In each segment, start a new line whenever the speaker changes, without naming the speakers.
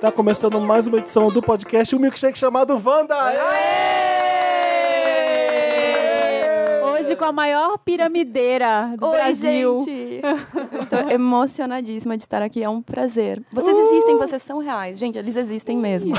Tá começando mais uma edição do podcast, um milkshake chamado Wanda!
Hoje com a maior piramideira do
Oi,
Brasil.
gente! Estou emocionadíssima de estar aqui, é um prazer. Vocês
Uh!
existem, vocês são reais. Gente, eles existem mesmo. é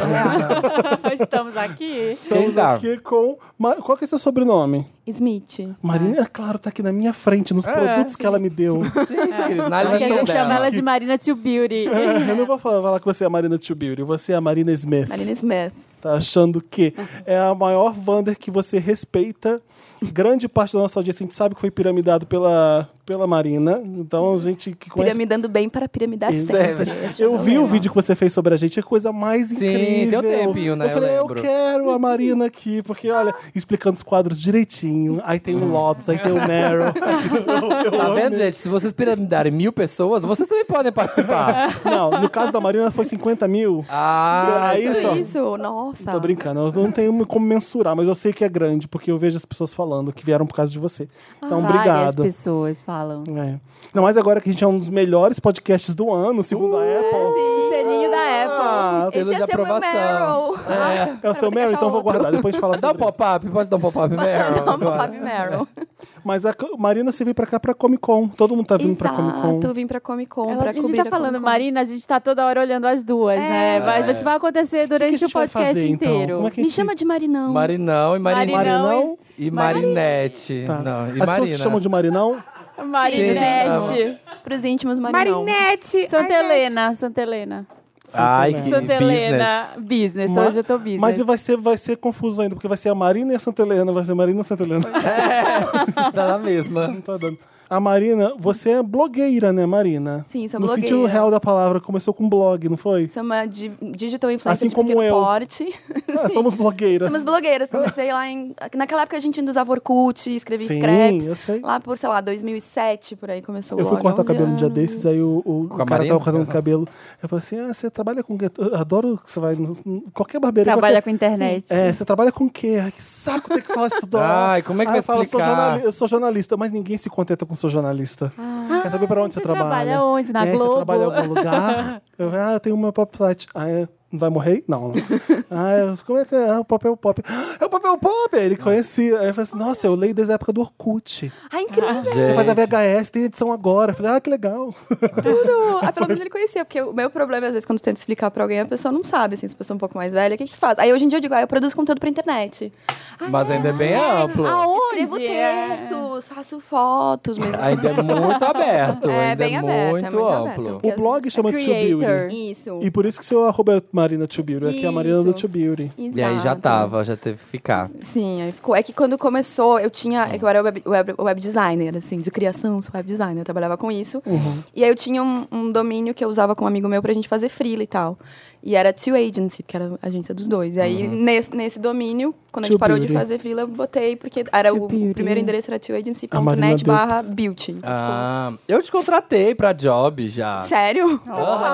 real.
Estamos aqui.
Estamos
Quem dá?
aqui com. Ma- Qual que é seu sobrenome?
Smith.
Marina, claro, tá aqui na minha frente, nos
É.
produtos que ela me deu.
Sim, querido, na
Porque a
linha
gente chama
dela.
ela de Marina Tio Beauty.
Eu não vou falar falar que você é a Marina Tio Beauty, você é a Marina Smith.
Marina Smith.
Tá achando que é a maior Wander que você respeita. Grande parte da nossa audiência a gente sabe que foi piramidado pela, pela Marina. Então a gente que conhece.
Piramidando bem para piramidar
Exato.
sempre. Este é o
Tá Eu vi o
problema.
vídeo que você fez sobre a gente, é a coisa mais
Sim,
incrível.
deu tempinho, né?
Eu
Eu
falei, eu,
lembro.
quero a Marina aqui, porque olha, explicando os quadros direitinho. Aí tem o Lotus, aí tem o Meryl.
Tá vendo, gente? Se vocês piramidarem mil pessoas, vocês também podem participar.
Não, no caso da Marina foi 50 mil.
Ah,
Aí
Tudo
só.
isso, nossa.
Tô brincando, eu não tenho como mensurar, mas eu sei que é grande, porque eu vejo as pessoas falando que vieram por causa de você. Então,
Várias
obrigado.
pessoas falam.
É. Não, mas agora que a gente é um dos melhores podcasts do ano, segundo a Apple.
O selinho da Apple.
Ah,
Selo
Esse
de
ia ser meu
aprovação.
Meryl. Ah,
é o seu Meryl, então eu vou guardar, depois a gente fala
Dá um
sobre isso.
pop-up, pode dar um pop-up, Meryl?
Não, meu
agora?
Fábio Meryl.
Mas a Co- Marina se veio pra cá pra Comic Con. Todo mundo tá vindo pra Comic Con.
Exato, vim pra Comic Con,
Ela-
pra
a gente
cobrir
tá falando,
Comic Con.
Marina, a gente tá toda hora olhando as duas, né? Vai, Isso vai acontecer durante
gente
o
vai
podcast
fazer, então?
inteiro.
Como é que a
Me
gente-
chama de Marinão.
Marinão e Marinete.
Marinão
Marinão?
E Marinete.
Tá.
Não,
As
e Marina.
pessoas te chamam de Marinão?
Marinete.
Pros íntimos, Marinão.
Santa Helena, Santa Helena.
né?
Ai, que
Santa Helena, business.
business.
tá?
Ma-
Hoje eu tô business.
Mas vai ser, vai ser confuso ainda, porque vai ser a Marina e a Santa Helena. Vai ser a Marina e a Santa Helena.
Tá na mesma.
Não tá dando. A Marina, você é blogueira, né, Marina?
Sim, sou
no
blogueira.
No sentido real da palavra, começou com blog, não foi?
Sou uma di- digital influencer
Assim
de
como
pequeno
eu.
porte.
Ah,
Sim.
somos blogueiras.
Somos blogueiras. Comecei lá em. Naquela época a gente ainda usava Orkut, escrevia
Sim,
scraps.
eu sei.
Lá por, sei lá, 2007, por aí começou
Eu
o
fui
blog,
cortar o
11
cabelo um dia
anos.
desses, aí o, o
Com a
cara
Marina?
tava cortando o cabelo. Eu falei assim: ah, você trabalha com. eu Adoro que você vai. no- Qualquer barbeiro.
Trabalha
qualquer...
com internet.
É, você trabalha com o quê? Ai, que saco ter que falar isso toda hora.
Ai, como é que
Aí
vai
eu falo, sou
explicar?
jornali- eu sou jornalista, mas ninguém se contenta com sou jornalista. Quer saber pra onde
Ah, você
você trabalha?
trabalha onde? Na
É,
Globo?
Você trabalha em algum lugar? eu, ah, eu tenho meu pop site. Ah, é, não vai morrer? Não. não. ah, eu, como é que é? Ah, o papel pop. Ah, É o papel pop! Ele conhecia. Aí eu falei assim, nossa, eu leio desde a época do Orkut.
Ah, incrível!
Você faz a
Gente,
VHS, tem edição agora. Eu falei, ah, que legal.
Tudo! Ah, pelo menos ele conhecia, porque o meu problema, às vezes, quando eu tento explicar pra alguém, a pessoa não sabe, assim, se a pessoa é um pouco mais velha, o que que tu faz? Aí hoje em dia eu digo, ah, eu produzo conteúdo pra internet. Ah,
Mas ainda é bem amplo.
Aonde?
Escrevo
É.
textos, faço fotos, mas...
Ainda é muito aberto.
É,
ainda
bem
é
aberto, é
muito
muito aberto.
amplo.
O blog chama Tio
É Creator.
Beauty.
Isso.
E por isso que seu arroba é Marina Tio Beauty. Aqui é a Marina do
Isso.
Tio Beauty.
E aí já
Exato.
tava, já teve que ficar.
Sim, aí ficou. É que quando começou, eu tinha. É que eu era web, web, web designer, assim, de criação, sou web designer, eu trabalhava com isso.
Uhum.
E aí eu tinha um, um domínio que eu usava com um amigo meu pra gente fazer freela e tal. E era Two Agency, que era a agência dos dois. E aí, nesse, nesse domínio, quando a
Uhum. Two
gente parou
Beauty.
de fazer freela, eu botei, porque era
Two
o,
Beauty.
o primeiro endereço era
A Marina
twoagency.net
deu-
barra beauty.
Ah, eu te contratei pra job já.
Sério?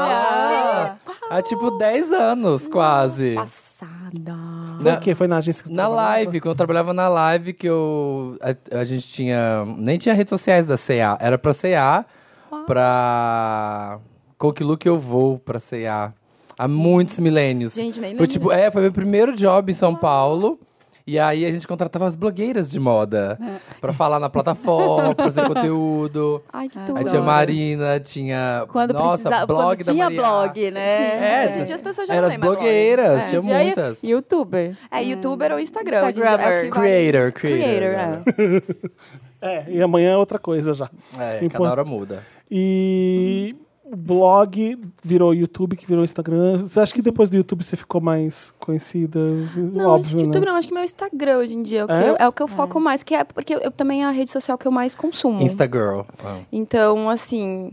Ah, há tipo 10 anos, quase.
tá Passada.
Foi
Na-
o quê? Foi na agência que você
tá
Na
trabalhava?
live, quando eu trabalhava na live, que eu. A, a gente tinha. Nem tinha redes sociais da CA. Era pra CA. Pra. Com que look eu vou pra CA? Há muitos milênios.
Gente, nem
foi,
lembro.
tipo, É, foi meu primeiro job em São Paulo. E aí a gente contratava as blogueiras de moda.
É.
Pra falar na plataforma, pra fazer conteúdo.
Ai, que
Aí
tudo.
tinha Marina, tinha.
Quando
Nossa,
precisava,
blog
quando
da
tinha
Maria.
blog, né?
É,
Hoje em dia as pessoas já
eram
não
as
têm mais blog.
blogueiras, tinha
É, Hoje em dia,
muitas.
Youtuber.
É youtuber ou Instagram. hoje em dia é o que vai-
Hum. Creator, né? creator.
Creator, é.
É, e amanhã é outra coisa já.
É,
Enquanto-
cada hora muda.
E o blog virou YouTube, que virou Instagram. Você acha que depois do YouTube você ficou mais conhecida?
Não, acho
Óbvio,
que YouTube
né?
não, acho que meu Instagram hoje em dia é o que,
É?
eu, é o que eu foco mais, que é porque eu, eu também é a rede social que eu mais consumo.
Instagirl. Ah.
Então, assim,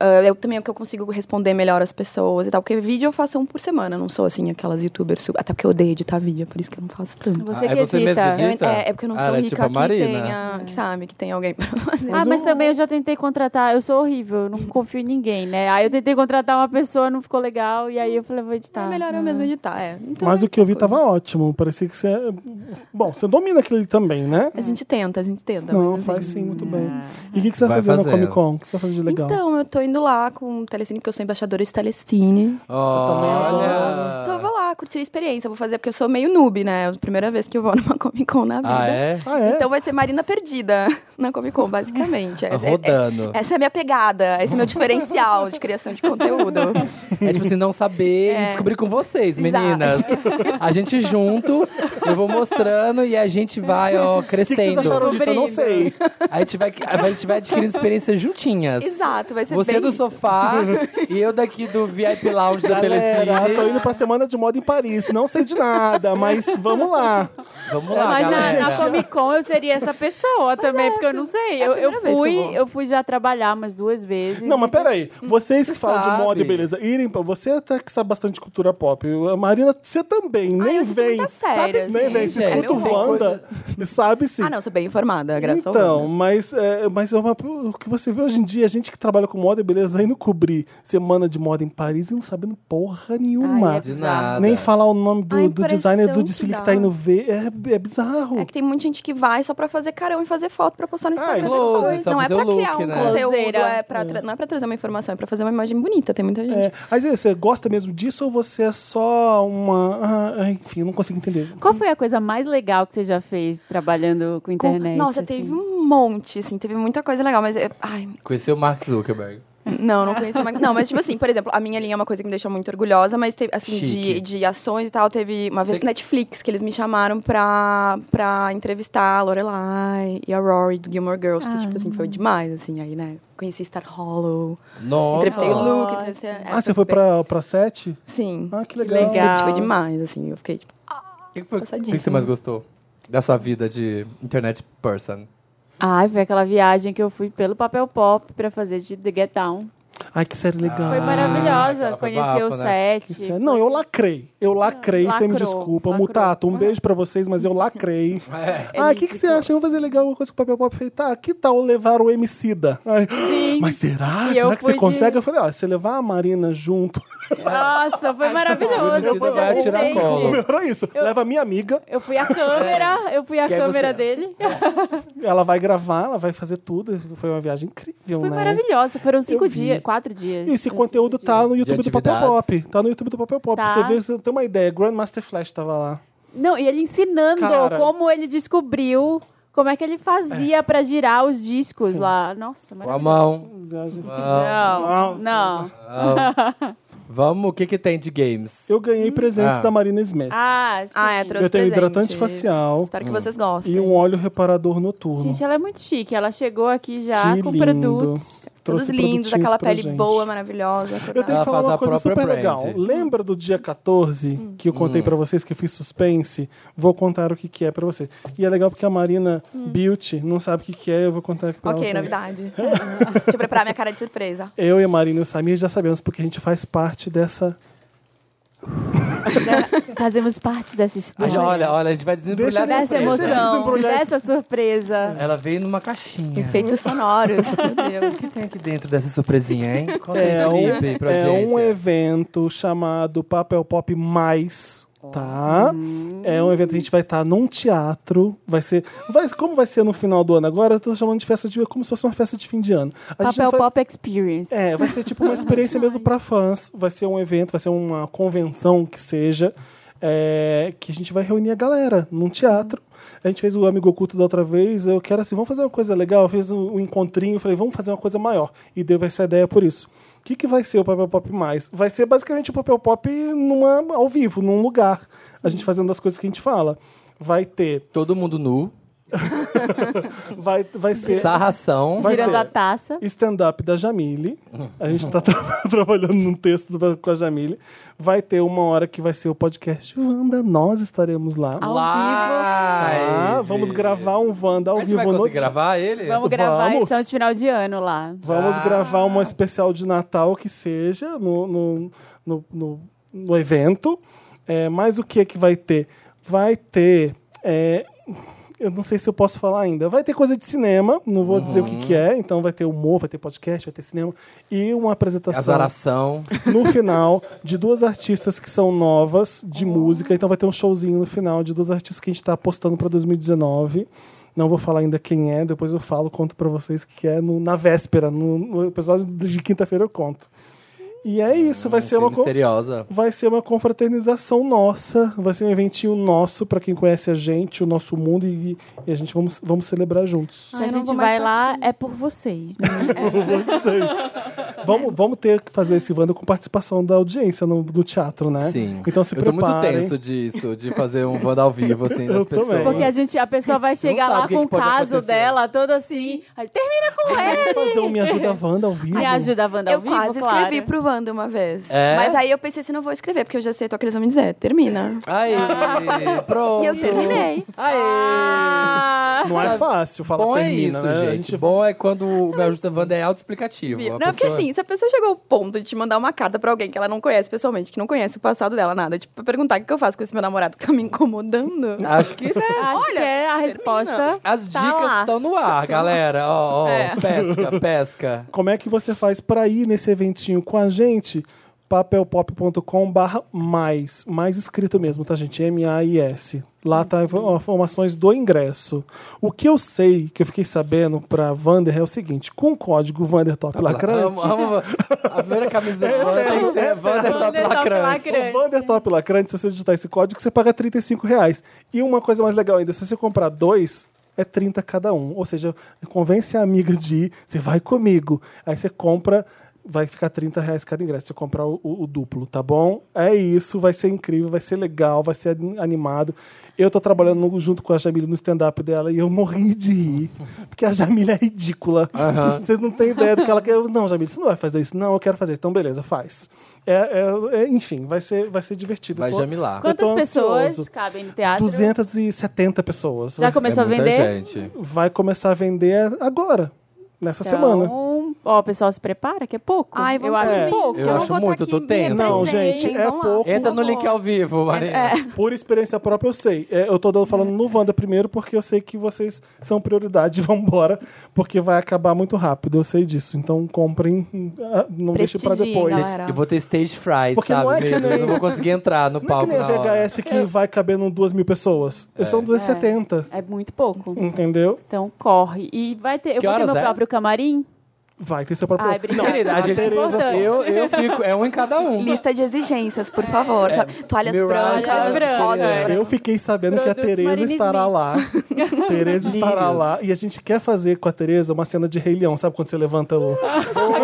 ah, eu também é o que eu consigo responder melhor as pessoas e tal, porque vídeo eu faço um por semana, eu não sou assim aquelas youtubers, super- até porque eu odeio editar vídeo, é por isso que eu não faço tanto.
Você
Ah,
que
é você mesmo
edita.
que edita?
Eu- é, é porque eu não
Ah,
sou
ela é
rica
tipo a
que
Marina.
tenha, que sabe, que tem alguém pra fazer.
Ah, mas também eu já tentei contratar. Eu sou horrível, eu não confio em ninguém, né? Aí eu tentei contratar uma pessoa, não ficou legal. E aí eu falei, vou editar.
é melhor eu mesmo editar, é. Então,
Mas
é
o que eu vi
aquela
tava ótimo. Parecia que você. é, Bom, você domina aquilo ali também, né?
coisa. A gente tenta, a gente tenta.
Não,
mas,
faz
assim,
sim, muito bem. E o que, que você tá vai,
Vai
fazer na
fazendo.
Comic Con? O que você vai fazer de legal?
Então, eu tô indo lá com o Telecine, porque eu sou embaixadora de Telecine. Então eu
Olha!
vou lá curtir a experiência, vou fazer, porque eu sou meio noob, né? É a primeira vez que eu vou numa Comic Con na vida.
Ah, é?
Ah, é?
Então vai ser Marina perdida na Comic Con, basicamente. Essa, é-
Rodando.
é- essa é a minha pegada, esse é o meu diferencial de criação de conteúdo.
É tipo assim, não saber e descobrir com vocês,
Exato.
meninas. A gente junto, eu vou mostrando e a gente vai, ó,
o que, que vocês
crescendo.
acharam disso? Eu não sei.
Descobrindo.
a, gente vai, a gente vai adquirindo experiências juntinhas.
Exato, vai ser
Você
é
é
bem
do
isso.
sofá e eu daqui do VIP Lounge da
Galera, tô
Telecine.
indo pra semana de moda em Paris. Não sei de nada, mas vamos lá.
Vamos lá,
É, Mas
Ah, galera.
na, na Comic Con eu seria essa pessoa também, porque eu não sei.
é a
eu, eu
primeira vez que
fui, eu,
eu vou.
fui já trabalhar umas duas vezes.
Não, mas peraí.
Uhum.
Vocês que falam de
sabe.
moda e beleza, irem pra. Você até que sabe bastante de cultura pop. A Marina, você também.
Ah,
nem
eu sou
vem.
muito séria,
Sabe, nem
assim,
vem. Você
gente.
escuta
É meu
o Wanda e sabe
Assim.
sim.
Ah, não, sou bem informada, graças ao
Então,
Deus.
mas, é, mas é uma- o que você vê hoje em dia, a gente que trabalha com moda e beleza, indo cobrir semana de moda em Paris e não sabendo porra nenhuma.
Ai, é
De nada.
Nem falar o nome do,
A
do designer do
impressão
desfile
que
que,
dá.
tá indo ver. É, é bizarro.
É que tem muita gente que vai só pra fazer carão e fazer foto pra postar no
Ah,
Instagram. essas
close,
coisas.
só
não é
fazer
pra
o look,
criar um
né?
conteúdo,
Closeira.
é pra tra- não é pra trazer uma informação, é pra fazer uma imagem bonita. Tem muita gente.
É, Mas e aí, você gosta mesmo disso ou você é só uma. Ah, enfim, eu não consigo entender.
Qual foi a coisa mais legal que você já fez trabalhando com
Com-
internet?
Nossa,
assim?
teve um monte, assim, teve muita coisa legal, mas. eu- Ai,
Conheceu o Mark Zuckerberg.
não, não conheço mais. Não, mas tipo assim, por exemplo, a minha linha é uma coisa que me deixa muito orgulhosa, mas teve, assim,
Chique.
de, de ações e tal, teve uma vez
Você-
com Netflix que eles me chamaram pra, pra entrevistar a Lorelai e a Rory do Gilmore Girls, que, tipo assim, foi demais, assim, aí, né? Conheci Star Hollow,
Nossa.
entrevistei o Luke,
Nossa.
entrevistei. é,
ah,
foi
você foi
bem-
pra, pra sete?
Sim.
Ah, que legal.
legal.
Foi demais, assim, eu fiquei, tipo,
O que, que foi- o que que você
Passadíssimo.
mais gostou da sua vida de internet person?
Ai, foi aquela viagem que eu fui pelo papel pop pra fazer de The Get Down.
Ai, que série legal. Ah,
Foi maravilhosa.
aquela Ah, foi
Conhecer o
bafo, né?
Que
set.
série- Não, eu lacrei. Eu lacrei, você me
Ah, Lacrou,
desculpa.
lacrou. Ah.
Mutato, um beijo pra vocês, mas eu lacrei.
É.
ah, o que, que você acha? Eu vou fazer legal uma coisa que o papel pop fez. Tá, que tal levar o Emicida? Ai,
Sim.
Mas será?
E eu
será que você
fui de-
consegue? Eu falei, ó, se levar a Marina junto.
Nossa, foi maravilhoso.
Eu
Eu fui de
vou atirar
assistente.
colo.
Era é isso. Leva a minha amiga,
Eu fui a câmera,
É.
eu fui a
Que aí
câmera
você-
dele.
ela vai gravar, ela vai fazer tudo. Foi uma viagem incrível,
Foi
né?
maravilhosa. Foram cinco
vi.
dias, quatro dias.
Esse
Foram
conteúdo
cinco dias.
tá no YouTube do Papel
atividades.
Pop. Tá no YouTube do Papel Pop.
Tá.
Você vê, você tem uma ideia. Grandmaster Flash tava lá.
Não, e ele ensinando
Cara.
como ele descobriu, como é que ele fazia pra girar os discos lá. Nossa,
Com a
maravilhoso.
mão.
Viagem.
Não,
Não.
não.
Vamos, o que, que tem de games?
Eu ganhei presentes
Ah.
da Marina Smith.
Ah, sim.
Hum. Ah, é, trouxe
Eu tenho hidratante
presentes.
facial.
Espero que vocês gostem.
E um óleo reparador noturno.
Gente, ela é muito chique. Ela chegou aqui já
Que
com
lindo.
produtos.
Trouxe
ah, Todos lindos,
produtinhos
aquela
pra
pele
gente.
boa, maravilhosa.
Eu tenho que falar
Ela faz a
uma coisa
própria
super
brand. Hum.
legal. Lembra do dia 14
Hum.
que eu contei pra vocês que eu fiz suspense? Vou contar o que, que é pra vocês. E é legal porque a Marina Beauty não sabe o que, que é, eu vou contar aqui pra
Hum. Ok,
ela. também.
novidade. Deixa eu preparar minha cara de surpresa.
Eu e a Marina e o Samir já sabemos porque a gente faz parte dessa.
Fazemos parte dessa
A gente-
história.
olha, olha, a gente vai
Deixa
desembrulhar
eu-
Dessa
surpresa. Deixa eu
emoção,
embrulhar
dessa surpresa.
Ela veio numa caixinha.
Efeitos sonoros, meu Deus.
O que tem aqui dentro dessa surpresinha, hein? Conta aí, Felipe, pra
é um
audiência.
evento chamado Papel Pop Mais. Tá? É um evento que a gente vai estar num teatro. Vai ser. Vai, como vai ser no final do ano agora? Eu tô chamando de festa de. como se fosse uma festa de fim de ano. A gente
Papel
vai-
Pop Experience.
É, vai ser tipo uma experiência mesmo pra fãs. Vai ser um evento, vai ser uma convenção que seja, é, que a gente vai reunir a galera num teatro. A gente fez o Amigo Oculto da outra vez. Eu quero assim, vamos fazer uma coisa legal. Eu fiz um, um encontrinho, falei, vamos fazer uma coisa maior. E deu essa ideia por isso. O que, que vai ser o Papel Pop Mais? Vai ser basicamente o Papel Pop numa, ao vivo, num lugar. A gente fazendo as coisas que a gente fala. Vai ter,
Todo mundo nu,
vai, vai ser...
sarração.
É. Vai
Girando
ter.
a taça.
stand-up da Jamile. A gente tá tra- trabalhando num texto do- com a Jamile. Vai ter uma hora que vai ser o podcast Wanda, nós estaremos lá.
Ao
Ah, vamos gravar um Wanda ao
A gente vai
vivo no
conseguir
dia.
gravar ele?
Vamos gravar então,
Vamos.
edição de final de ano lá.
Vamos
Ah.
gravar uma especial de Natal que seja no, no, no, no- no evento. É, mas o que que vai ter? Vai ter. é, eu não sei se eu posso falar ainda. Vai ter coisa de cinema, não vou dizer o
Uhum.
que, que é. Então vai ter humor, vai ter podcast, vai ter cinema. E uma
tipo,
apresentação
Azaração.
no final de duas artistas que são
Oh.
tá novas de música. Então vai ter um showzinho no final de duas artistas que a gente está apostando para 2019. Não vou falar ainda quem é, depois eu falo, conto pra vocês que é no- na véspera, no, no episódio de quinta-feira eu conto. E é isso, vai ser uma co-
um Misteriosa.
vai ser uma confraternização nossa, vai ser um eventinho nosso pra quem conhece a gente, o nosso mundo e, e a gente vamos, vamos celebrar juntos.
Se
Ai,
a
eu não
gente
vou mais
vai
tá
lá,
aqui.
é por vocês.
Vamos, vamos ter que fazer esse Wanda com participação da audiência no, do teatro, né?
Sim.
Então se
Eu tô muito
preparem.
tenso disso, de fazer um Wanda ao vivo, assim, das
Eu também.
pessoas.
Porque a gente, a pessoa vai chegar
sabe
lá
o que
com
que
o
pode
caso
acontecer.
dela, todo assim. aí, Termina com
Vamos
ele!
fazer um Me Ajuda Wanda ao vivo.
Me ajuda a Wanda ao
Eu
vivo,
quase
claro.
escrevi pro Wanda uma vez.
É?
Mas aí eu pensei assim, não vou escrever, porque eu já sei o que eles vão me dizer. é, Termina.
Aí, pronto.
é.
E eu terminei.
Aê!
Ah,
Não é fácil falar
bom é
termina,
isso,
né? A
gente. Bom é quando o Me Ajuda Wanda é autoexplicativo.
Não,
A
porque
pessoa-
assim, se a pessoa chegou ao ponto de te mandar uma carta pra alguém que ela não conhece pessoalmente, que não conhece o passado dela, nada, tipo, pra perguntar o que eu faço com esse meu namorado que tá me incomodando.
Ah,
Acho que, né?
acho que é a resposta.
As
Tá
dicas
lá.
estão no ar, galera. Ó, ó,
É.
pesca, pesca.
Como é que você faz pra ir nesse eventinho com a gente? papelpop.com barra mais, mais escrito mesmo, tá gente? M-A-I-S. Lá tá info- informações do ingresso. O que eu sei, que eu fiquei sabendo pra Vander é o seguinte, com o código Vander Top Lacrante,
Amo, amo. A primeira camisa da Wanda tem que ser Wanda tá Top
Wanda tá Top
Lacrante.
Lacrante.
o Vander Top Lacrante, se você digitar esse código, você paga 35 reais. E uma coisa mais legal ainda, se você comprar dois, é 30 cada um. Ou seja, convence a amiga de ir, você vai comigo. Aí você compra, vai ficar 30 reais cada ingresso, se você comprar o, o- o duplo, tá bom? É isso, vai ser incrível, vai ser legal, vai ser animado. Eu tô trabalhando no- junto com a Jamile no stand-up dela e eu morri de rir, porque a Jamile é ridícula. Vocês não têm ideia do que ela quer. Eu, Não, Jamile, você não vai fazer isso. Não, eu quero fazer. Então, beleza, faz. É, é- é, enfim, vai ser, vai ser divertido.
Vai
Tô-
jamilar.
Eu tô
Quantas pessoas
ansioso.
cabem no teatro?
270 pessoas.
Já começou
é
a
muita
vender?
gente.
Vai começar a vender agora, nessa semana.
Então, ó, o pessoal se prepara, que é pouco.
Ai,
eu tá
vamos
acho
comigo.
pouco.
Eu acho muito, eu tô tenso. É,
Não,
mas
gente,
hein,
é
vamos lá. É,
pouco.
Entra no link ao vivo,
É,
Marina.
Por experiência própria, eu sei. É, eu tô dando- falando no Wanda primeiro, porque eu sei que vocês são prioridade. Vamos embora, porque vai acabar muito rápido. Eu sei disso. Então comprem, ah, não deixem pra
Prestigiem,
depois.
galera.
Eu vou ter stage fright,
Porque
sabe?
não é que
medo?
nem-
Eu não vou conseguir entrar no
Não é que
palco
nem a
na hora. É.
VHS que vai cabendo duas mil pessoas. São 270.
É muito pouco.
Entendeu?
Então corre. E vai ter. Eu
Que
vou ter
horas
meu
é?
próprio camarim.
Vai ter seu próprio.
Ai, obrigada.
Querida, a
Ah,
gente,
Tereza, só.
eu, eu fico, é um em cada um.
Lista de exigências, por favor.
É.
sabe? Toalhas
Miranda,
brancas,
É. brancas.
rosas
É.
Eu fiquei sabendo que a
Produtos
Tereza
Marina
estará
Smith.
lá. Tereza estará lá. E a gente quer fazer com a Tereza uma cena de Rei Leão, sabe quando você levanta o.
Boa!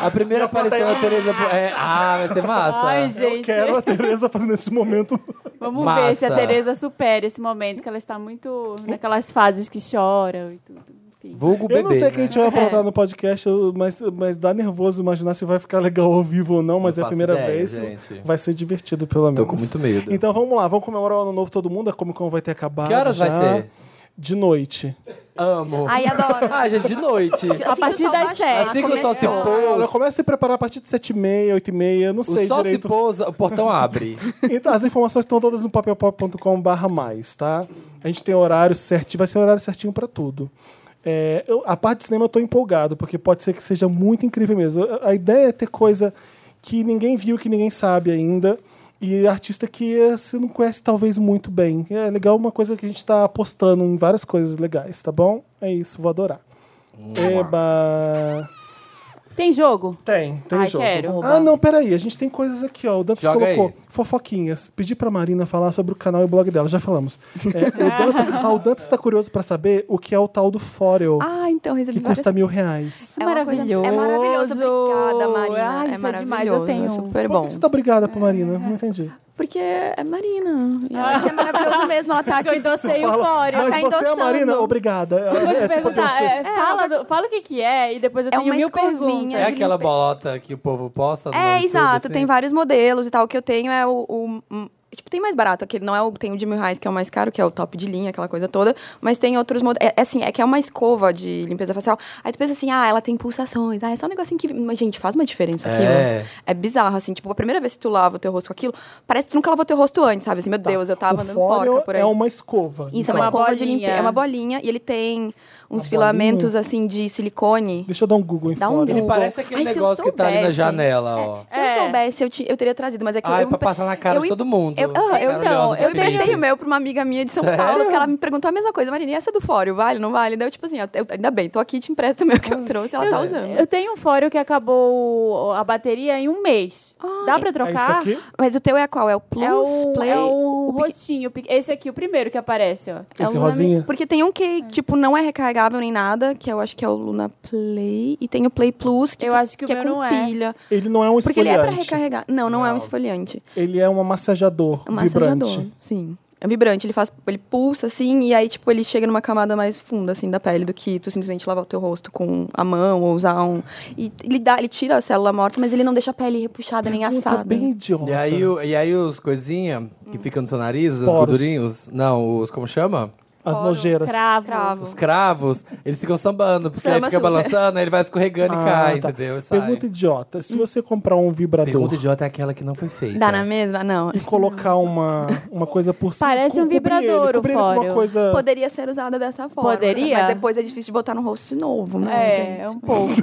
A primeira aparição da Tereza. É, ah, vai ser massa.
Ai, gente.
Quero a Tereza fazendo esse momento.
Vamos
Massa.
ver se a Tereza supera esse momento, que ela está muito naquelas fases que choram e tudo. Enfim.
Vulgo bebê.
Eu não sei o que a
né?
gente vai
É.
aprontar no podcast, eu- mas, mas dá nervoso imaginar se vai ficar legal ao vivo ou não, mas é
Não
a
faço
primeira
ideia,
vez.
gente.
Vai ser divertido, pelo menos.
Tô com muito medo.
Então vamos lá, vamos comemorar o ano novo todo mundo. A Comic Con vai ter acabado.
Que horas
já.
vai ser?
De noite.
Amo.
Ai, adoro.
Ah, gente, de noite.
Assim que o
partir
sol
das
baixar,
sete.
Assim que o sol se
começou.
Olha,
pôs,
começa a se preparar a partir de 7h30, 8h30, eu não
o
sei
sol se
direito.
pôs, o portão abre.
Então, as informações estão todas no papelpop.com barra mais, tá? A gente tem horário certinho, vai ser um horário certinho pra tudo. É, eu- a parte de cinema eu tô empolgado, porque pode ser que seja muito incrível mesmo. A- A ideia é ter coisa que ninguém viu, que ninguém sabe ainda, e artista que eh, você não conhece talvez muito bem. É legal uma coisa que a gente tá apostando em várias coisas legais, tá bom? É isso, vou adorar. Eba!
Tem jogo?
Tem, tem
Ai,
jogo.
quero.
Ah, não, peraí. A gente tem coisas aqui, ó. O Dantas
Joga
colocou
aí.
fofoquinhas. Pedi pra Marina falar sobre o canal e o blog dela, já falamos. É, o Dantas, ah, o Dantas tá curioso pra saber o que é o tal do Fóreo,
Ah, então
que
resolvi várias
custa mil reais.
É
É uma coisa-
maravilhoso.
é maravilhoso. Obrigada, Marina.
Ai,
é
isso é
maravilhoso.
demais. Eu tenho. um.
é super
Por
bom.
que você tá obrigada pro Marina? Não entendi.
Porque é Marina. E ela disse, é maravilhoso mesmo. Ela tá
Eu
aqui.
tipo,
endossei o fóreo.
Mas
tá
você é a
endossando.
Marina? Obrigada.
Eu Vou te
É, é tipo
perguntar,
Beyoncé.
é, fala, do- fala o que que é e depois eu
É
tenho
uma
mil
escovinha
perguntas.
É
de
aquela
limpeza.
bolota que o povo posta? no
É,
YouTube,
exato.
assim?
Tem vários modelos e tal. O que eu tenho é o... o- um- Tipo, tem mais barato aquele, não é o tem o de mil reais que é o mais caro, que é o top de linha, aquela coisa toda, mas tem outros modelos. É, é assim, é que é uma escova de limpeza facial. Aí tu pensa assim, ah, ela tem pulsações, ah, é só um negocinho que. Mas, gente, faz uma diferença aquilo.
É.
É bizarro, assim, tipo, a primeira vez que tu lava o teu rosto com aquilo, parece que tu nunca lavou teu rosto antes, sabe? Assim, meu Deus, eu tava
o
andando
Fóreo
porca por aí.
é uma escova.
Isso, é
Então,
uma
uma
escova de
bolinha.
limpeza. É uma bolinha e ele tem
Uma
uns filamentos assim de silicone.
Deixa eu dar um Google em
Dá um
Fóreo.
Ele
Google.
parece aquele
Ai, se eu
negócio que tá ali na
soubesse.
janela, ó.
Se eu
É.
soubesse, eu, ti- eu teria trazido, mas é que
Ah,
Ai,
eu
pra passar na cara
eu
de todo mundo.
Eu, ah, eu-
maravilhosa
então, eu
também.
Emprestei o meu pra uma amiga minha de São
Sério?
Paulo, porque ela me perguntou a mesma coisa. Marina, e essa do fórum, vale, não vale? Daí eu, tipo assim, eu- eu- ainda bem, tô aqui, te empresto o meu que eu trouxe, ela tá usando.
Eu tenho um fórum que acabou a bateria em um mês. Dá pra
É isso
trocar?
aqui?
Mas o teu é qual? É o Plus
É o,
Play?
é o rostinho. pe- Esse aqui, o primeiro que aparece, ó.
É o
Esse
Luna-
rosinha?
Porque tem um que, tipo, não é recarregável nem nada, que eu acho que é o Luna Play. E tem o Play Plus, que,
Eu
tu-
acho que o
é
meu
com
não é.
pilha.
Ele não é um
Porque ele é pra
esfoliante. Ele é,
recarregar. Não, não, é um
Não.
esfoliante.
um massajador
É um
vibrante.
massageador. Sim. É vibrante, ele faz, ele pulsa assim e aí tipo ele chega numa camada mais funda assim da pele do que tu simplesmente lavar o teu rosto com a mão ou usar um e ele dá, ele tira a célula morta, mas ele não deixa a pele repuxada nem
Puta,
assada.
tá bem idiota.
E aí, o- e aí os coisinha que fica no seu nariz, os
Poros.
gordurinhos, não, os como chama?
As nojeiras.
Cravo.
Os cravos, eles ficam sambando, porque
Samba
ele fica
super.
balançando, aí ele vai escorregando
Ah,
e cai,
tá.
entendeu? E sai.
Pergunta idiota. Se você comprar um vibrador
Pergunta idiota é aquela que não foi feita.
Dá na mesma? Não.
e colocar uma, uma coisa por cima...
Parece
co-
um
cobrir
vibrador,
ele,
o
cobrir ele com uma
fórum.
coisa...
Poderia ser usada dessa forma.
Poderia?
Mas depois é difícil de botar no rosto de novo, né?
É, é um pouco.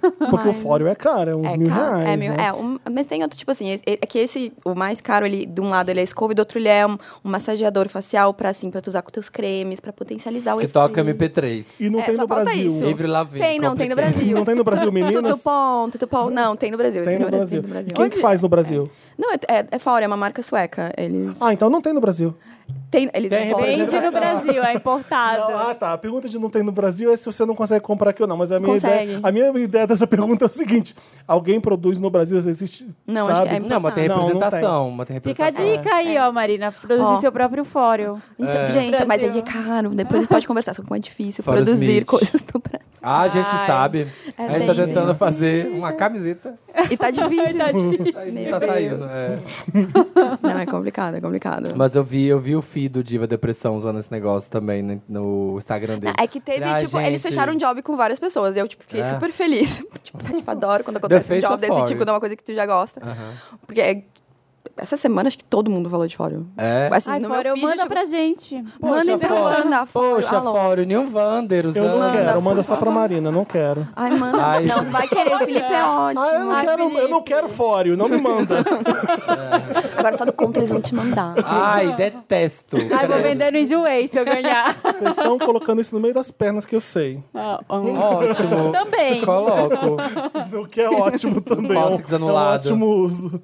Porque o
mas-
fórum é caro, é uns mil
caro,
reais.
é mil-
né?
é, um- mas tem outro, tipo assim, esse- é que esse, o mais caro, ele, de um lado ele é escova e do outro ele é um, um massageador facial pra, assim, pra tu usar com teus cremes, pra potencializar o
Que
efeito.
toca MP3.
E não
É,
tem
só
no
falta
Brasil.
isso.
Livre Lavigne.
Tem, não, tem no
compliquei.
Brasil.
Não tem no Brasil, meninas?
Tutupom, tutupom, não, tem no Brasil. esse
Tem no Brasil.
tem
Quem que faz no Brasil?
Não, é, é, é fora, é uma marca sueca, eles...
Ah, então não tem no Brasil.
tem, eles
Tem
importam.
Vende no Brasil, é importado.
Não, ah, tá. A pergunta de não tem no Brasil é se você não consegue comprar aqui ou não. Mas a minha,
Consegue.
ideia, a minha ideia dessa pergunta é o seguinte: alguém produz no Brasil? Existe.
Não, acho
sabe?
que é
Não, mas tem
Não, não
representação. mas tem
Fica a
representação.
dica aí, ó, Marina. Produzir
Ó.
seu próprio fórum.
Então,
É.
Gente, mas é
Brasil.
de caro. Depois a gente pode conversar sobre como é difícil
Fora os
produzir
mitos.
coisas no Brasil.
Ah, a gente
Ai.
sabe.
É
a gente tá
bem
tentando fazer uma camiseta.
E tá difícil.
Tá
Aí
difícil.
tá
Meu
saindo.
Deus.
é.
Não, é complicado, é complicado.
Mas eu vi, eu vi o Fi do Diva Depressão usando esse negócio também no, no Instagram dele.
É que teve,
Ah,
tipo, eles
gente.
fecharam um job com várias pessoas. Eu, tipo, fiquei
É.
super feliz. tipo, tipo, adoro quando acontece um
Face
job
of
desse
Fórum.
tipo, de uma coisa que tu já gosta.
Aham.
Porque é- essa semana acho que todo mundo falou de fórum.
É.
Assim,
Ai,
no
fórum,
meu feed,
manda
tipo,
pra gente.
Manda e
Fórum.
manda fórum.
Poxa,
alô.
Fórum, nenhum Vander
é
Eu
usando.
não quero,
por
manda só pra Marina, não quero.
Ai, manda.
Ai,
não,
gente.
vai querer. O Felipe é ótimo.
Ah, eu não
Ai,
quero, eu
Felipe.
não quero fórum, não me manda.
Agora só do contra eles vão te mandar.
Ai, detesto.
Ai, vou vendendo enjoei se eu ganhar.
Vocês estão colocando isso no meio das pernas que eu sei.
Ah, ó.
Ótimo.
Também.
Coloco.
O que é ótimo também. é um-
Cócegas
é um
anulado.
ótimo uso.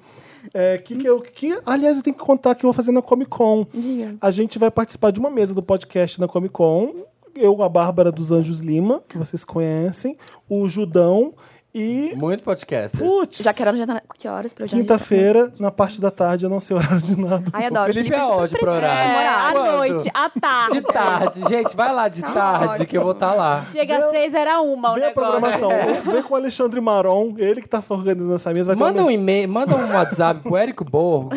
É, que que eu, que, aliás, eu tenho que contar que eu vou fazer na Comic Con.
Diga.
A gente vai participar de uma mesa do podcast na Comic Con. Eu, a Bárbara dos Anjos Lima, que vocês conhecem, o Judão e.
Muito podcast.
Putz!
Já quero já tá na... Que horas pra eu já...
Quinta-feira, na parte da tarde, eu não sei o horário de nada.
Ai, adoro. tá-
Felipe é
super
ótimo
precisa
pro horário.
É,
namorar.
à
Quando?
noite, à tarde.
De tarde, gente, vai lá de tarde que eu vou estar lá.
Chega às seis, era
Ah,
uma
tá,
o
Vê a
negócio.
programação. Vem com o Alexandre Maron, ele que tá organizando essa mesa. Vai ter
Manda
uma
um e-mail, manda um WhatsApp pro Érico Borgo.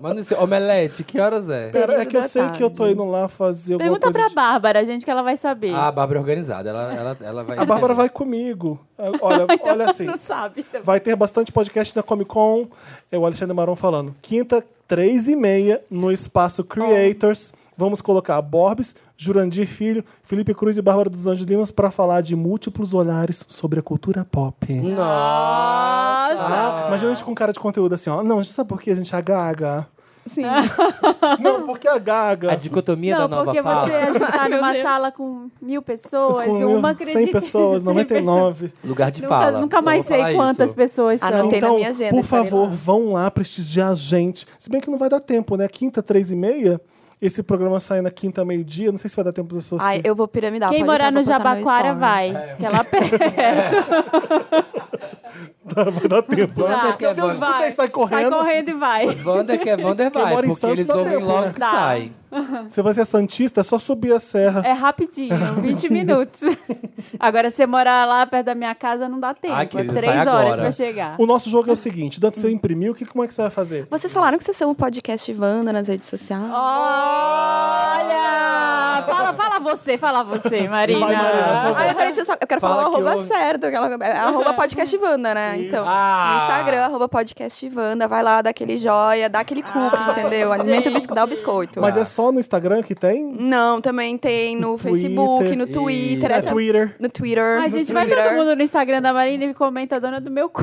Manda esse omelete, que horas é?
Pera, é
período
que eu
da
sei que eu tô
tarde.
indo lá fazer alguma
Pergunta
coisa.
pra
de-
Bárbara, gente, que ela vai saber.
Ah, a Bárbara é organizada, ela, ela, ela vai.
A Bárbara vai comigo. É, Olha, olha assim.
Não sabe. também.
Vai ter bastante podcast na Comic Con. É o Alexandre Maron falando. Quinta, três e meia, no espaço Creators. Vamos colocar Borbes, Jurandir Filho, Felipe Cruz e Bárbara dos Anjos Limas para falar de múltiplos olhares sobre a cultura pop.
Nossa!
Ah, imagina a gente com cara de conteúdo assim, ó. Não, a gente sabe por que a gente agaga?
Sim.
Não, porque agaga?
A dicotomia
Não,
da nova
porque
fala.
você a gente tá numa
Deus.
sala com mil pessoas,
Com 100
uma acredita...
pessoas,
100 pessoas.
99.
Lugar de
Nunca,
fala.
nunca
Só
mais
vou
sei
falar
quantas
isso.
pessoas são.
Anotei na
então,
minha agenda,
por
estarei
favor,
lá.
vão lá prestigiar a gente. Se bem que não vai dar tempo, né? Quinta, três e meia. Esse programa sai na quinta, meio-dia. Não sei se vai dar tempo das pessoas.
Ai, eu vou piramidar.
Quem
pode
morar
deixar
no
pra postar tá meu
Jabaquara
story.
vai,
É.
que ela pega.
Vai dar tempo. né?
Wander que é Wander.
escuta aí, sai correndo.
Sai correndo e vai.
Wander que é Wander vai,
mora em
porque
Santos
eles
dá
ouvem
tempo,
logo
né?
que
Dá.
sai.
Se você é santista, é só subir a serra.
É rapidinho, 20 minutos. Agora, você morar lá perto da minha casa, não dá tempo.
Ai,
é
querida,
três
sai
horas
agora.
pra chegar.
O nosso jogo é o seguinte. Dante, você imprimiu, o que, como é que você vai fazer?
Vocês falaram que vocês são o podcast Wanda nas redes sociais.
Olha! fala, fala, fala você, fala você, Marina.
Vai, Marina, por favor.
Ah,
é
eu, falei, deixa eu só- eu quero
Fala
falar o
que
arroba
eu-
certo. aquela- é Arroba podcast Wanda, né?
Isso.
Então,
Ah.
no Instagram, arroba podcast Wanda, vai lá, dá aquele joia, dá aquele cookie,
Ah,
entendeu? Alimenta o
gente.
bisco, dá o biscoito.
Mas é só no Instagram que
É
tem?
Não, também tem no Facebook, no
Isso.
Twitter,
É
É
até-
Twitter.
no Twitter.
Ai,
no
gente, vai
Twitter.
todo mundo no Instagram da Marina e comenta a dona do meu cu.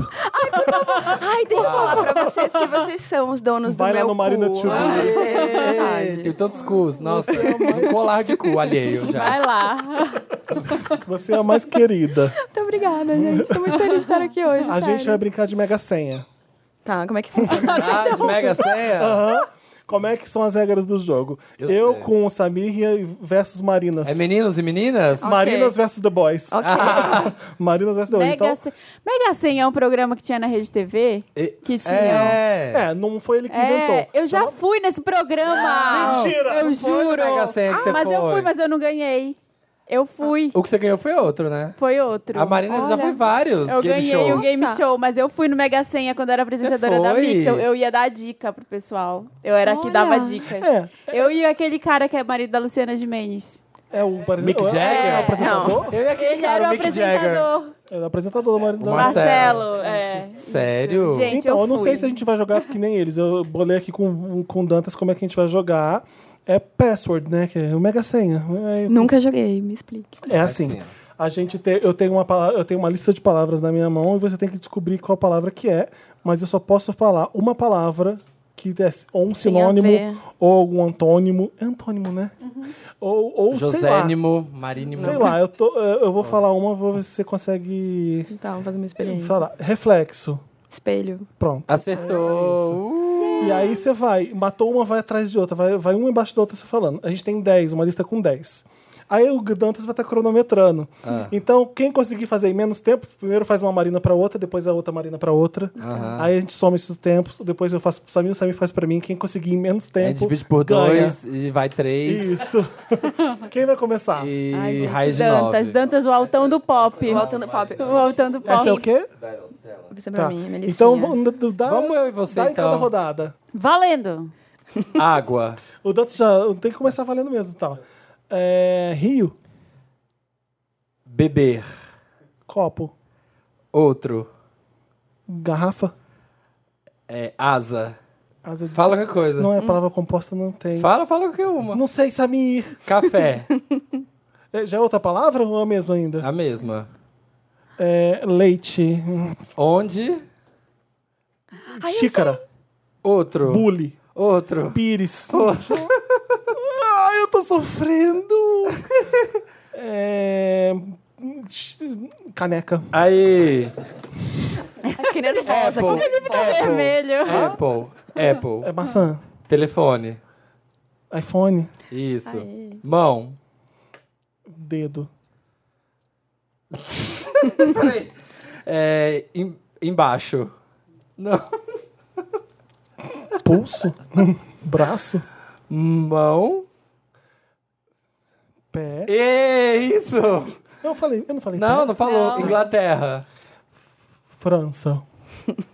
Ai, deixa eu falar pra vocês que vocês são os donos
Vai
do
lá
meu
no Marina
cu.
Tchurru.
Ai, é
Ei,
verdade.
Tem tantos cus, nossa,
é
um colar de cu alheio já.
Vai lá.
Você é a mais querida.
Muito obrigada, gente. Tô muito feliz de estar aqui hoje,
A
sério.
gente vai brincar de Mega Senha.
Tá, como é que funciona?
Ah,
um
de Mega Sena?
Aham. Como é que são as regras do jogo? Eu,
Eu sei.
com o Samir e- versus Marinas.
É meninos e meninas?
Marinas versus The Boys.
Ok.
Marinas versus The Boys.
Mega,
Então,
Sen- Mega Senha é um programa que tinha na Rede TV.
E-
Que tinha.
É.
é, não foi ele que
É,
inventou.
eu já fui nesse programa.
Mentira!
Eu
Foi no
juro.
Mega Sena que Ah, você
mas
foi. Ah,
eu fui, mas eu não ganhei. Eu fui.
O que você ganhou foi outro, né?
Foi outro.
A Marina já
Olha,
foi vários
Eu
game
ganhei um
shows.
o game
Nossa.
show, mas eu fui no Mega Senha quando eu era apresentadora da
foi?
Mix. Eu, eu ia dar dica pro pessoal. Eu era a que
Olha.
dava dicas.
É.
Eu e aquele cara que é marido da Luciana de Mendes.
É o parece-
Mick
é-
Jagger?
É, o apresentador?
Eu ia aquele
Ele
cara,
era o
o Mick Jagger.
apresentador.
É o apresentador da Marina.
Marcelo.
Marcelo. é.
Sério?
Isso. Gente,
Então, eu,
eu,
não
fui.
sei se a gente vai jogar que nem eles. Eu bolei aqui com, com o Dantas como é que a gente vai jogar. É password, né? Que é o Mega Senha. É-
Nunca joguei, me explique.
É assim.
assim, ó.
A gente tem, eu, tenho uma, pala- eu tenho uma lista de palavras na minha mão e você tem que descobrir qual palavra que é, mas eu só posso falar uma palavra que é s- ou um sinônimo
ver.
ou algum antônimo. É antônimo, né? Ou, ou sei lá.
Josênimo, Marínimo.
Sei lá, eu, tô, eu eu vou falar uma, vou ver se você consegue
Então, vou fazer uma experiência.
falar. Reflexo.
Espelho.
Pronto.
Acertou.
E aí você vai, matou uma, vai atrás de outra, vai, vai uma embaixo da outra você falando. A gente tem 10, uma lista com 10. Aí o Dantas vai estar cronometrando.
Ah.
Então, quem conseguir fazer em menos tempo, primeiro faz uma marina pra outra, depois a outra marina pra outra. Aí a gente soma esses tempos, depois eu faço pro Samir, o Samir faz pra mim. Quem conseguir em menos
A
tempo.
gente É, divide por
ganha.
dois e vai três.
Isso. quem vai começar?
E
Ai, gente,
raiz de
Dantas,
nove.
Dantas, o altão do pop.
Voltando ao pop.
O altão do pop.
Essa é o quê?
Você pra
Tá.
mim, minha listinha.
Então vamos d- dá,
Vamos eu e você,
dá em cada
então.
rodada.
Valendo.
Água.
O Dantas já tem que começar valendo mesmo, tá? É, Rio,
Beber.
copo,
Outro.
garrafa,
É, asa.
asa de
Fala qualquer coisa.
Não é palavra composta, não tem.
Fala, fala qualquer uma.
Não sei, Samir.
Café.
É, Já é outra palavra ou é a mesma ainda?
A mesma.
É, leite. hum,
Onde?
Xícara.
Outro.
Bule.
Outro.
Pires. Ai, eu tô sofrendo. É, x- Caneca.
Aí.
Fiquei nervosa.
Apple.
Vermelho.
Apple. Apple.
É maçã.
Telefone.
iPhone.
Isso. Mão.
Dedo.
Peraí. É, em- embaixo. Não.
Pulso. Braço.
Mão.
Pé.
É isso.
Eu falei, eu não falei.
Não,
pé.
não falou.
Não.
Inglaterra.
França.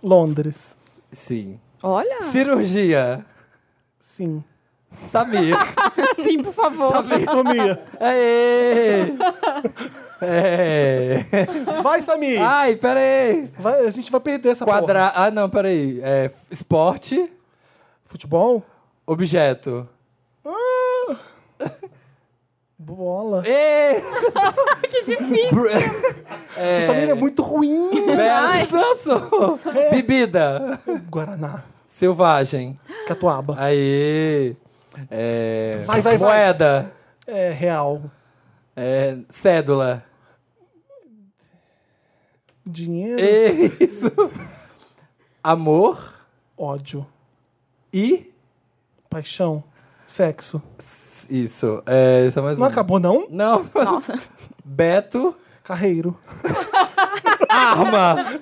Londres.
Sim.
Olha.
Cirurgia.
Sim.
Samir.
Sim, por favor.
Tá
Vasectomia.
Aê! É.
Vai, Samir.
Ai, peraí.
Vai, a gente vai perder essa porra.
Quadra... Ah, não, peraí. É, esporte,
Futebol.
objeto.
Bola.
Ê!
Que difícil.
Br-
O Samir é muito ruim.
Belo danço. Bebida.
Guaraná.
Selvagem.
Catuaba.
Aê! É,
Vai, vai, vai.
moeda.
É real.
É, cédula.
Dinheiro.
Ê, Isso. Amor
Ódio.
e...
Paixão. Sexo.
Isso. É, só mais
Não
um.
acabou, não?
Não.
Nossa.
Beto.
Carreiro.
Arma.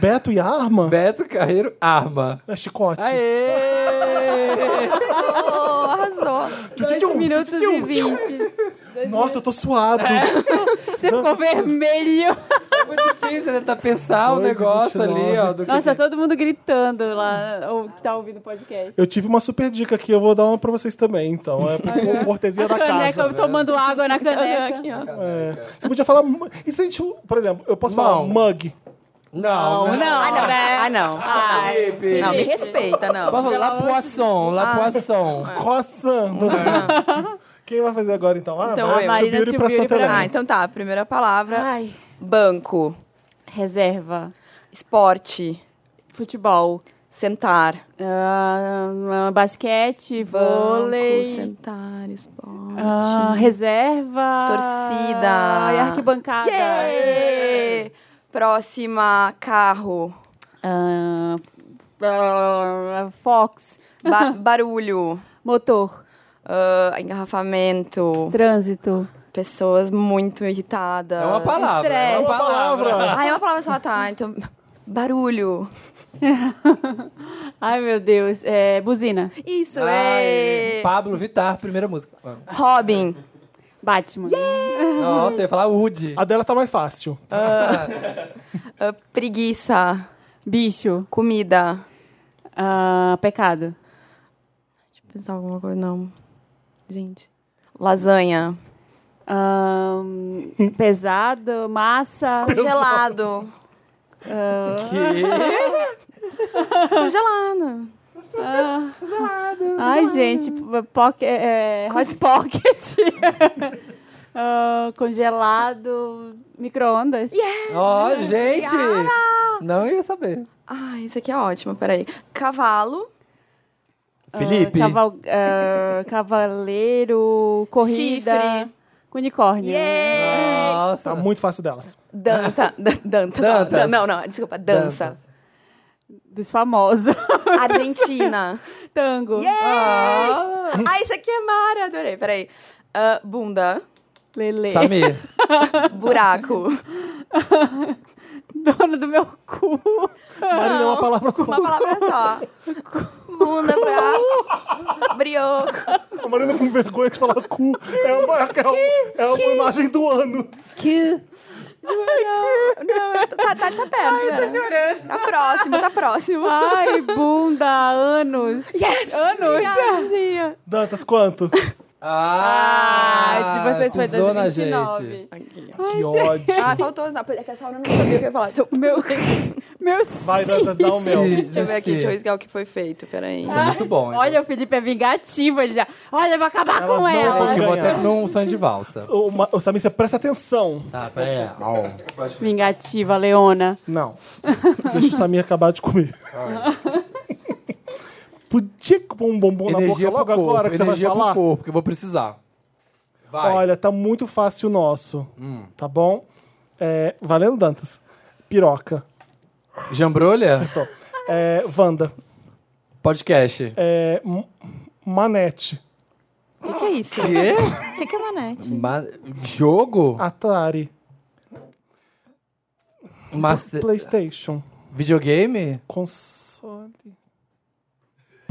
Beto e arma?
Beto Carreiro, arma.
É chicote.
Ah, Aê!
Oh, arrasou.
Dois minutos e vinte.
Nossa, eu tô suado.
Você ficou vermelho.
fica difícil tentar pensar o
Dois e
negócio
vinte e nove.
ali, ó. Do que
Nossa,
que...
todo mundo gritando lá, ou que tá ouvindo o podcast.
Eu tive uma super dica aqui, eu vou dar uma pra vocês também, então. É por cortesia da
Caneca,
casa. né?
eu tomando água na caneca.
né? Aqui, ó.
É. Você podia falar. mu- E se a gente, por exemplo, eu posso falar
Mão.
mug.
Não,
Não,
é
não,
Ah, não.
né?
Ah, não.
Ah,
Felipe.
Não, me respeita, não.
Posso falar La Poisson, La Poisson.
Coçando. Quem vai fazer agora então? Ah,
Então
vai,
eu.
Tio
Marina,
Beauty
Tio
pra
Beauty
Santa
pra
Helena.
Ah, então tá. Primeira palavra:
Ai,
banco,
reserva,
esporte,
futebol,
sentar.
ah, basquete, vôlei,
Banco, sentar, esporte.
ah, reserva,
Torcida.
e
tá.
arquibancada,
Yay! Próxima: carro,
Ah, ah, Fox,
ba- barulho,
motor,
ah, engarrafamento,
trânsito.
pessoas muito irritadas.
É uma palavra, é uma
Estresse.
palavra.
Ah, é uma palavra só, tá. Então, barulho.
Ai, meu Deus. É, buzina.
Isso,
Ai,
é.
Pablo Vittar, primeira música.
Robin.
Batman.
Nossa, eu ia falar Woody.
A dela tá mais fácil.
Ah, preguiça.
Bicho.
Comida.
Ah, pecado.
Deixa eu pensar alguma coisa. Não. Gente. Lasanha.
Ah, pesado. Massa.
Congelado.
Que?
Congelado.
Ai, gente. Pocket, é, hot pocket. Ah, congelado. Micro-ondas.
Ó, gente! Não ia saber.
Ai, isso aqui é ótimo. Peraí. Cavalo.
Ah,
Felipe.
caval- ah, cavaleiro. Corrida.
Chifre.
Unicórnio.
Yeah!
Nossa.
Tá muito fácil delas.
Dança. Dan- dança.
Dantas.
Dan- Não, não. Desculpa. Dança.
Dos famosos.
Argentina.
Tango.
Ah,
Ah, isso aqui é mara. Adorei. Peraí. Ah, bunda.
Lele.
Samir.
Buraco.
Dona do meu cu.
Marina é uma palavra só.
Uma palavra só. Bunda, buraco. Brioco.
A Marina com vergonha de falar cu. É uma, é um- é uma imagem do ano.
Que?
Não, não, tá, tá, tá perto. né?
Chorando.
Tá próximo, tá próximo.
Ai, bunda, anos.
Yes!
Anos.
Dantas, quanto?
Ah!
Ah, de vocês foi
acusou na
2029.
gente.
que ódio.
Ah, faltou. Não, é que essa hora eu não sabia o que eu ia falar. Então,
Meu, meu
Vai,
sim.
Dantas, dá o meu.
Sim,
deixa eu ver aqui,
sim.
deixa eu riscar o que foi feito. Peraí.
Isso é muito bom. hein?
Olha, o Felipe é vingativo, ele já. Olha, eu vou acabar
Elas
com
não
ela.
vão
que eu vou até
ganhar.
num sonho de valsa.
Ô, Ma- ô, Samir, você presta atenção.
Tá, peraí. Au.
Vingativa, Leona.
Não. Deixa o Samir acabar de comer. Podia pôr um bombom
Energia
na
pro
boca logo
corpo.
agora que você
energia
vai falar?
pro corpo, que eu vou precisar. Vai.
Olha, tá muito fácil o nosso. Tá bom? É, valendo, Dantas. Piroca.
Jambrolha?
Tô. É, Wanda.
Podcast.
É, m- manete.
O que, que é isso? O
Quê?
que, que é manete?
Ma- jogo?
Atari.
Master...
Playstation.
Videogame?
Console.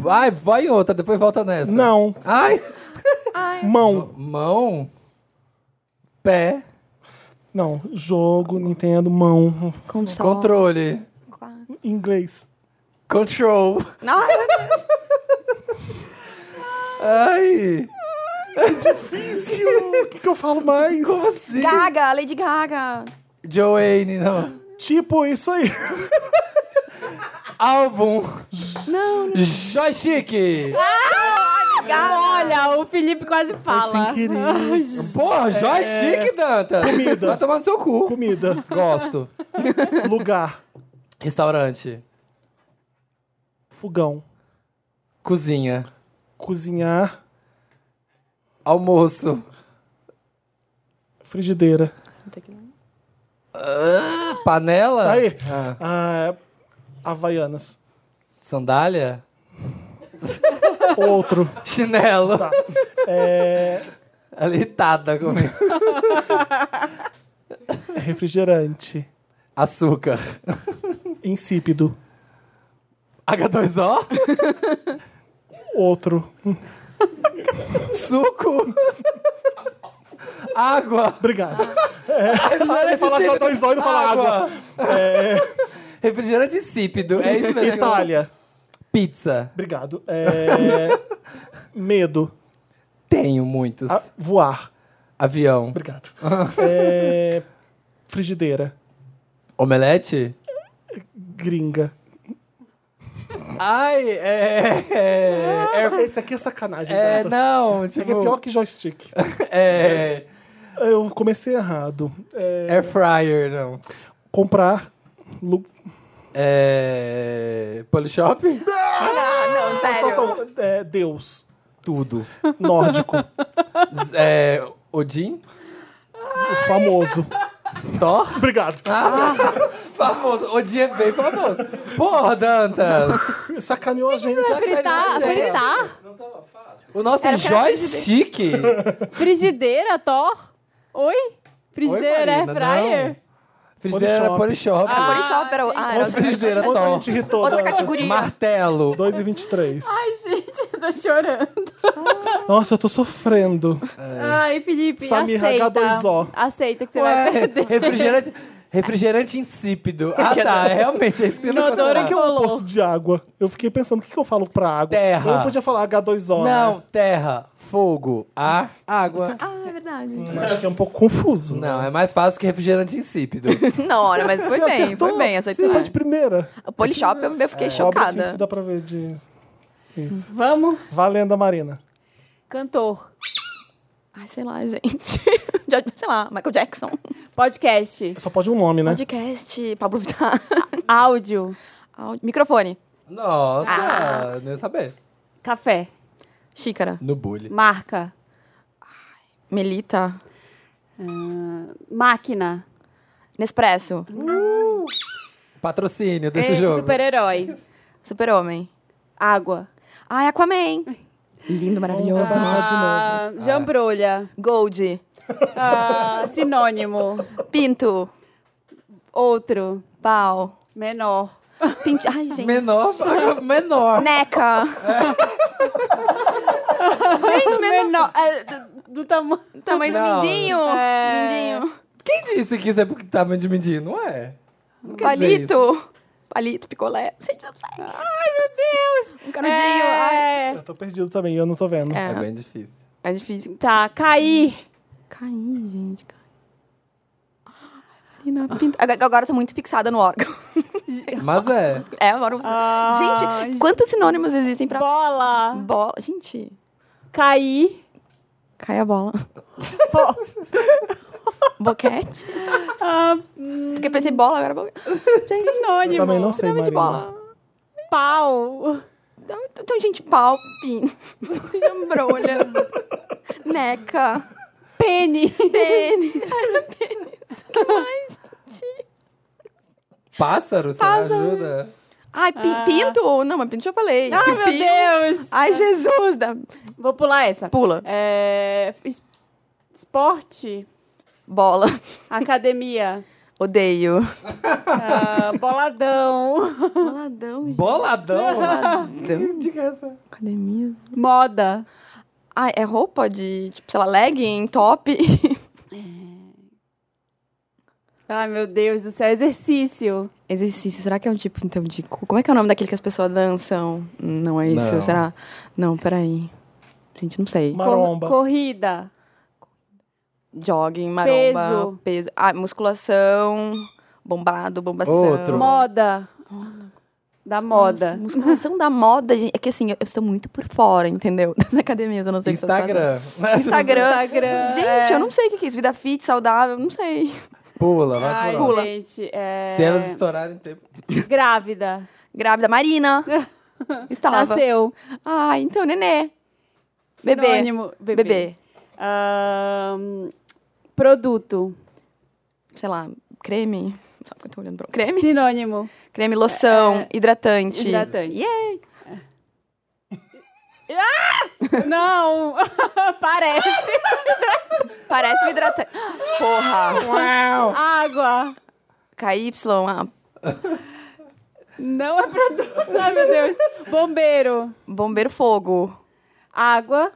Ai, vai outra, depois volta nessa.
Não.
Ai!
Mão.
Mão? Pé?
Não. Jogo, Nintendo, mão.
Console.
Controle?
Inglês.
Control.
Não, eu não-
Ai!
Difícil. O que, que eu falo mais?
Gaga, Lady Gaga.
Joanne, não.
Tipo isso aí.
Álbum. Não, não. Joystick.
Olha, o Felipe quase fala.
Sem querer.
Porra, joystick, Danta.
É. Comida.
Vai tomar no seu cu.
Comida.
Gosto.
Lugar.
Restaurante.
Fogão.
Cozinha.
Cozinhar.
Almoço.
Frigideira.
Panela.
Tá Aí.
Ah,
Ah, Havaianas.
sandália.
Outro.
Chinelo.
Tá. É,
Ela é irritada comigo.
refrigerante.
Açúcar.
Insípido.
H2O.
Outro.
Suco. Água!
Obrigado.
Refrigerante
Ele fala só
insípido.
dois olhos e não fala água. É,
Refrigerante insípido. É isso mesmo.
Itália.
Pizza.
Obrigado. É, medo.
Tenho muitos.
A- voar.
Avião.
Obrigado. É, frigideira.
Omelete?
Gringa.
Ai, é. É, é,
Esse aqui é sacanagem.
é
garotas.
não,
Esse aqui é pior
tipo.
que joystick.
É.
Eu comecei errado. É,
Air fryer, não.
comprar. lu-
É. Polishop?
Ah, não, sério.
É, Deus.
Tudo.
Nórdico.
Z- É. Odin?
famoso.
Thor?
Obrigado.
Ah.
Famoso. Odin é bem famoso. Porra, Dantas.
Sacaneou a gente.
Fritar, fritar?
O nosso tem
Era pra
joystick.
Frigideira, Thor? Oi? Frigideira,
Oi,
air
Marina,
fryer?
Frigideira era Polishop.
Por isso, era, ah, era
Ou frigideira
Quanto a
Thor.
gente irritou,
Outra
Dantas?
categoria. Guria.
Martelo.
2 e 23.
Ai, gente, eu tô chorando.
Nossa, eu tô sofrendo.
É.
Ai, Felipe,
Samir
aceita.
H2O.
Aceita que você
Ué,
vai perder.
refrigerante. Refrigerante insípido. Ah, tá. é Realmente, é isso que eu não
Como
Inodoro
considerava.
é que é um
Falou.
poço de água? Eu fiquei pensando, o que, que eu falo pra água?
Terra.
Eu não podia falar H2O.
Não,
Né?
terra, fogo, ar, água.
Ah, é verdade.
Acho que é um pouco confuso.
Não, é mais fácil que refrigerante insípido.
Não, olha, mas foi
Você
bem,
acertou?
foi bem essa
Você foi de primeira.
O Polishop eu eu
Óbvio,
fiquei
assim,
chocada.
dá pra ver de... Isso.
Vamos?
Valendo a Marina.
Cantor.
Ai, sei lá, gente. Já- sei lá, Michael Jackson.
Podcast.
Só pode um nome, né?
Podcast, Pablo Vittar.
Áudio.
Áudio- Microfone.
Nossa,
Ah.
não ia saber.
Café.
Xícara.
No bullying.
Marca.
Melita.
Ah, máquina.
Nespresso.
Patrocínio desse
É,
Eh,
jogo.
Super-herói.
Super-Homem.
Água.
Ai, Aquaman. Lindo, maravilhoso.
Ah, jambrolha.
Gold.
Ah, sinônimo.
Pinto.
Outro.
Pau.
Menor.
Pinto. Ai, gente.
Menor, menor.
Neca.
Gente, menor. é, do, do tamanho.
Tamanho do
Não.
mindinho.
É.
Mindinho.
Quem disse que isso é porque tá me dividindo? Não é. Não quer dizer isso.
Palito. Palito, picolé. Gente, não sei.
Ai, meu Deus.
Um canudinho. Ai,
É.
Eu tô perdido também, eu não tô vendo.
É
É,
bem difícil.
é difícil.
Tá, cair.
Cair, gente. cair. Marina, pinto. Agora agora eu tô muito fixada no órgão.
Mas é.
É, agora eu vou-
Ah,
Gente, quantos sinônimos existem pra
Bola.
bola? Gente,
Cair.
cai a bola. Boquete?
Ah,
Porque eu pensei bola, agora boquete. Gente,
Eu
sinônimo.
também não sei,
sinônimo de
Marina.
bola.
Pau.
Então, então, gente, pau, pin,
um
jambrolha, neca,
Pene.
pênis,
Pássaro, você
Pássaro.
ajuda?
Ai, pi- pinto? Não, mas pinto já falei.
Ah. Ai, meu
Pipi.
Deus.
Ai, Jesus. Da...
Vou pular essa.
Pula.
É, es- esporte.
Bola.
Academia.
Odeio.
ah, boladão.
Boladão, gente.
Boladão?
Boladão.
Diga essa.
Academia.
Moda.
Ai, é roupa de, tipo, sei lá, legging, top.
Ai, meu Deus do céu. Exercício.
Exercício, será que é um tipo, então, de... cu- Como é que é o nome daquele que as pessoas dançam? Não é isso,
Não.
será? Não, peraí. Gente, não sei.
Cor-
Maromba.
corrida.
Jogging, maromba,
Peso.
Ah, musculação, bombado, bombação.
Outro.
Moda. Da moda.
Musculação da moda, gente. É que assim, eu, eu estou muito por fora, entendeu? Das academias, eu não sei o que eu tô
Instagram.
tá fazendo. Instagram.
Instagram.
Gente,
é.
eu não sei o que que é isso. Vida fit, saudável, não sei.
Pula, vai
É. Ai,
por lá.
Pula.
gente. é,
Se elas estourarem tempo.
Grávida.
Grávida, Marina.
Tá
Instalava.
Nasceu.
Ah, então, nenê. Bebê.
Sinônimo. Bebê.
Bebê.
Ahn, produto.
Sei lá, creme. Sabe que eu tô olhando pra... um- Creme?
Sinônimo.
Creme, loção, hidratante.
É, Hidratante.
Yay!
Não! Parece.
Parece um hidratante. Porra.
Uau!
Água.
KY, ah,
Não é produto. Ai, meu Deus. Bombeiro.
bombeiro fogo.
Água.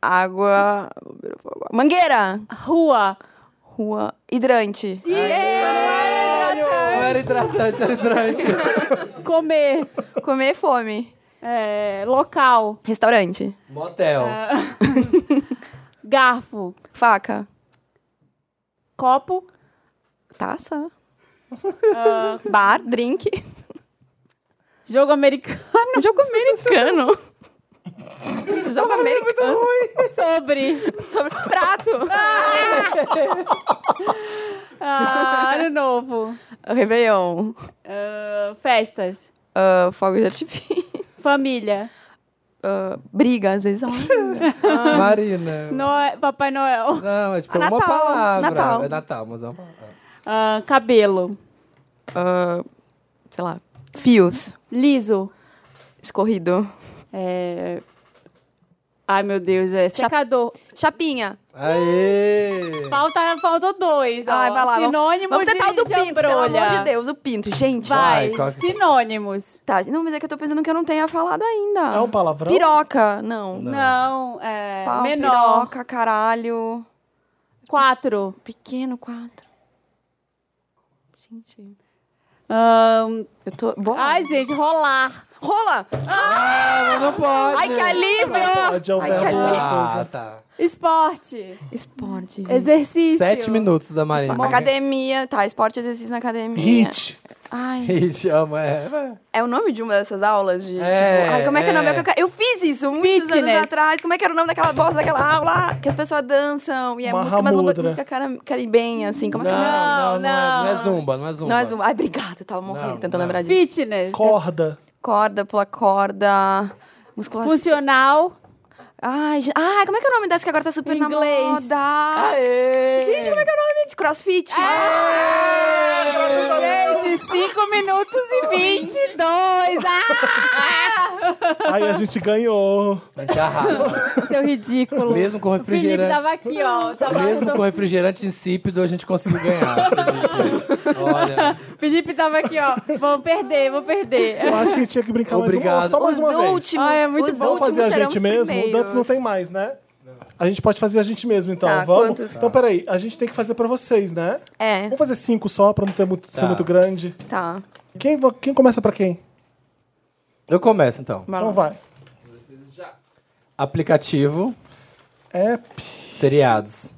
Água. Bombeiro fogo, Mangueira!
Rua.
Rua. Hidrante.
Não era hidratante, era hidrante.
Comer.
Comer fome.
É, local.
Restaurante.
Motel.
Ah.
Garfo.
Faca.
Copo.
Taça.
Ah.
Bar, drink.
Jogo americano.
Jogo americano. Jogo americano.
Sobre.
Sobre um prato.
Ah, ano novo.
Réveillon.
Ah, festas.
Ah, fogo de artifício.
Família.
Ah, briga, às vezes. Ai,
Marina.
Noe- Papai Noel.
Não, é tipo
Ah,
uma
Natal,
palavra.
Natal.
É Natal, mas é uma palavra.
Ah, cabelo.
ah, sei lá. Fios.
Liso.
Escorrido.
É, Ai, meu Deus. É secador.
Chapinha.
Aê!
Falta, faltou dois. ó.
Ai, vai lá. vamos-
Sinônimo
vamos
de
tentar o do pinto, pelo
jambrolha.
amor de Deus. O pinto, gente.
Vai.
Vai, qual que-
Sinônimos.
Tá, não, mas é que eu tô pensando que eu não tenha falado ainda.
É um palavrão?
Piroca, não.
Não, é.
Pau,
menor.
piroca, caralho.
Quatro.
Pequeno quadro. Gente.
Ahn,
Eu tô. Boa.
ai, gente, rolar.
Rola!
Ah, mas não pode!
Ai, que alívio!
Pode, é um
Ai, que
verbo,
alívio.
uma
Ah,
coisa.
tá.
Esporte.
Esporte. gente.
Exercício.
Sete minutos da Marina.
Academia, tá, esporte e exercício na academia.
Hit.
Ai,
Ih, chama, é.
é o nome de uma dessas aulas de,
É,
tipo, ai, como é que é o nome?
é.
Eu, ca- eu fiz isso muitos
Fitness.
anos atrás, como é que era o nome daquela bosta, daquela aula que as pessoas dançam e é
Uma
música, mas
ramudra.
música cara- caribenha, assim, como é que é?
Não, não, não,
não.
é, não é zumba, não é zumba.
Nós, ai, obrigada, eu tava morrendo
Não,
tentando
não.
lembrar disso.
Fitness.
Corda.
Corda, pula corda, musculação.
Funcional.
Ai, gen- ai, como é que é o nome dessa que agora tá super
Inglês. É!
na moda?
Aê!
Gente, como é que é o nome? De crossfit.
Ah,
Ah,
Gente, cinco minutos e vinte e dois. Ah!
Aí a gente ganhou.
A gente arrasa.
Seu ridículo.
Mesmo com
o Felipe
refrigerante.
tava aqui, ó. Tava,
Mesmo com refrigerante insípido, a gente conseguiu ganhar. Felipe. Olha,
Felipe tava aqui, ó. Vamos perder, vamos perder.
Eu acho que tinha que brincar
Obrigado.
mais uma, só mais
Os
uma vez.
últimos.
Ai, é muito bom.
os
Vamos
últimos
fazer a
serão os
gente mesmo? O
primeiros.
Dantes não tem mais, né? A gente pode fazer a gente mesmo, então.
Tá,
Vamos?
quantos?
Então, peraí. A gente tem que fazer pra vocês, né?
É,
Vamos fazer cinco só, pra não ter muito, ser
Tá.
muito grande.
tá.
Quem, va- quem começa pra quem?
eu começo então.
Vai
Então
lá.
vai.
Aplicativo,
App,
seriados.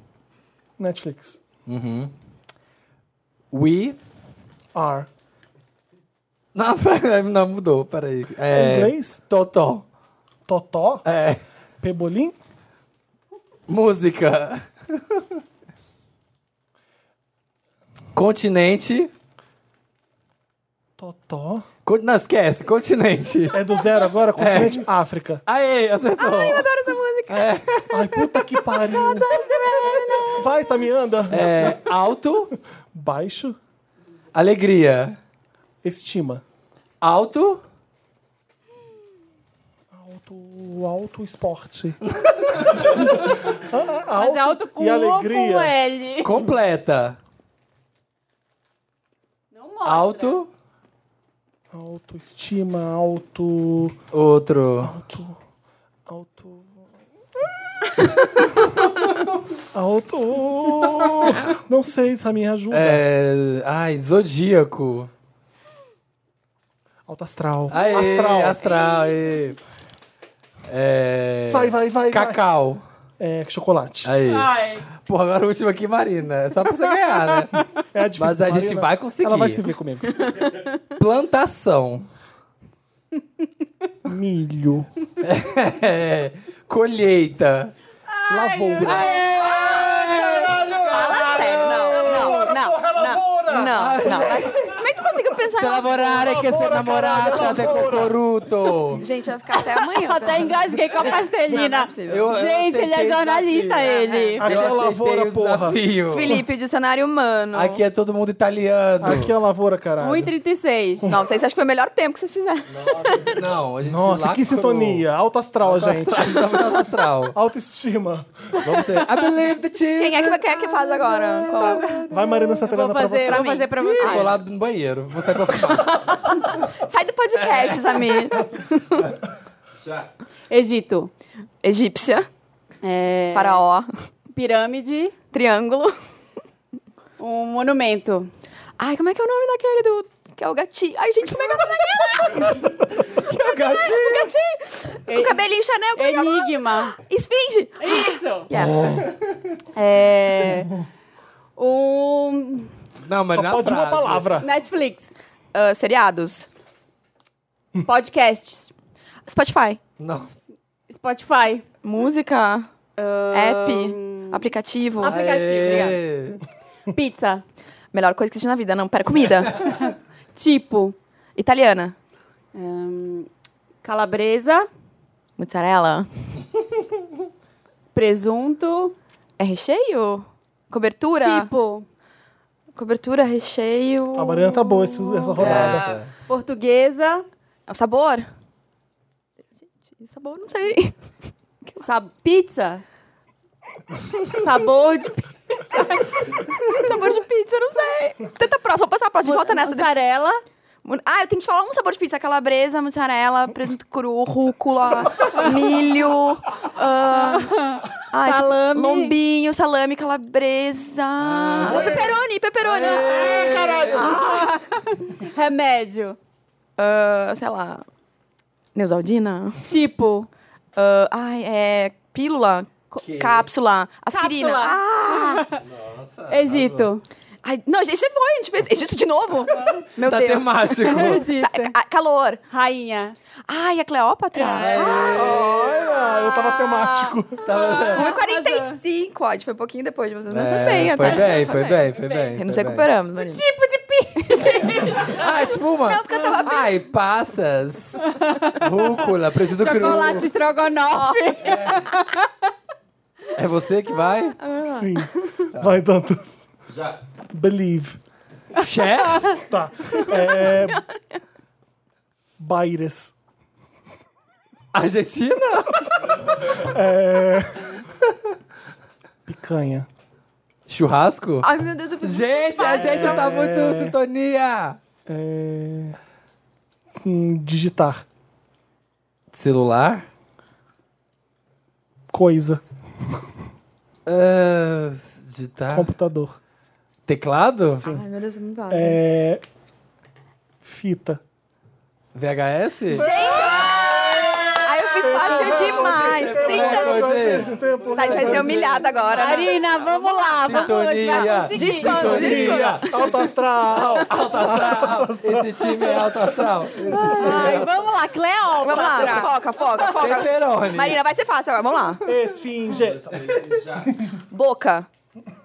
Netflix,
We.
R.
Não, pera, não mudou, peraí.
É.
É,
Inglês,
Totó.
Totó,
É.
Pebolim,
Música. Continente.
Totó.
Con- Não, esquece, continente.
É do zero agora? Continente África.
Aê, acertou.
Adoro essa música.
Ai, puta que pariu. Vai, Samianda.
É, alto,
Baixo,
alegria.
estima.
Alto,
Alto, alto esporte.
Mas alto com
e
U ou
alegria.
com L.
completa.
Não mostra.
Alto,
Autoestima, auto.
outro.
Auto. Auto. auto. Não sei, Samir, ajuda.
É, ai, zodíaco.
Alto astral.
Aê,
astral.
astral, aê. É,
Vai, vai, vai. Ah. vai.
Cacau.
É, chocolate.
Aí.
Ai.
Pô, agora o último aqui, Marina. É Só pra você ganhar, né?
É a difícil,
Mas a gente
Marina.
vai conseguir.
Ela vai se ver comigo.
Plantação.
Milho.
É, colheita.
lavoura.
Fala sério, não, não, não, não, não, não. Mas Como é que tu conseguiu pensar
Se
em algo?
lavorare que ser namorata de cocoruto.
Gente, vai ficar até amanhã.
Eu até engasguei com a
Não, não é
pastelina.
possível.
Gente, ele é
aceitei o
jornalista,
desafio.
ele.
Aqui é
Eu
lavoura,
aceitei o
porra.
desafio.
Felipe, dicionário humano.
Aqui é todo mundo italiano.
Aqui é lavoura, caralho.
1,36.
Não sei se acho que foi o melhor tempo que vocês fizeram.
Não, a gente
é- Nossa, que
lacrou.
sintonia. Alto astral, gente.
Tá muito astral.
Autoestima.
Vamos ter. I believe the
Quem
children.
é que, quem é que faz agora? Qual?
Vai, Marina Santelena,
Vou fazer,
pra
vou fazer pra você.
Eu Vou lá no banheiro. Vou sair pra fumar.
Sai do podcast, Samir.
Egito.
Egípcia,
É,
faraó,
Pirâmide,
Triângulo.
um monumento.
Ai, como é que é o nome daquele do. Que é o gatinho. Ai, gente, como é que é o nome daquele?
é O gatinho.
O gatinho! Com o cabelinho Chanel, como é que é o nome?
Enigma.
Esfinge!
Isso!
Yeah.
É. Um.
Não, mas
Só
na
pode
frase.
uma palavra.
Netflix.
Ah, seriados.
Podcasts.
Spotify.
Não.
Spotify.
Música. App. Aplicativo.
Apli- Aplicativo,
É. Aê.
Pizza.
Melhor coisa que existe na vida. Não, pera, comida.
Tipo.
Italiana.
hum, calabresa.
Mozzarella.
Presunto.
É recheio? Cobertura?
Tipo.
Cobertura, recheio.
Ah,
A Mariana tá boa esse- essa
É.
rodada.
ah, portuguesa.
É O sabor? Gente, sabor, não sei.
Sa pizza. Sabor de pizza.
sabor de pizza, não sei. Tenta a próxima, vou passar a próxima, volta
né?
nessa.
Mussarela.
depois. Ah, eu tenho que falar um sabor de pizza: calabresa, mussarela, presunto cru, rúcula, milho. ah, ah, tipo,
Salame.
lombinho, salame, calabresa. Ah, pepperoni, pepperoni.
Remédio.
Ah, sei lá. Neusaldina?
Tipo.
Ah, ai, é. Pílula? Co- Cápsula. Aspirina. Ah,
Cápsula. Egito.
Ai, não, gente, você foi, a gente fez Egito de novo. Meu
Tá
Deus.
temático.
Egito.
Tá, ca- calor.
Rainha.
Ai, a Cleópatra. Ah,
Olha, eu tava temático.
Tava-
1h45, ó. a gente Foi um pouquinho depois de vocês, mas
Tá- É,
foi bem até.
Foi bem, foi bem, foi bem.
Nos
foi bem.
recuperamos, Marina.
Tipo de pizza.
Ah, espuma. Não, porque eu tava bem. Ai, passas. Rúcula, presunto cru.
Chocolate estrogonofe.
É você que vai?
Sim. Vai, Dantas.
Já.
Believe.
Chefe?
Tá. É... Baires.
Argentina?
Picanha.
Churrasco?
Ai, meu Deus, eu fiz
Gente, a gente tá muito em sintonia.
É... hum, Digitar.
Celular?
Coisa.
Ah, digitar.
Computador.
Teclado?
Ai, meu Deus, eu me vaza.
É... Fita.
VHS?
Ai, eu fiz fácil demais. 30 Tá, a gente vai ser humilhado agora. né?
Marina, vamos lá. Vamos, a gente vai
Sintonia.
conseguir.
Sintonia.
Alto astral.
Alto astral. Esse time é alto astral.
Ai, vamos lá,
Vamos lá,
Cleópatra.
foca, foca, foca.
Pepperoni.
Marina, vai ser fácil agora, vamos lá.
Esfinge.
Já.
Boca,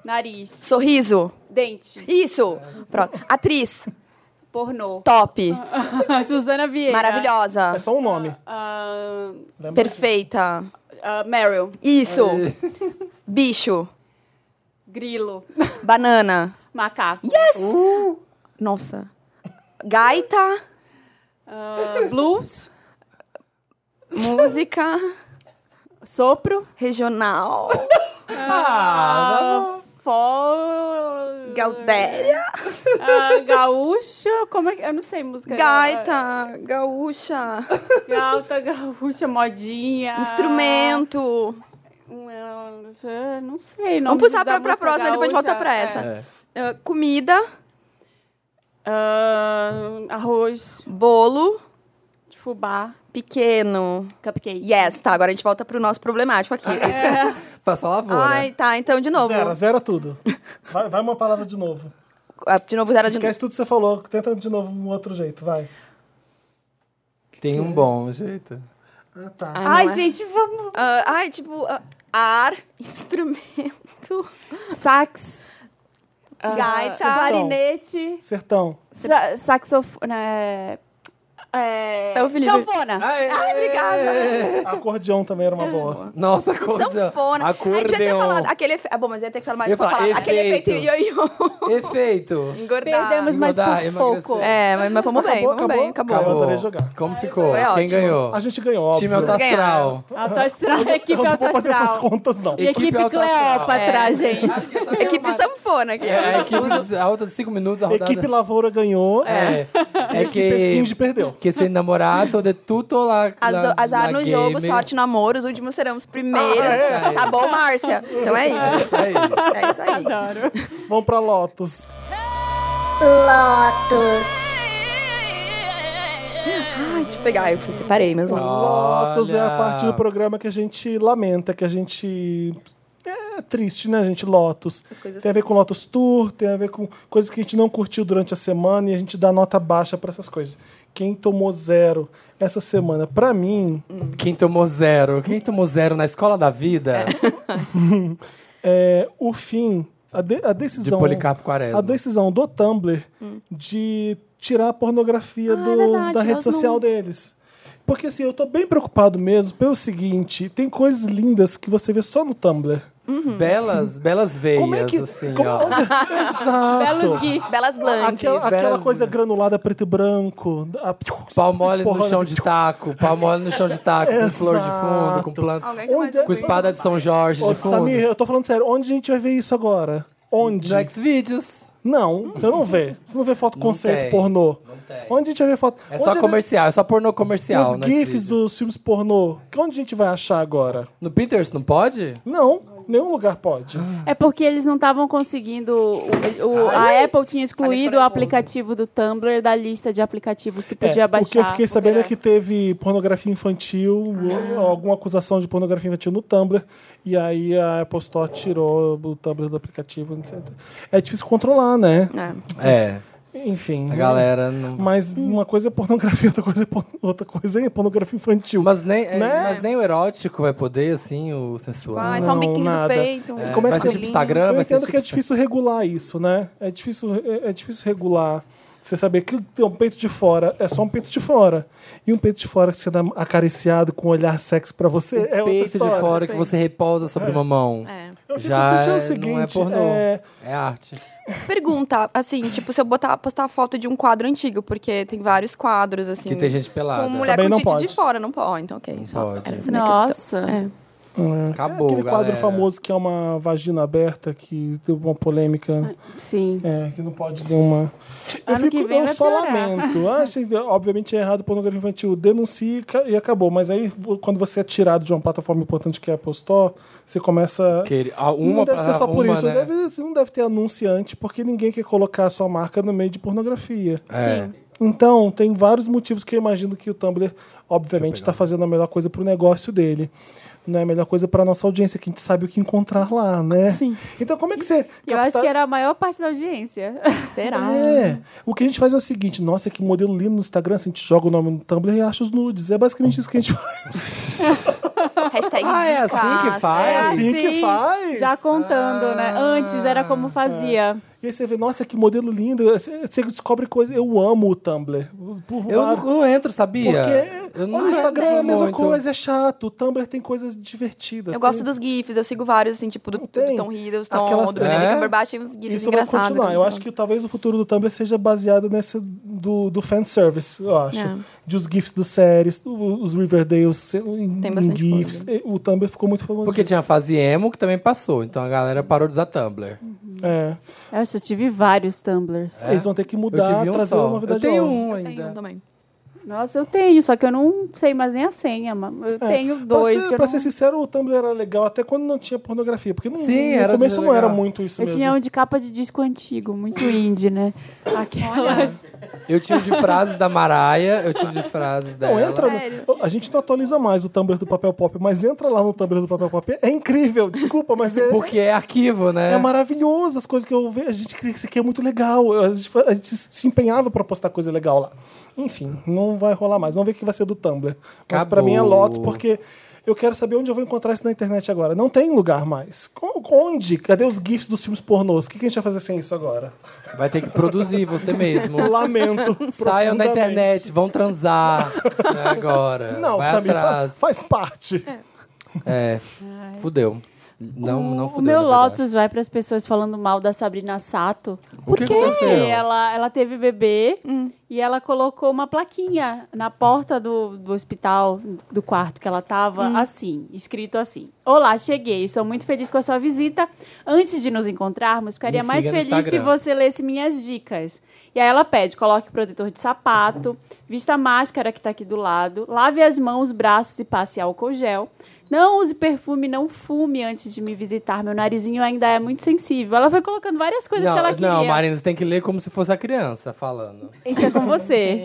Nariz,
sorriso,
dente,
isso. Pronto. Atriz,
pornô.
top, Tá,
Suzana Vieira.
maravilhosa,
É só um nome.
Ah,
Lembra?
perfeita,
ah, Meryl,
isso. Bicho,
grilo,
banana,
macaco.
yes! Nossa. Gaita,
Ah, blues,
música,
sopro,
regional,
ah, fol...
gaudéria,
Ah, gaúcho, como é que... Eu não sei música.
gaita, gaúcha,
Gauta, gaúcha, modinha.
instrumento.
Não, não sei.
Vamos
puxar
puxar pra, pra próxima e depois a gente volta pra essa.
É.
Ah, comida,
Ah, arroz,
bolo,
fubá,
pequeno.
cupcake.
Yes, tá. Agora a gente volta pro nosso problemático aqui.
Ah, é.
Passou a lavoura.
Ai, tá. Então, de novo.
Zera, zera tudo. Vai, vai uma palavra de novo.
Ah, De novo, zero de novo.
Esquece tudo que você falou. Tenta de novo um outro jeito, vai.
Tem um bom jeito.
Ah, tá.
Ah, não
Ai,
é.
gente, vamos...
Ah, ai, tipo, ah, ar, instrumento,
Sax.
Ah, gaita.
Clarinete,
Sertão.
sa saxofone. É, é,
Tá, o Felipe.
sanfona.
Ah, obrigada.
Acordeão também era uma boa.
Nossa, acordeão.
Sanfona. né? A gente ia ter
Acordeão.
falado aquele efeito. Ah, bom, mas ia ter que falar mais.
é. Eu ia
pra
falar
falar. Aquele efeito
efeito.
ioiô.
Efeito.
Engordar.
Perdemos mais
Engordar,
por pouco.
emagrecer.
É, mas, mas fomos bem,
Acabou,
fomos bem.
acabou?
Acabou.
Eu adorei jogar.
Como ficou?
foi
Quem
ótimo.
ganhou?
A gente ganhou, óbvio.
Time alto astral.
É, Autoastral, equipe
Eu não vou fazer essas
autoastral.
contas, não.
E equipe
É.
Equipe autoastral.
Cleópatra, gente.
Equipe sanfona. lavoura aqui.
É, a equipe a outra de cinco minutos, a
A
rodada.
equipe Lavoura ganhou.
É, é
E a equipe Esfinge
que.
perdeu.
Que sem namorado de tudo lá.
Azo-
lá-
azar
lá
no
game.
jogo, sorte no amor, os últimos serão os primeiros.
Ah, é?
Tá bom, Márcia? Então é
É
isso.
isso aí.
É isso aí.
Vamos pra Lotus.
Lotus,
Ai, Ah, deixa eu pegar, eu separei meus nomes.
Lotus é a
Olha.
parte do programa que a gente lamenta, que a gente. É triste, né, gente? Lotus.
coisas
Tem a ver com Lotus Tour, tem a ver com coisas que a gente não curtiu durante a semana e a gente dá nota baixa pra essas coisas. Quem tomou zero essa semana, pra mim,
Quem tomou zero? Quem tomou zero na escola da vida?
é o fim, a, de- a
De
decisão.
Policarpo Quaresma.
a decisão do Tumblr de tirar a pornografia do-
Hum. Ah, é verdade,
da rede
nós
social
não-
deles. Porque assim, eu tô bem preocupado mesmo pelo seguinte: tem coisas lindas que você vê só no Tumblr.
Belas, belas veias,
Como é que.
assim,
como-
ó.
onde- é? Exato.
Belos gifs.
Belas glandes.
Aquela, aquela
belas-
coisa granulada preto e branco. A...
Pau mole no
esporrando
chão
assim,
de taco, pau mole no chão de taco, com flor de fundo,
Exato.
com planta.
Alguém
Onde
que
é-
Com espada de São Jorge
Ô,
de fundo. é
Samir, eu tô falando sério, onde a gente vai ver isso agora? Onde?
No Xvideos.
Não, você não vê. Você não vê foto conceito
tem.
pornô.
Não tem.
Onde a gente vai ver foto.
É
onde
só
vai-
comercial, é só pornô comercial. né,
Os
no
GIFs
Xvideos.
dos filmes pornô, que onde a gente vai achar agora?
No Pinterest, não pode?
Não, nenhum lugar pode.
Ah.
É porque eles não estavam conseguindo. o- o- a Apple tinha excluído o aplicativo do Tumblr da lista de aplicativos que podia
É,
baixar.
o que eu fiquei sabendo é
porque-
que teve pornografia infantil, ou alguma acusação de pornografia infantil no Tumblr, e aí a Apple Store tirou o Tumblr do aplicativo, etc. É difícil controlar, né?
É.
É.
Enfim.
A galera não.
Mas uma coisa é pornografia, outra coisa é, por- outra coisa é pornografia infantil.
Mas nem, é,
Né?
mas nem o erótico vai poder, assim, o sensual.
Ah, é só um
Não,
biquinho
nada.
do peito. um
É,
como é que
colinho.
vai ser tipo Instagram,
Eu
vai ser
entendo
tipo...
que é difícil regular isso, né? É difícil, é, é difícil regular. Você saber que tem um peito de fora é só um peito de fora. E um peito de fora que você dá acariciado com um olhar sexy pra você é outra
Um peito
história.
de fora que você repousa sobre uma mão.
É.
Eu fico
Já
pensando
é-
o seguinte,
não é pornô.
é-
É... arte.
Pergunta, assim, tipo, se eu botar, postar foto de um quadro antigo, porque tem vários quadros, assim.
Que tem gente pelada.
Com mulher
Também
com
não
tite
pode.
de fora, não pode. Então, ok.
Não
só
pode.
era essa a minha
Nossa.
questão. É.
Acabou,
Aquele quadro
galera.
famoso que é uma vagina aberta, que deu uma polêmica.
Sim.
É, que não pode nenhuma. Eu,
Ano
fico,
que vem
eu
vai
só
piorar.
lamento. Achei, obviamente é errado pornografia infantil. Denuncie e ca- e acabou. Mas aí, vo- quando você é tirado de uma plataforma importante que é a Apple Store, você começa.
Que- ah,
não
uma
deve ser
pra-
só por
uma,
isso.
né?
Deve- você não deve ter anunciante, porque ninguém quer colocar a sua marca no meio de pornografia.
É.
Então, tem vários motivos que eu imagino que o Tumblr, obviamente, está fazendo a melhor coisa para o negócio dele. Não é a melhor coisa para nossa audiência, que a gente sabe o que encontrar lá, né? Sim. Então, como é que você.
Eu acho
capta-
que era a maior parte da audiência.
Será?
Ah.
é. O que a gente faz é o seguinte: nossa, que modelo lindo no Instagram. Assim, a gente joga o nome no Tumblr e acha os nudes. É basicamente isso que a gente faz.
Hashtag
Ah, é assim
desclasse.
que faz?
assim que faz?
Já contando, né? Antes era como fazia.
E aí você vê, nossa, que modelo lindo. Você você descobre coisa. Eu amo o Tumblr. Por
Eu
vários-
não, não entro, sabia?
Porque
eu não
olha, o Instagram é a
entro
mesma
muito.
coisa, é chato. O Tumblr tem coisas divertidas.
Eu
Tem-
gosto dos GIFs, eu sigo vários, assim, tipo, do, do
Tem.
Tom Hiddleston,
Aquelas-
do Benedict
É?
Cumberbatch, tem uns GIFs
Isso vai
engraçados.
continuar. Eu
assim.
acho que talvez o futuro do Tumblr seja baseado nesse do, do fanservice, eu acho.
É.
De os GIFs dos séries, o- os Riverdales em,
Tem
em
bastante
GIFs.
coisa.
E O Tumblr ficou muito famoso.
Porque
disso.
tinha a fase emo que também passou, então a galera parou de usar Tumblr.
É.
Nossa, eu tive vários Tumblrs.
Eles vão ter que
É? Eu
mudar,
tive um
trazer
só.
uma
eu
novidade
tenho
nova.
um
Tem um
ainda.
também.
Nossa, eu tenho, só que eu não sei mais nem a senha. mas Eu tenho
É. Pra
dois.
ser,
que eu
pra
não-
ser sincero, o Tumblr era legal até quando não tinha pornografia. Porque não,
Sim,
no
era
começo não era
legal.
muito isso
eu
mesmo.
tinha um de capa de disco antigo, muito indie, né? assim. Aquelas.
Eu tinha o de frases da Maraia, eu tinha o de frases dela.
Não, entra.
Sério?
no- A gente não atualiza mais o Tumblr do papel pop, mas entra lá no Tumblr do papel pop. É incrível, desculpa, mas é.
Porque é arquivo, né?
É maravilhoso as coisas que eu vejo. A gente que isso aqui é muito legal. A gente, fa- a gente se empenhava pra postar coisa legal lá. Enfim, não vai rolar mais. Vamos ver o que vai ser do Tumblr. Mas pra
Acabou.
mim é Lotus, porque eu quero saber onde eu vou encontrar isso na internet agora. Não tem lugar mais. Co- Onde? Cadê os GIFs dos filmes pornôs? O que que a gente vai fazer sem isso agora?
Vai ter que produzir você mesmo.
Lamento.
Saiam na
profundamente.
internet, vão transar Isso não é agora.
Não,
Vai
Samir, fa-
atrás.
faz parte.
É. Fudeu. Não, não fudeu,
o meu
na verdade.
Lotus vai para as pessoas falando mal da Sabrina Sato.
O
Porque
que aconteceu?
ela, ela teve bebê e ela colocou uma plaquinha na porta do, do hospital, do quarto que ela tava, assim, escrito assim. Olá, cheguei. Estou muito feliz com a sua visita. Antes de nos encontrarmos, ficaria
Me
mais
siga no
feliz se
Instagram.
você lesse minhas dicas. E aí ela pede, coloque protetor de sapato, vista a máscara que tá aqui do lado, lave as mãos, braços e passe álcool gel. Não use perfume, não fume antes de me visitar. Meu narizinho ainda é muito sensível. Ela foi colocando várias coisas
não,
que ela queria.
não, Marina, você tem que ler como se fosse a criança falando.
Isso é com você.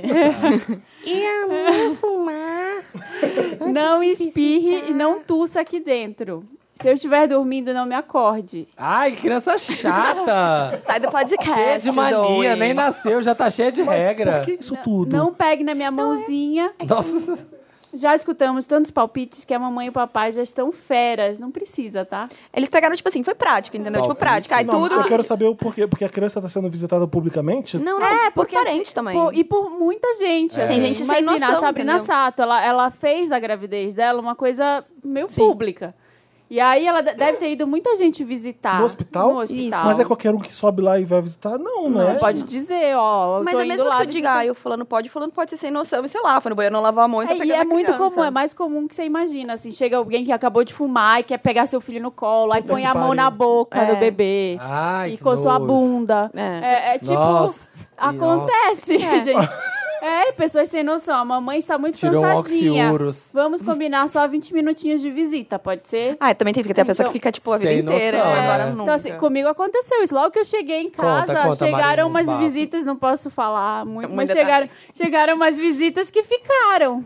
não espirre e não tussa aqui dentro. Se eu estiver dormindo, não me acorde.
Ai, que criança chata!
Sai do
É,
cheia
podcast,
de mania,
Zoe.
nem nasceu, já tá cheia de regra.
Por que isso tudo?
Não é. pegue na minha mãozinha.
Nossa,
Já escutamos tantos palpites que a mamãe e o papai já estão feras. Não precisa, tá?
Eles pegaram, tipo assim, foi prático, entendeu? Tipo,
Palpite.
prático. Aí
Não,
tudo...
Eu quero saber o porquê. Porque a criança está sendo visitada publicamente?
Não, não,
É,
por
porque
parente
assim,
também.
por- e por muita gente.
Tem
assim.
gente sem
Imagina,
noção,
a Sabrina
entendeu?
Sato, ela, ela fez da gravidez dela uma coisa meio pública. E aí ela de- deve ter ido muita gente visitar.
No hospital?
No hospital.
Isso.
Mas é qualquer um que sobe lá e vai visitar? Não, né?
Não, pode dizer, ó. eu
Mas
tô
é
indo
mesmo
lá
que tu
visitar.
diga, ah, o fulano pode, o fulano pode ser sem noção, e sei lá, foi no banheiro não lavar a mão e tá
É, e
pegando
é
a
muito
criança.
comum, é mais comum que você imagina, assim, chega alguém que acabou de fumar e quer pegar seu filho no colo, aí põe
que
a mão na
pariu.
boca
É.
do bebê
Ai,
e
que
coçou a
nojo.
bunda.
É.
É, é tipo,
Nossa.
acontece, gente. É, pessoas sem noção, a mamãe está muito
Tirou um
cansadinha.
oxiuros.
Vamos combinar só 20 minutinhos de visita, pode ser?
Ah, também tem que ter a pessoa
Então,
que fica, tipo, a vida
sem
inteira.
noção,
né?
né?
Agora
Então,
nunca.
Então, assim, comigo aconteceu isso. Logo que eu cheguei em casa,
Conta, conta, Marina,
chegaram umas
os bafos.
visitas, não posso falar muito,
Muito
mas
um detalhe.
chegaram, chegaram umas visitas que ficaram.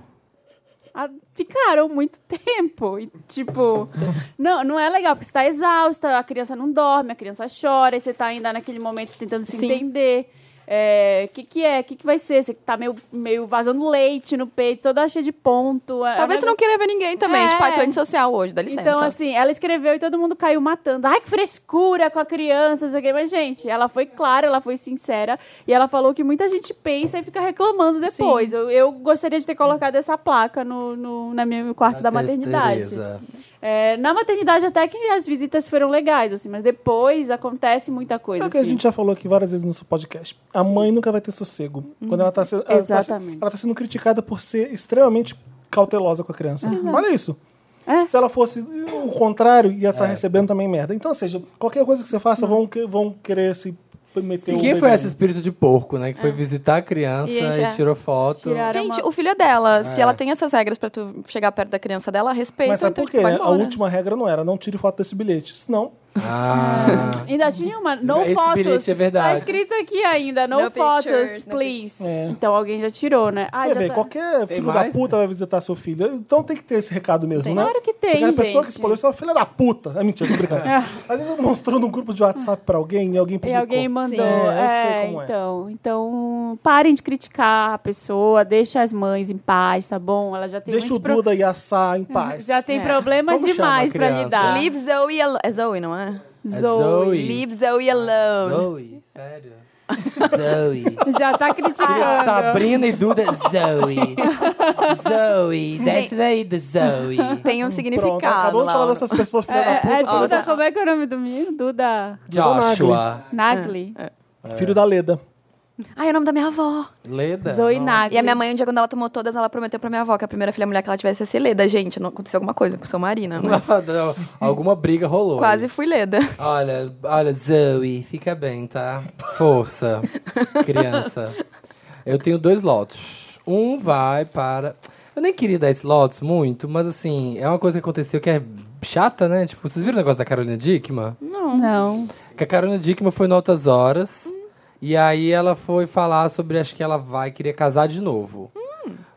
Ah, Ficaram muito tempo. E, tipo, não, não é legal, porque você tá exausta, a criança não dorme, a criança chora, e você tá ainda naquele momento tentando se
Sim.
entender. O que, que é? O que, que vai ser? Você tá meio, meio vazando leite no peito, toda cheia de ponto. é- é
Talvez
um
você não queira ver ninguém também.
É.
Tipo, ah, tô antissocial hoje, dá licença.
então, assim, ela escreveu e todo mundo caiu matando. Ai, que frescura com a criança, não sei o quê. Mas, gente, ela foi clara, ela foi sincera. E ela falou que muita gente pensa e fica reclamando depois. Eu, eu gostaria de ter colocado essa placa no, no, na minha, no quarto da
Ah, Te-
maternidade.
Tereza.
É, na maternidade até que as visitas foram legais, assim. Mas depois acontece muita coisa,
É o que a
assim.
gente já falou aqui várias vezes no nosso podcast. A mãe nunca vai ter sossego. Quando ela tá, se- ela tá se-
Exatamente.
ela tá sendo criticada por ser extremamente cautelosa com a criança. Olha isso.
É.
Se ela fosse o contrário, ia
É.
estar recebendo também merda. Então, ou seja, qualquer coisa que você faça, vão, que- vão querer se meter
Sim,
o
quem
dedo
foi
um aí.
esse espírito de porco, né? Que
É.
foi visitar a criança
E
e,
já-
tirou foto.
Tiraram. Era
Gente,
uma-
o filho é dela. Se
É.
ela tem essas regras pra tu chegar perto da criança dela, respeita.
Mas sabe
então,
por quê?
tipo, vai
né? A
embora.
última regra não era, não tire foto desse bilhete. Senão,
Ah.
Ainda tinha uma. No
Esse
photos.
bilhete é verdade.
Tá escrito aqui ainda. No,
No
photos,
pictures, no
please.
É.
Então alguém já tirou, né? Ai,
você
já
vê,
tá-
qualquer
Tem
filho da
mais?
puta vai visitar seu filho. Então tem que ter esse recado mesmo, né?
Claro que tem,
Porque a pessoa que
gente.
escolheu isso é uma filha da puta. É mentira, tô brincando. Às vezes eu mostrou num grupo de WhatsApp pra alguém e alguém
E
publicou.
alguém mandou.
Sim, eu sei
é,
como é.
então, então, parem de criticar a pessoa, deixa as mães em paz, tá bom? Ela já tem
Deixa o
muitos pro- Uhum.
Duda e a Sá em paz.
Já tem
É.
problemas
Como chama a
demais pra
criança?
lidar.
Leave Zoe alone. É Zoe, não é?
Zoe.
Leave Zoe alone.
Zoe, sério? É Zoe.
Já tá criticando.
Sabrina e Duda, Zoe. Zoe, desce daí do Zoe.
Tem um
Pronto,
significado
acabamos de
lá.
falar dessas pessoas filha
É,
da puta.
é
filha
Duda,
da-
como é que é o nome do menino? Duda
Joshua.
Nagli? é.
Filho da Leda.
Ai, é o nome da minha avó.
Leda?
Zoe
Nossa.
Nagli.
E a minha mãe, um dia, quando ela tomou todas, ela prometeu pra minha avó que a primeira filha mulher que ela tivesse ia ser Leda. Gente, não aconteceu alguma coisa com sou Marina. mas
Nossa, não, alguma briga rolou.
Quase fui Leda.
Olha, olha, Zoe, fica bem, tá? Força, criança. Eu tenho dois lotos. Um vai para. Eu nem queria dar esse lotos muito, mas assim, é uma coisa que aconteceu que é chata, né? Tipo, vocês viram o negócio da Carolina Dickman?
Não.
Que a Carolina Dickman foi no Altas Horas. E aí ela foi falar sobre, acho que ela vai, queria casar de novo.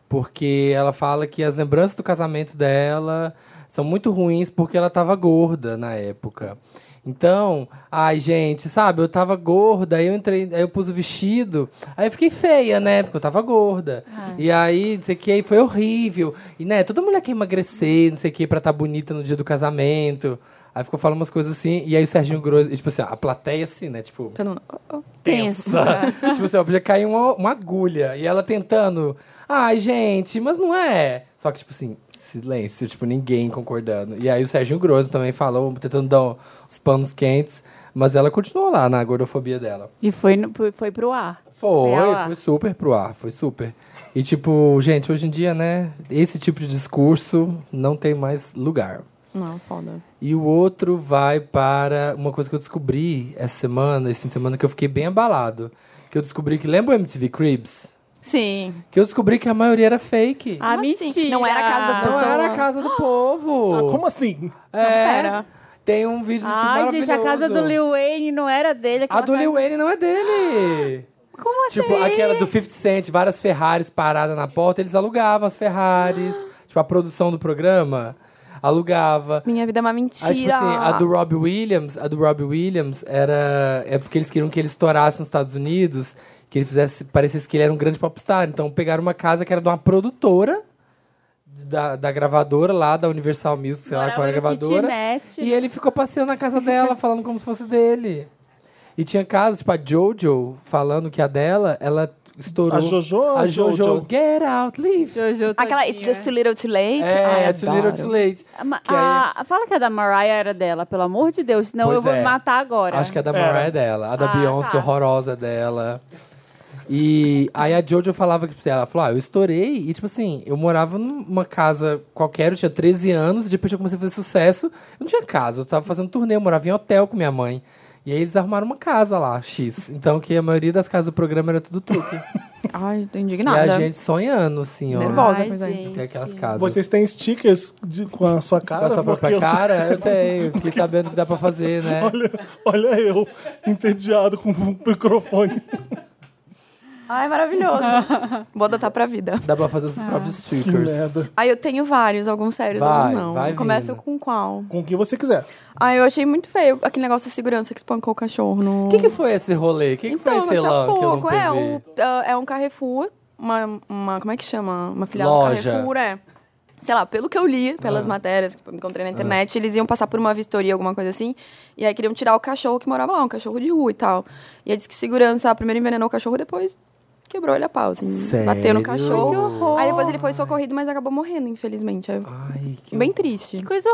Porque ela fala que as lembranças do casamento dela são muito ruins porque ela tava gorda na época. Então, ai, gente, sabe, eu tava gorda, aí eu entrei, aí eu pus o vestido, aí eu fiquei feia, né? Porque eu tava gorda. E aí, não sei o que, aí foi horrível. E, né, toda mulher quer emagrecer, não sei o que, pra estar bonita no dia do casamento. Aí ficou falando umas coisas assim, e aí o Serginho Grosso, e, tipo assim, a plateia assim, né? Tipo,
Todo mundo, oh, oh.
Tensa.
tipo assim, ó, podia cair uma, uma agulha. E ela tentando. Ai, gente, mas não é. Só que, tipo assim, silêncio, tipo, ninguém concordando. E aí o Serginho Grosso também falou, tentando dar os panos quentes, mas ela continuou lá na gordofobia dela.
E foi, no- foi pro ar.
Foi,
Foi ao ar.
foi super pro ar, foi super. E tipo, gente, hoje em dia, né, esse tipo de discurso não tem mais lugar.
Não, foda.
E o outro vai para uma coisa que eu descobri essa semana, esse fim de semana, que eu fiquei bem abalado. Que eu descobri que, lembra o MTV Cribs?
Sim.
Que eu descobri que a maioria era fake.
Ah,
Como assim?
mentira.
Não era a casa das
não
pessoas.
era a casa do povo.
Ah, como assim?
É,
pera.
Tem um vídeo muito
Ai,
maravilhoso.
gente, a casa do Lil Wayne não era dele.
A
aquela
do Lil
casa-
Wayne não é dele.
Como
assim?
Tipo, aquela do 50 Cent, várias Ferraris paradas na porta, eles alugavam as Ferraris. Tipo, a produção do programa alugava.
Minha vida é uma mentira.
Aí, tipo assim, a do Robbie Williams, a do Robbie Williams era. É porque eles queriam que ele estourasse nos Estados Unidos, que ele fizesse. Parecesse que ele era um grande popstar. Então pegaram uma casa que era de uma produtora da, da gravadora lá, da Universal Music, sei lá
Morava
qual era a
no
gravadora.
kitnet.
E ele ficou passeando na casa dela, falando como se fosse dele. E tinha casos, tipo, a Jojo falando que a dela, ela estourou.
A Jojo ou
A
a
Jojo,
Jojo?
get out, leave.
Jojo
Aquela
todinha.
It's Just a Little Too Late. Ai,
É, too little,
adoro.
too late.
A ma-
Ah, Que é aí-
a- fala que a da Mariah era dela, pelo amor de Deus, senão
Pois
eu vou
é.
me matar agora.
Acho que a da Mariah é dela. A da
Ah,
Beyoncé
tá.
horrorosa é dela. E aí a Jojo falava que, tipo, ela falou, ah, eu estourei. E, tipo assim, eu morava numa casa qualquer, eu tinha 13 anos. E depois eu comecei a fazer sucesso. Eu não tinha casa, eu tava fazendo turnê, eu morava em hotel com minha mãe. E aí eles arrumaram uma casa lá, X. Então que a maioria das casas do programa era tudo truque.
Ai, tô
e a
indignada.
gente sonhando, assim, ó.
Nervosa.
Ai,
coisa aí.
gente.
Tem aquelas casas.
Vocês têm stickers de- com a sua
Com a
cara?
sua própria
Porque eu-
cara, eu tenho. Fiquei sabendo que dá pra fazer, né?
Olha, olha eu, entediado com o microfone.
Ai, maravilhoso. Vou adotar pra vida.
Dá pra fazer os
Ah.
seus próprios
Que
stickers.
merda.
Aí eu tenho vários, alguns sérios,
Vai,
alguns não.
vai
Começa
vindo.
com qual?
Com o que você quiser.
Ah, eu achei muito feio aquele negócio de segurança que espancou o cachorro no.
O que, que foi esse rolê? O que, que foi
Tipo, então,
esse
mas há
lã que eu não
pouco.
pude
é,
ver?
um, ah, é um Carrefour, uma, uma. Como é que chama? Uma filial do
Loja. Ah.
Carrefour, é. Sei lá, pelo que eu li, pelas matérias que eu encontrei na internet, eles iam passar por uma vistoria, alguma coisa assim, e aí queriam tirar o cachorro que morava lá, um cachorro de rua e tal. E aí disse que segurança primeiro envenenou o cachorro, depois quebrou ele a pau, assim, bateu
Sério?
no
Que
cachorro.
horror.
Aí depois ele foi socorrido, mas acabou morrendo, infelizmente. É
Ai, Ah, que
bem triste.
Que coisa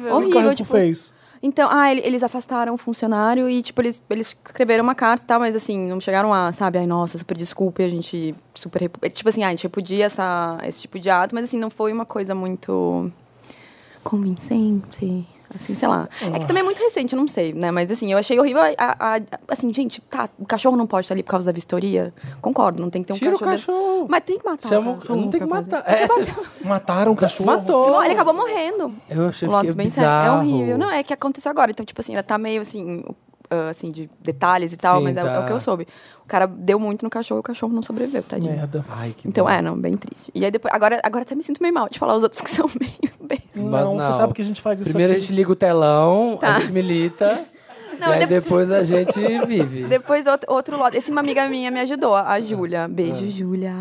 O que o
Horrível,
Carrefour
tipo-
fez?
Então, ah, ele- eles afastaram o funcionário e, tipo, eles, eles escreveram uma carta e tal, mas assim, não chegaram a, sabe, ai, nossa, super desculpe, a gente super. repu- Tipo assim, ah, a gente repudia essa, esse tipo de ato, mas assim, não foi uma coisa muito convincente. Assim, sei lá. É que também é muito recente, eu não sei, né? Mas assim, eu achei horrível. a- a- a- assim, gente, tá, o cachorro não pode estar ali por causa da vistoria. Concordo, não tem que ter um
Tira o
cachorro.
cachorro.
Mas tem que matar.
Chama
o
o...
cachorro
Não tem que
pra fazer.
matar. É,
Mataram o cachorro?
matou.
Não, ele acabou morrendo.
Eu achei
Lotus
que
bem sério. É horrível. Não, é que aconteceu agora. Então, tipo assim, ela tá meio assim, ah, assim, de detalhes e tal,
Sim,
mas é, o- é
tá.
o que eu soube. O cara deu muito no cachorro e o cachorro não sobreviveu, tadinho.
Merda.
Ai, que
Então,
dó.
é, não, bem triste. E aí depois, agora, agora até me sinto meio mal de falar os outros que são meio bestas.
Mas
não,
não.
você sabe que a gente faz isso
Primeiro a
aqui.
gente liga o telão, a gente milita.
Tá. Não,
e aí
de-
depois a gente vive. Ah,
Depois outro, outro lado. Esse uma amiga minha me ajudou, a Júlia. Beijo, Júlia.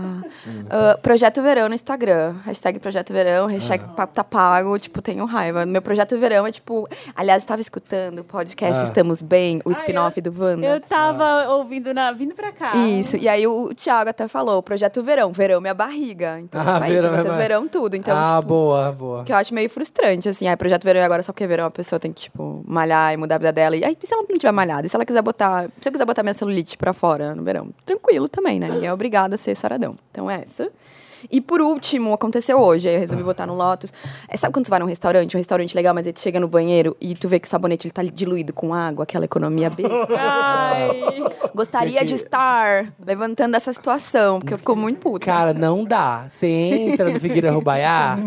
Ah, projeto Verão no Instagram. Hashtag Projeto Verão,
Ah.
hashtag papo tá pago. Tipo, tenho raiva. Meu Projeto Verão é tipo... Aliás, estava escutando o podcast
Ah.
Estamos Bem, o
Ai,
spin-off
eu-
do Wanda.
Eu tava ouvindo, na, vindo pra cá.
Ah.
Isso, e aí o Thiago até falou, projeto é verão, verão minha barriga. Então,
Ah,
tipo, é isso,
verão é
vocês
barriga.
verão tudo. Então,
ah,
tipo,
boa, boa.
que eu acho meio frustrante, assim, aí projeto verão e agora só porque é verão a pessoa tem que, tipo, malhar e mudar a vida dela. E aí, se ela não tiver malhada, e se ela quiser botar, se eu quiser botar minha celulite pra fora no verão, tranquilo também, né? Ninguém é obrigado a ser saradão. Então, é essa. E por último, aconteceu hoje, aí eu resolvi botar no Lotus. É, sabe quando tu vai num restaurante, um restaurante legal, mas aí tu chega no banheiro e tu vê que o sabonete ele tá diluído com água, aquela economia besta?
Ai.
Gostaria
Porque-
de estar levantando essa situação, porque eu fico muito puta.
Cara, não dá. Você entra no Figueira Rubaiá,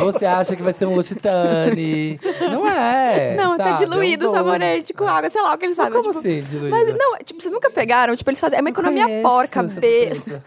você acha que vai ser um Lusitane. Não é.
não,
sabe?
tá diluído
é um
o
dono.
sabonete com água, sei lá o que eles
Mas
sabem.
Como
tipo,
assim, diluído?
Mas não, tipo, vocês nunca pegaram? Tipo, eles fazem. É uma economia
Conheço
porca,
essa
besta.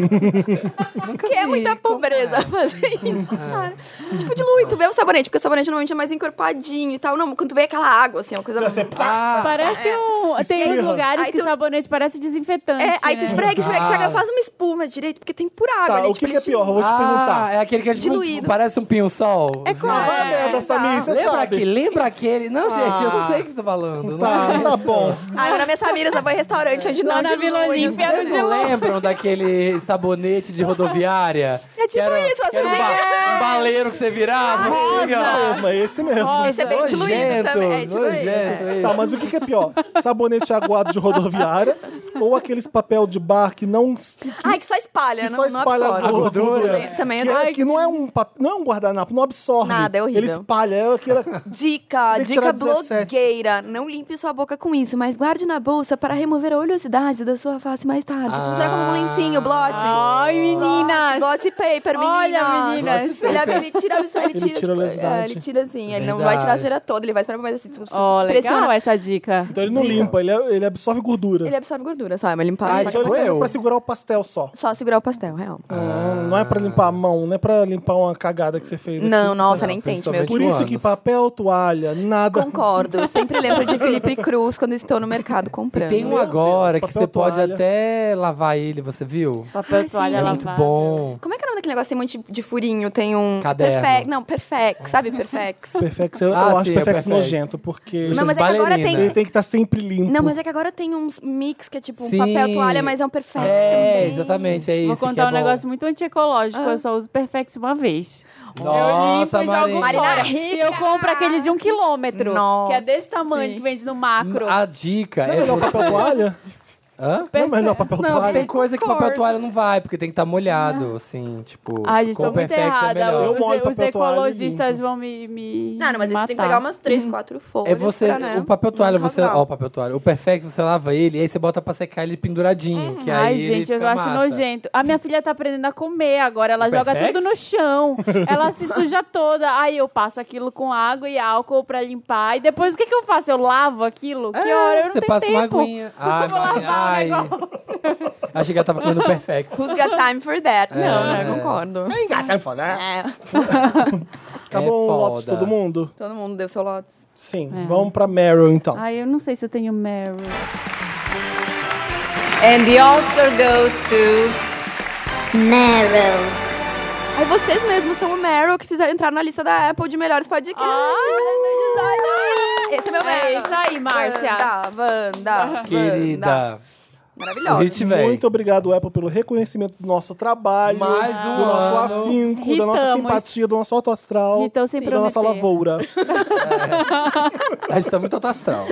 Nunca
Porque é
vi,
muita
como
pobreza
é?
fazer isso, cara. Tipo, dilui, tu vê o sabonete, porque o sabonete normalmente é mais encorpadinho e tal. Não, quando tu vê aquela água, assim, é uma coisa.
Você pá,
Ah,
Parece um. Tem uns
Espirra.
lugares
Aí
que
tu-
sabonete parece desinfetante.
É, aí tu
né?
esfrega, esfrega, esfrega,
Ah.
faz uma espuma direito, porque tem por água
tá,
ali.
o
tipo,
que, que é
eles-
pior? Eu vou te
ah,
perguntar.
é aquele que é tipo,
Diluído.
parece um pinho-sol.
É claro.
Ah, merda, Samir, você
Lembra
sabe.
aquele? Lembra aquele? Não, gente, eu não
Ah.
sei o que você tá falando. né?
Tá,
não
tá bom.
Ah, eu na minha Samira só vou em restaurante onde não
Lá na
dilui,
Vila
não sei
Olímpia,
o quê.
Vocês não lembram daquele sabonete, sabonete de rodoviária.
É tipo isso,
que era um,
assim.
ba um baleiro que você virava. assim,
Esse mesmo,
ó.
é esse mesmo.
Rosa.
Esse é bem
Nojento,
diluído também. É, tipo
nojento,
isso.
é
Tá,
isso.
mas o que, que é pior? Sabonete aguado de rodoviária ou aqueles papel de bar que não. que
Ai, que só espalha, não,
só
não
espalha
absorve.
a gordura.
Também- Também é
que, é,
doido.
que não é um pap... não é um guardanapo, não absorve.
Nada, é horrível.
Ele espalha, é aquela.
Dica,
Tem que
dica
tirar 17.
blogueira. Não limpe sua boca com isso, mas guarde na bolsa para remover a oleosidade da sua face mais tarde.
Ah.
Funciona como um lencinho, blot.
Ai, meninas.
Blot paper, meninas.
Olha, meninas.
Blot
Ele, abre, ele tira, ele tira,
Ele tira
tipo,
a oleosidade.
é, ele tira assim, ele não vai
Verdade.
tirar a cheira toda, ele vai esperar mais assim, tipo,
Ó, legal é.
pressiona.
essa dica.
Então ele não
Dica.
limpa, ele, ele absorve gordura.
Ele é absorve gordura, só, mas limpar.
Ai,
limpar-
Então ele
tipo
serve
eu.
pra segurar o pastel só.
Só segurar o pastel, real.
Ah, Não é pra limpar a mão, não é pra limpar uma cagada que você fez. aqui.
Não, nossa, nem tente, meu.
principalmente
Por isso que
anos.
papel, toalha, nada.
Concordo. Eu sempre lembro de Felipe Cruz quando estou no mercado comprando.
Tem um
Meu
agora
Deus,
que
Tá papel
você pode
toalha.
até lavar ele, você viu? É
Papel
Ah,
toalha
sim.
lavada.
Muito bom.
Como é que é o nome daquele negócio? Tem um monte de furinho, tem um.
Caderno.
Perfec- Não, perfex, sabe? Perfex.
Perfex, eu,
Ah,
eu acho
sim, é
perfex
perfex.
nojento, porque
Não,
Não, mas
Essas
é que agora
bailarinas.
ele
tem.
tem que estar sempre limpo.
Não, mas é que agora tem uns mix que é tipo um
Sim.
papel toalha, mas é um perfex.
É,
tem um sim.
exatamente, é isso.
Vou
que
contar
é
um
bom.
negócio muito antiecológico. Eu só uso Perfex uma vez.
Nossa,
eu limpo e jogo
Marina.
fora.
Marina
E eu compro aquele de um quilômetro.
Nossa,
que é desse tamanho
sim.
que vende no macro.
A dica
Não é
é
melhor papel
você...
toalha?
Hã?
Não é melhor papel
Não,
toalha?
tem coisa que papel
Concordo.
toalha não vai, porque tem que estar molhado, assim, tipo...
Ai, gente,
com
tô muito
Perfex
errada.
É melhor.
Eu molho
os,
papel
os
toalha e
ecologistas vão me, me
Ah, Não, não, mas aí você tem que
matar.
pegar umas três, quatro folhas.
É você,
pra, né,
o papel toalha,
não
você,
rasgar.
ó, o papel toalha, o perfex você lava ele, e aí você bota pra secar ele penduradinho, que aí
Uhum. Ai,
ele
gente, eu
fica
acho
massa.
nojento. A minha filha tá aprendendo a comer agora. Ela
O
joga
Perfex?
tudo no chão. Ela se suja toda. Aí eu passo aquilo com água e álcool pra limpar. E depois o que, que eu faço? Eu lavo aquilo? Que
É,
hora? Eu não
você
tenho
passa
tempo.
uma aguinha. Ai,
Vou lavar o
Marina, ai.
negócio.
Achei que ela tava comendo perfex.
Who's got time for that? Não,
É.
né? Concordo. É.
Acabou
É
o Lotus
foda.
todo mundo?
Todo mundo deu seu lotes.
Sim.
É.
Vamos pra Meryl, então.
Ai, eu não sei se eu tenho Meryl.
And the Oscar goes to
Meryl.
Aí vocês mesmos são o Meryl que fizeram entrar na lista da Apple de melhores podcasts. Ah! Esse é meu Meryl.
É isso aí, Márcia.
Wanda, Wanda, Wanda.
Querida, o
Maravilhosa.
hit vem.
Muito obrigado, Apple, pelo reconhecimento do nosso trabalho,
Mais um
do nosso
ano.
afinco, da nossa
Irritamos.
simpatia, do nosso alto astral,
Irritam Então, sem
da nossa
prometer.
lavoura.
A gente tá muito alto astral.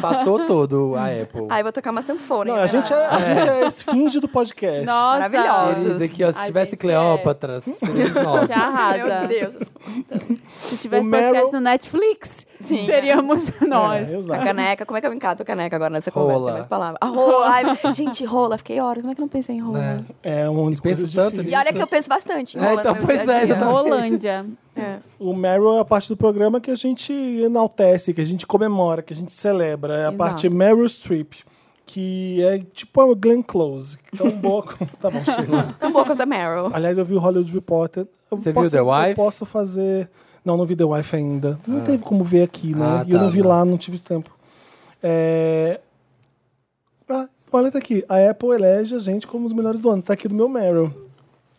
Fatou todo a Apple.
Aí vou tocar uma sanfona.
Não,
hein,
a gente é, a gente é a esfinge do podcast.
Nossa.
Maravilhosa.
Querida, aqui, ó, se
A
tivesse
gente
Cleópatras, seríamos nós.
Te arrasa.
Meu Deus.
Se tivesse
O Meryl-
podcast no Netflix,
Sim.
seríamos nós.
É,
A
exato.
caneca, como é que eu encato a caneca agora nessa
Rola.
conversa? Mais palavras. A rola. Ai, gente, rola, fiquei horas. Como é que eu não pensei em rola?
Né?
É um
penso tanto
E olha que eu penso bastante em rola.
É, então,
no meu
pois
dia a
é,
dia.
exatamente.
Rolândia.
É.
O Meryl é a parte do programa que a gente enaltece, que a gente comemora, que a gente celebra. É a
Exato.
parte Meryl Streep, que é tipo a Glenn Close. Tão boa como... Tá bom, chega.
Um pouco da Meryl.
Aliás, eu vi o Hollywood Reporter. Eu
Você
posso-
viu The
Eu
Wife?
posso fazer... Não, não vi The Wife ainda. Não teve como ver aqui, né?
Ah,
e eu
tá,
não vi
não.
lá, não tive tempo. É... Ah, olha, tá aqui. A Apple elege a gente como os melhores do ano. Tá aqui do meu Meryl.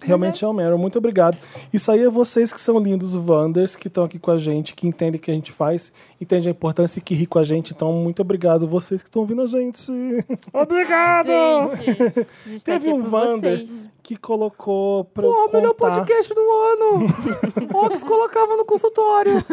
Realmente é. o Meryl. Muito obrigado. Isso aí é vocês que são lindos, Wanders, que estão aqui com a gente, que entendem o que a gente faz, entendem a importância e que ri com a gente. Então, muito obrigado vocês que estão ouvindo a gente. obrigado!
Gente, a gente tá
Teve
aqui
um
por
Wander
vocês.
que colocou pra eu contar,
do ano. Outros colocavam no consultório.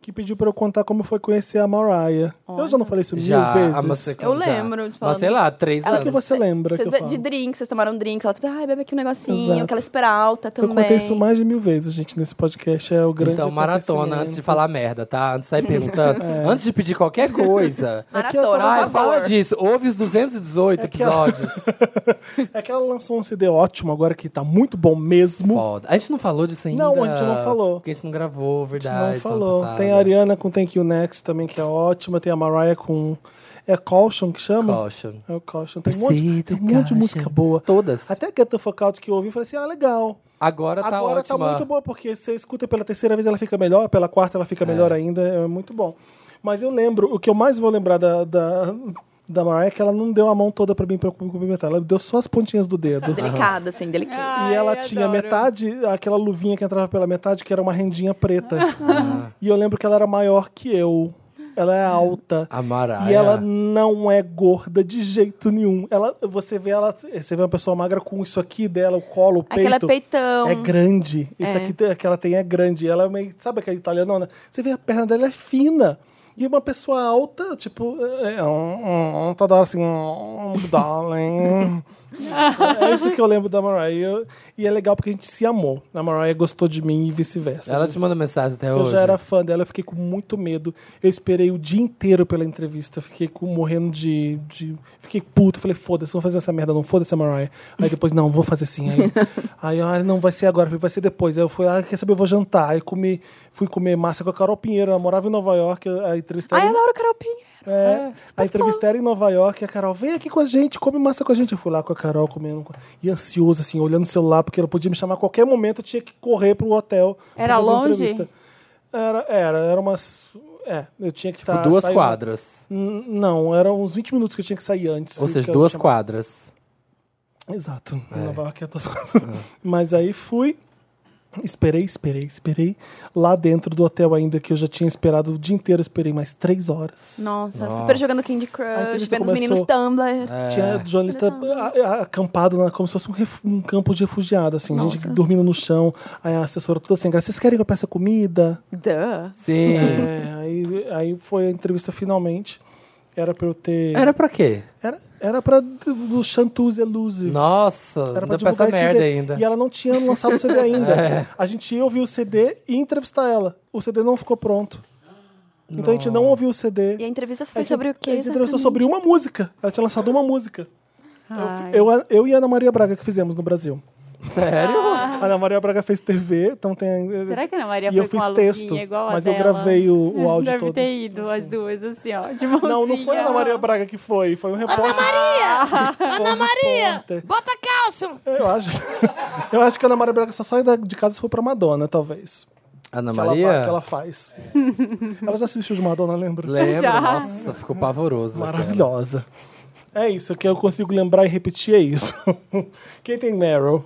que pediu pra eu contar como foi conhecer a Mariah. Eu já não falei isso mil
Já,
vezes.
ah, mas você-
Eu
já.
lembro de
Mas
falando.
sei lá, três
Ela
anos.
que você é lembra
Vocês
que eu
be-
falo.
de drinks, vocês tomaram drinks. Ela tipo, ai, bebe aqui um negocinho.
Exato.
Aquela espera alta
Eu
também.
contei isso mais de mil vezes, gente, nesse podcast. É o grande
Então, maratona, antes de falar merda, tá? Antes de sair perguntando.
É.
Antes de pedir qualquer coisa.
por
Maratona,
Ai,
por
fala
favor.
disso. Houve os 218
É que ela-
episódios.
É que ela lançou um CD ótimo agora que tá muito bom mesmo.
Foda. A gente não falou disso ainda.
Não, a gente não falou.
Porque a gente não gravou,
A gente
verdade.
não falou.
semana
Tem a
passada.
Ariana com Thank You Next também, que é ótima. Tem a Mariah com. É Caution que chama?
Caution.
É o Caution. Tem um monte, tem um
Preciso,
monte de
Caution.
música boa.
Todas.
Até Get the Fuck Out que eu ouvi, eu falei assim: ah, legal.
Agora tá
Agora tá
ótima.
muito boa, porque você escuta pela terceira vez ela fica melhor, pela quarta ela fica melhor ainda, é muito bom. Mas eu lembro, o que eu mais vou lembrar da, da, da Mariah é que ela não deu a mão toda pra mim pra eu cumprimentar, ela deu só as pontinhas do dedo.
Delicada, assim, delicada.
E
Ai,
ela
eu
tinha
adoro.
metade, aquela
Ah.
luvinha que entrava pela metade, que era uma rendinha preta. E eu lembro que ela era maior que eu. Ela é alta.
A Mariah.
E ela não é gorda de jeito nenhum. Ela, você vê ela, você vê uma pessoa magra com isso aqui dela, o colo, o peito.
Aquela é peitão.
É grande. Isso aqui tem- que ela tem é grande. Ela é meio, sabe aquela italianona? Você vê a perna dela é fina. E uma pessoa alta, tipo, é, um, um, toda hora assim, um, darling. Isso, é isso que eu lembro da Mariah. E é legal porque a gente se amou. A Mariah gostou de mim e vice-versa.
Ela te manda mensagem até
Eu
hoje.
já era fã dela, eu fiquei com muito medo. Eu esperei o dia inteiro pela entrevista, fiquei com, morrendo de, de- Fiquei puto, falei, foda-se, vou fazer essa merda, não, foda-se a Mariah. Aí depois, não, vou fazer sim. Aí, aí ah, não, vai ser agora, vai ser depois. Aí eu fui, ah, quer saber, eu vou jantar. Aí comi, fui comer massa com a Carol Pinheiro, ela morava em Nova York, a entrevista
Ai,
era-
a Laura Carol
Ah,
Pinheiro.
é, a entrevista era em Nova York, e a Carol, vem aqui com a gente, come massa com a gente. Eu fui lá com a Carol comendo, e ansioso, assim, olhando o celular, porque ela podia me chamar a qualquer momento, eu tinha que correr pro hotel. pra
Era
fazer uma
longe?
entrevista. Era, era, era umas. É, eu tinha que estar.
Por Tipo, duas quadras.
Não, eram uns 20 minutos que eu tinha que sair antes.
Ou
que
seja,
eu
duas
tinha-
quadras.
Exato. Em Nova York é duas quadras. Mas aí fui. Esperei, esperei, esperei. Lá dentro do hotel ainda, que eu já tinha esperado o dia inteiro, eu esperei mais três horas.
Nossa,
Nossa.
super jogando Candy
A
Crush,
entrevista
vendo os meninos
começou- É.
Tumblr.
É,
Tinha jornalista
né?
a- a- acampado na- como se fosse um, ref- um campo de refugiado, assim, gente dormindo no chão, aí a assessora toda sem graça, vocês querem que eu peça comida?
Duh.
Sim.
É, aí, aí foi a entrevista finalmente. Era pra eu ter.
Era pra quê?
Era, era pra do Chantuze Elusive.
Nossa,
Era pra
ainda pra essa
divulgar esse
merda
CD.
ainda. É.
E ela não tinha lançado o CD ainda. A gente ia ouvir o CD e entrevistar ela. O CD não ficou pronto. Então a gente não ouviu o CD.
é
E a entrevista foi
gente-
sobre o quê?
A gente entrevistou
exatamente?
sobre uma música. Ela tinha lançado uma música.
Ai.
Eu, eu, eu e a Ana Maria Braga que fizemos no Brasil.
Sério?
A Ana Maria Braga fez TV, então tem.
Será que a Ana Maria
E
foi
eu
com
fiz
a
texto,
luvinha igual a
mas eu
dela?
gravei o, o áudio
Deve
todo.
ter ido as duas, assim, ó, de
Não, não foi a Ana Maria Braga que foi, foi um repórter. Ana Maria! Ana Maria! Bota cálcio! Eu acho, eu acho que a Ana Maria Braga só sai da- de casa se for pra Madonna, talvez.
Ana
Que ela, fa-
Maria?
que ela faz. Ela já se vestiu de Madonna, lembra?
Lembra?
Já.
Nossa, ficou pavoroso.
Maravilhosa. É isso, o que eu consigo lembrar e repetir é isso. Quem tem Meryl?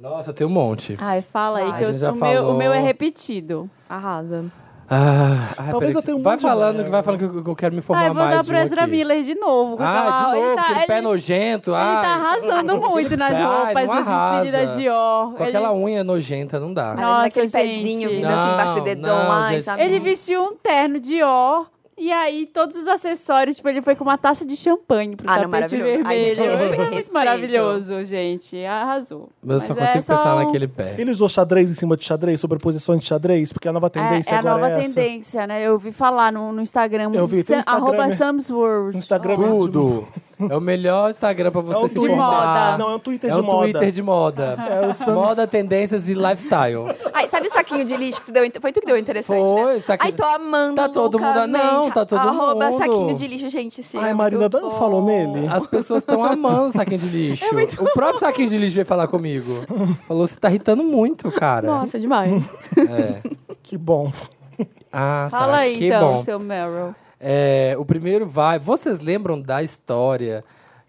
Nossa, tem um monte.
Ai, fala aí,
Ah, A
que eu-
gente já
o, meu, o meu é
falou.
repetido.
Arrasa.
Ah, ai,
Talvez
peraí,
eu tenha um
vai
monte de
falando, que
merda.
vai falando que eu, que eu quero
Ah,
me informar
eu vou
mais
dar
de
pro
um
Ezra
aqui.
Miller de novo. com
Ah,
aquela-
de novo,
ele tá,
aquele pé
ele-
nojento.
Ele
Ai,
tá arrasando muito nas
Ai,
roupas
não
do desfile da
arrasa.
Dior.
Com
Ele-
aquela unha é nojenta, não dá.
Nossa,
Nossa, aquele
gente.
pezinho vindo
Não,
assim embaixo do dedão.
não,
ai,
gente.
sabe?
Ele vestiu um terno Dior. E aí, todos os acessórios, tipo, ele foi com uma taça de champanhe pro
Ah, não,
tapete
maravilhoso. Ai,
vermelho.
respeito,
Foi muito
respeito.
maravilhoso, gente. Arrasou.
Mas
Mas
eu só
é
consigo pensar
só-
naquele pé.
É. Ele usou xadrez em cima de xadrez, sobreposição de xadrez, porque a nova tendência
é, é a
agora
nova
é essa.
tendência, né? Eu ouvi falar no, no Instagram.
Eu vi, tem um
Sam- arroba
Instagram-
Sam's World.
Instagram é de-
Tudo. É o melhor Instagram pra
É um
você se
Twitter.
informar.
Não, é um Twitter
É
de
um
moda. É
Twitter de moda.
o Sam's-
Moda, tendências e lifestyle.
Ai, sabe o saquinho de lixo que tu deu? Foi tu que deu interessante,
Foi,
né? Ai,
saquinho-
tô amando
Tá todo mundo-
loucamente.
não, tá todo
Arroba
mundo.
saquinho de lixo, gente, sim.
Ai, Marina Dan falou nele.
As pessoas estão amando o saquinho de lixo.
É
O próprio saquinho de lixo veio falar comigo. Falou, você tá irritando muito, cara.
Nossa, demais.
É.
Que bom.
Ah, tá.
Fala aí,
que
então,
bom.
seu Meryl.
É, o primeiro vai. Vocês lembram da história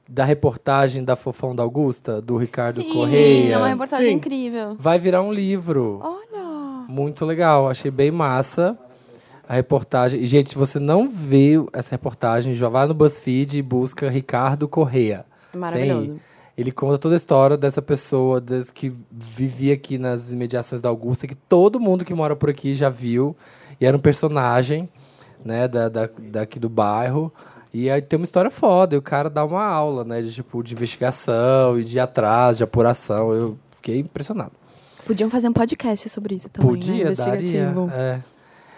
da reportagem da Fofão da Augusta, do Ricardo
é
Correia?
uma reportagem
Sim.
incrível.
Vai virar um livro.
Olha.
Muito legal, achei bem massa a reportagem. E, gente, se você não viu essa reportagem, já vai no BuzzFeed e busca Ricardo Correa.
Maravilhoso.
Sem I. Ele conta toda a história dessa pessoa des- que vivia aqui nas imediações da Augusta, que todo mundo que mora por aqui já viu. E era um personagem, né, da, da, daqui do bairro. E aí tem uma história foda, e o cara dá uma aula, né, de, tipo, de investigação e de ir atrás, de apuração. Eu fiquei impressionado.
Podiam fazer um podcast sobre isso também, né?
Podia, daria.
Investigativo.
É.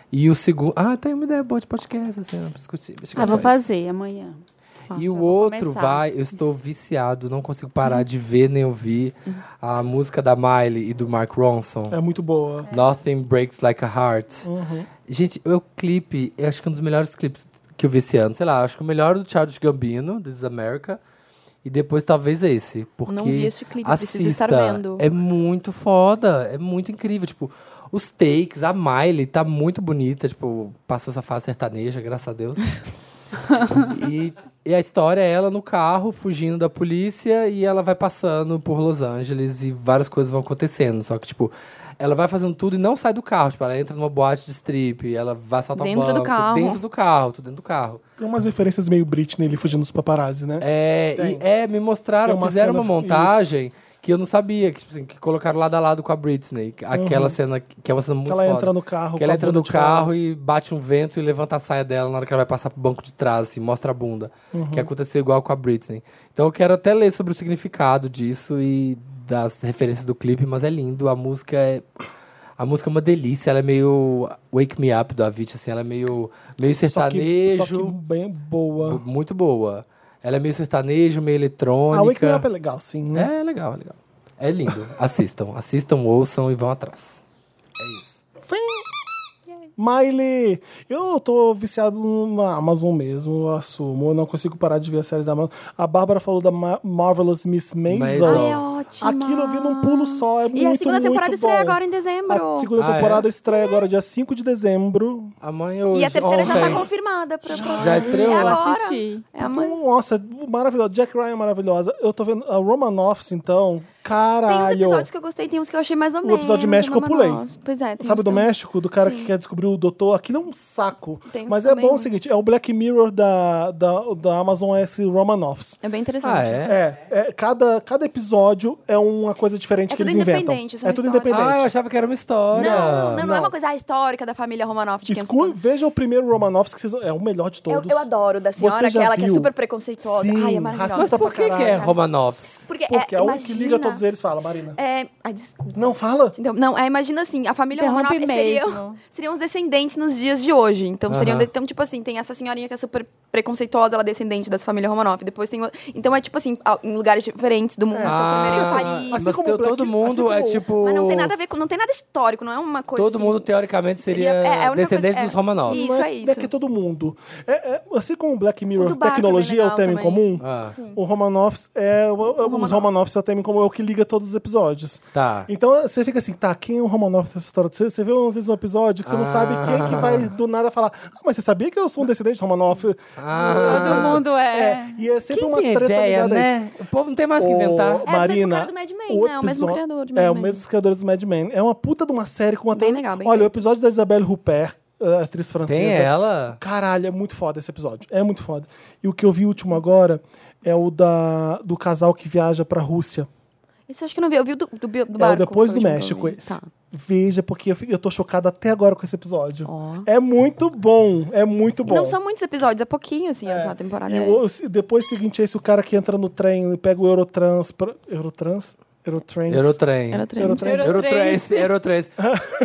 E o segundo... Ah, tem uma ideia boa de podcast, assim, pra discutir
Ah, vou
investigações.
fazer amanhã.
E o
vou
outro
começar. Uhum.
vai... Eu estou viciado, não consigo parar de ver nem ouvir a música da Miley e do Mark Ronson.
É muito boa.
Nothing Breaks Like a Heart. Gente, o clipe, eu acho que é um dos melhores clipes que eu vi esse ano. Sei lá, acho que o melhor do Charles Gambino, This is America. E depois talvez esse. Porque
Não vi este clipe,
assista,
preciso estar vendo.
É muito foda, é muito incrível. Tipo, os takes, a Miley tá muito bonita. Tipo, passou essa fase sertaneja, graças a Deus. e, e a história é ela no carro, fugindo da polícia, e ela vai passando por Los Angeles e várias coisas vão acontecendo. Só que, tipo, Ela vai fazendo tudo e não sai do carro. Tipo, ela entra numa boate de strip, ela vai saltar um
Dentro do
banco.
carro.
Dentro do carro, tudo dentro do carro.
Tem umas referências meio Britney ali fugindo dos paparazzi, né?
É,
Tem.
e- é me mostraram,
Tem umas
fizeram uma
cenas-
montagem que eu não sabia, que, tipo assim, que colocaram lado a lado com a Britney. que- Aquela cena que que é uma cena muito
Uhum. que ela
foda.
entra no carro.
Que ela
com a
entra
bunda
no
de fora.
carro e bate um vento e levanta a saia dela na hora que ela vai passar pro banco de trás, assim, mostra a bunda.
Uhum.
Que aconteceu igual com a Britney. Então eu quero até ler sobre o significado disso e das referências do clipe, mas é lindo. A música é. A música é uma delícia, ela é meio Wake Me Up do Avicii, assim, ela é meio, meio
Só que, só que
sertanejo,
bem boa.
muito boa. Ela é meio sertanejo, meio eletrônica.
A Wake Me Up é legal, sim. né?
É legal, é legal. É lindo. assistam, assistam, ouçam e vão atrás. É isso.
Miley! um Eu tô viciado na Amazon mesmo, eu assumo. Eu não consigo parar de ver as séries da Amazon. A Bárbara falou da Ma- Marvelous Miss
Maisel.
Maisel.
Ai,
é ótima.
Aquilo eu vi num pulo só, é muito,
E a segunda
muito
temporada
bom.
estreia agora em dezembro.
A segunda
Ah, é?
temporada estreia agora dia 5 de dezembro.
Amanhã hoje.
E a terceira já
ontem.
tá confirmada. Pra, pra...
Já estreou?
É
Eu
agora.
assisti.
É amanhã.
Nossa, maravilhosa. Jack Ryan é maravilhosa. Eu tô vendo a Roman Office, então.
Tem uns
Caralho.
episódios que eu gostei, tem uns que eu achei mais ou
O
menos.
episódio de México eu
Romanovs. Pois é. tem
Sabe do
uns que eu-
México? Do cara que
Sim.
quer descobrir o doutor. Aquilo é um saco.
Tem uns
Mas é
também,
bom o
né?
seguinte: é o Black Mirror da, da, da Amazon S Romanoffs.
É bem interessante.
Ah, é?
É, é, cada, cada episódio é uma coisa diferente
É
que
tudo
eles inventam.
independente, são
É tudo
histórias.
independente.
Ah, eu achava que era uma história.
Não, não, não, é
Não.
uma coisa ah, histórica da família Romanoff de 500
Escu- Veja o primeiro Romanovs, que vocês- é o melhor de
Eu,
todos.
eu adoro da senhora,
Você já
aquela que é
viu?
super preconceituosa.
Sim,
Ai, é
Mas
racista
maravilhosa.
pra
por que, que é
caralho.
Romanovs?
Porque,
Porque é, o que
imagina-
liga todos eles. Fala, Marina.
É, ai, desculpa.
Não fala?
Então, não, é, imagina assim, a família
Interrompe
Romanoff seria,
mesmo.
seriam os descendentes nos dias de hoje. Então, seriam,
Aham.
então, tipo assim, tem essa senhorinha que é super preconceituosa, ela é descendente das famílias Romanoff. Depois tem o- Então é tipo assim, a- em lugares diferentes do mundo.
É.
Então, primeiro em Paris.
assim
Ah, mas
como
teu-
Black-
todo mundo
assim
é
como-
tipo.
Mas não tem nada a ver com. Não tem nada histórico, não é uma coisa.
Todo
assim-
mundo, teoricamente, seria,
seria- é, é a única
descendente
coisa-
dos
é.
Romanovs.
Isso,
Não
é
Não é
isso.
que é todo mundo. É, é, assim como o Black
O
Mirror,
do bar
tecnologia
também
é o tema em
legal
comum.
Ah,
O Romanoffs é o- o- os Romanoffs é o tema em comum, é o que liga todos os episódios.
Tá.
Então você fica assim, tá, quem é o Romanoff nessa história? Você, você vê às vezes um episódio que você não
Ah.
sabe quem é que vai do nada falar. Ah, mas você sabia que eu sou um descendente de Romanoff?
Ah.
Todo mundo
É,
é.
e é sempre
Quem
uma
tem
treta
ideia,
ligada a isso.
né? O povo não tem mais o que
Ô,
inventar.
É.
Marina,
o mesmo cara do Mad Men, né? É o mesmo
episódio-
criador de
É,
Mad
o
Men.
mesmo criador do Mad Men. É uma puta de uma série com uma
Bem legal, bem
Olha,
legal.
o episódio da Isabelle Huppert, eh, a atriz francesa.
Tem ela?
Caralho, é muito foda esse episódio. É muito foda. E o que eu vi último agora é o da, do casal que viaja pra Rússia.
Esse eu acho que eu não vi. Eu vi o do, do, bi- do
é o
barco,
depois
foi
do
o último que eu
México
vi.
esse.
Tá.
Veja, porque eu, fi- eu tô chocado até agora com esse episódio. É muito bom, é muito
E
bom.
Não são muitos episódios, é pouquinho, assim, a na temporada.
E
é.
o- o- depois seguinte é esse o cara que entra no trem, pega o Eurotrans, pra- Eurotrans, Eurotrans.
Eurotrem.
Era três.
Eurotrem.
Eurotrem. Eurotrem.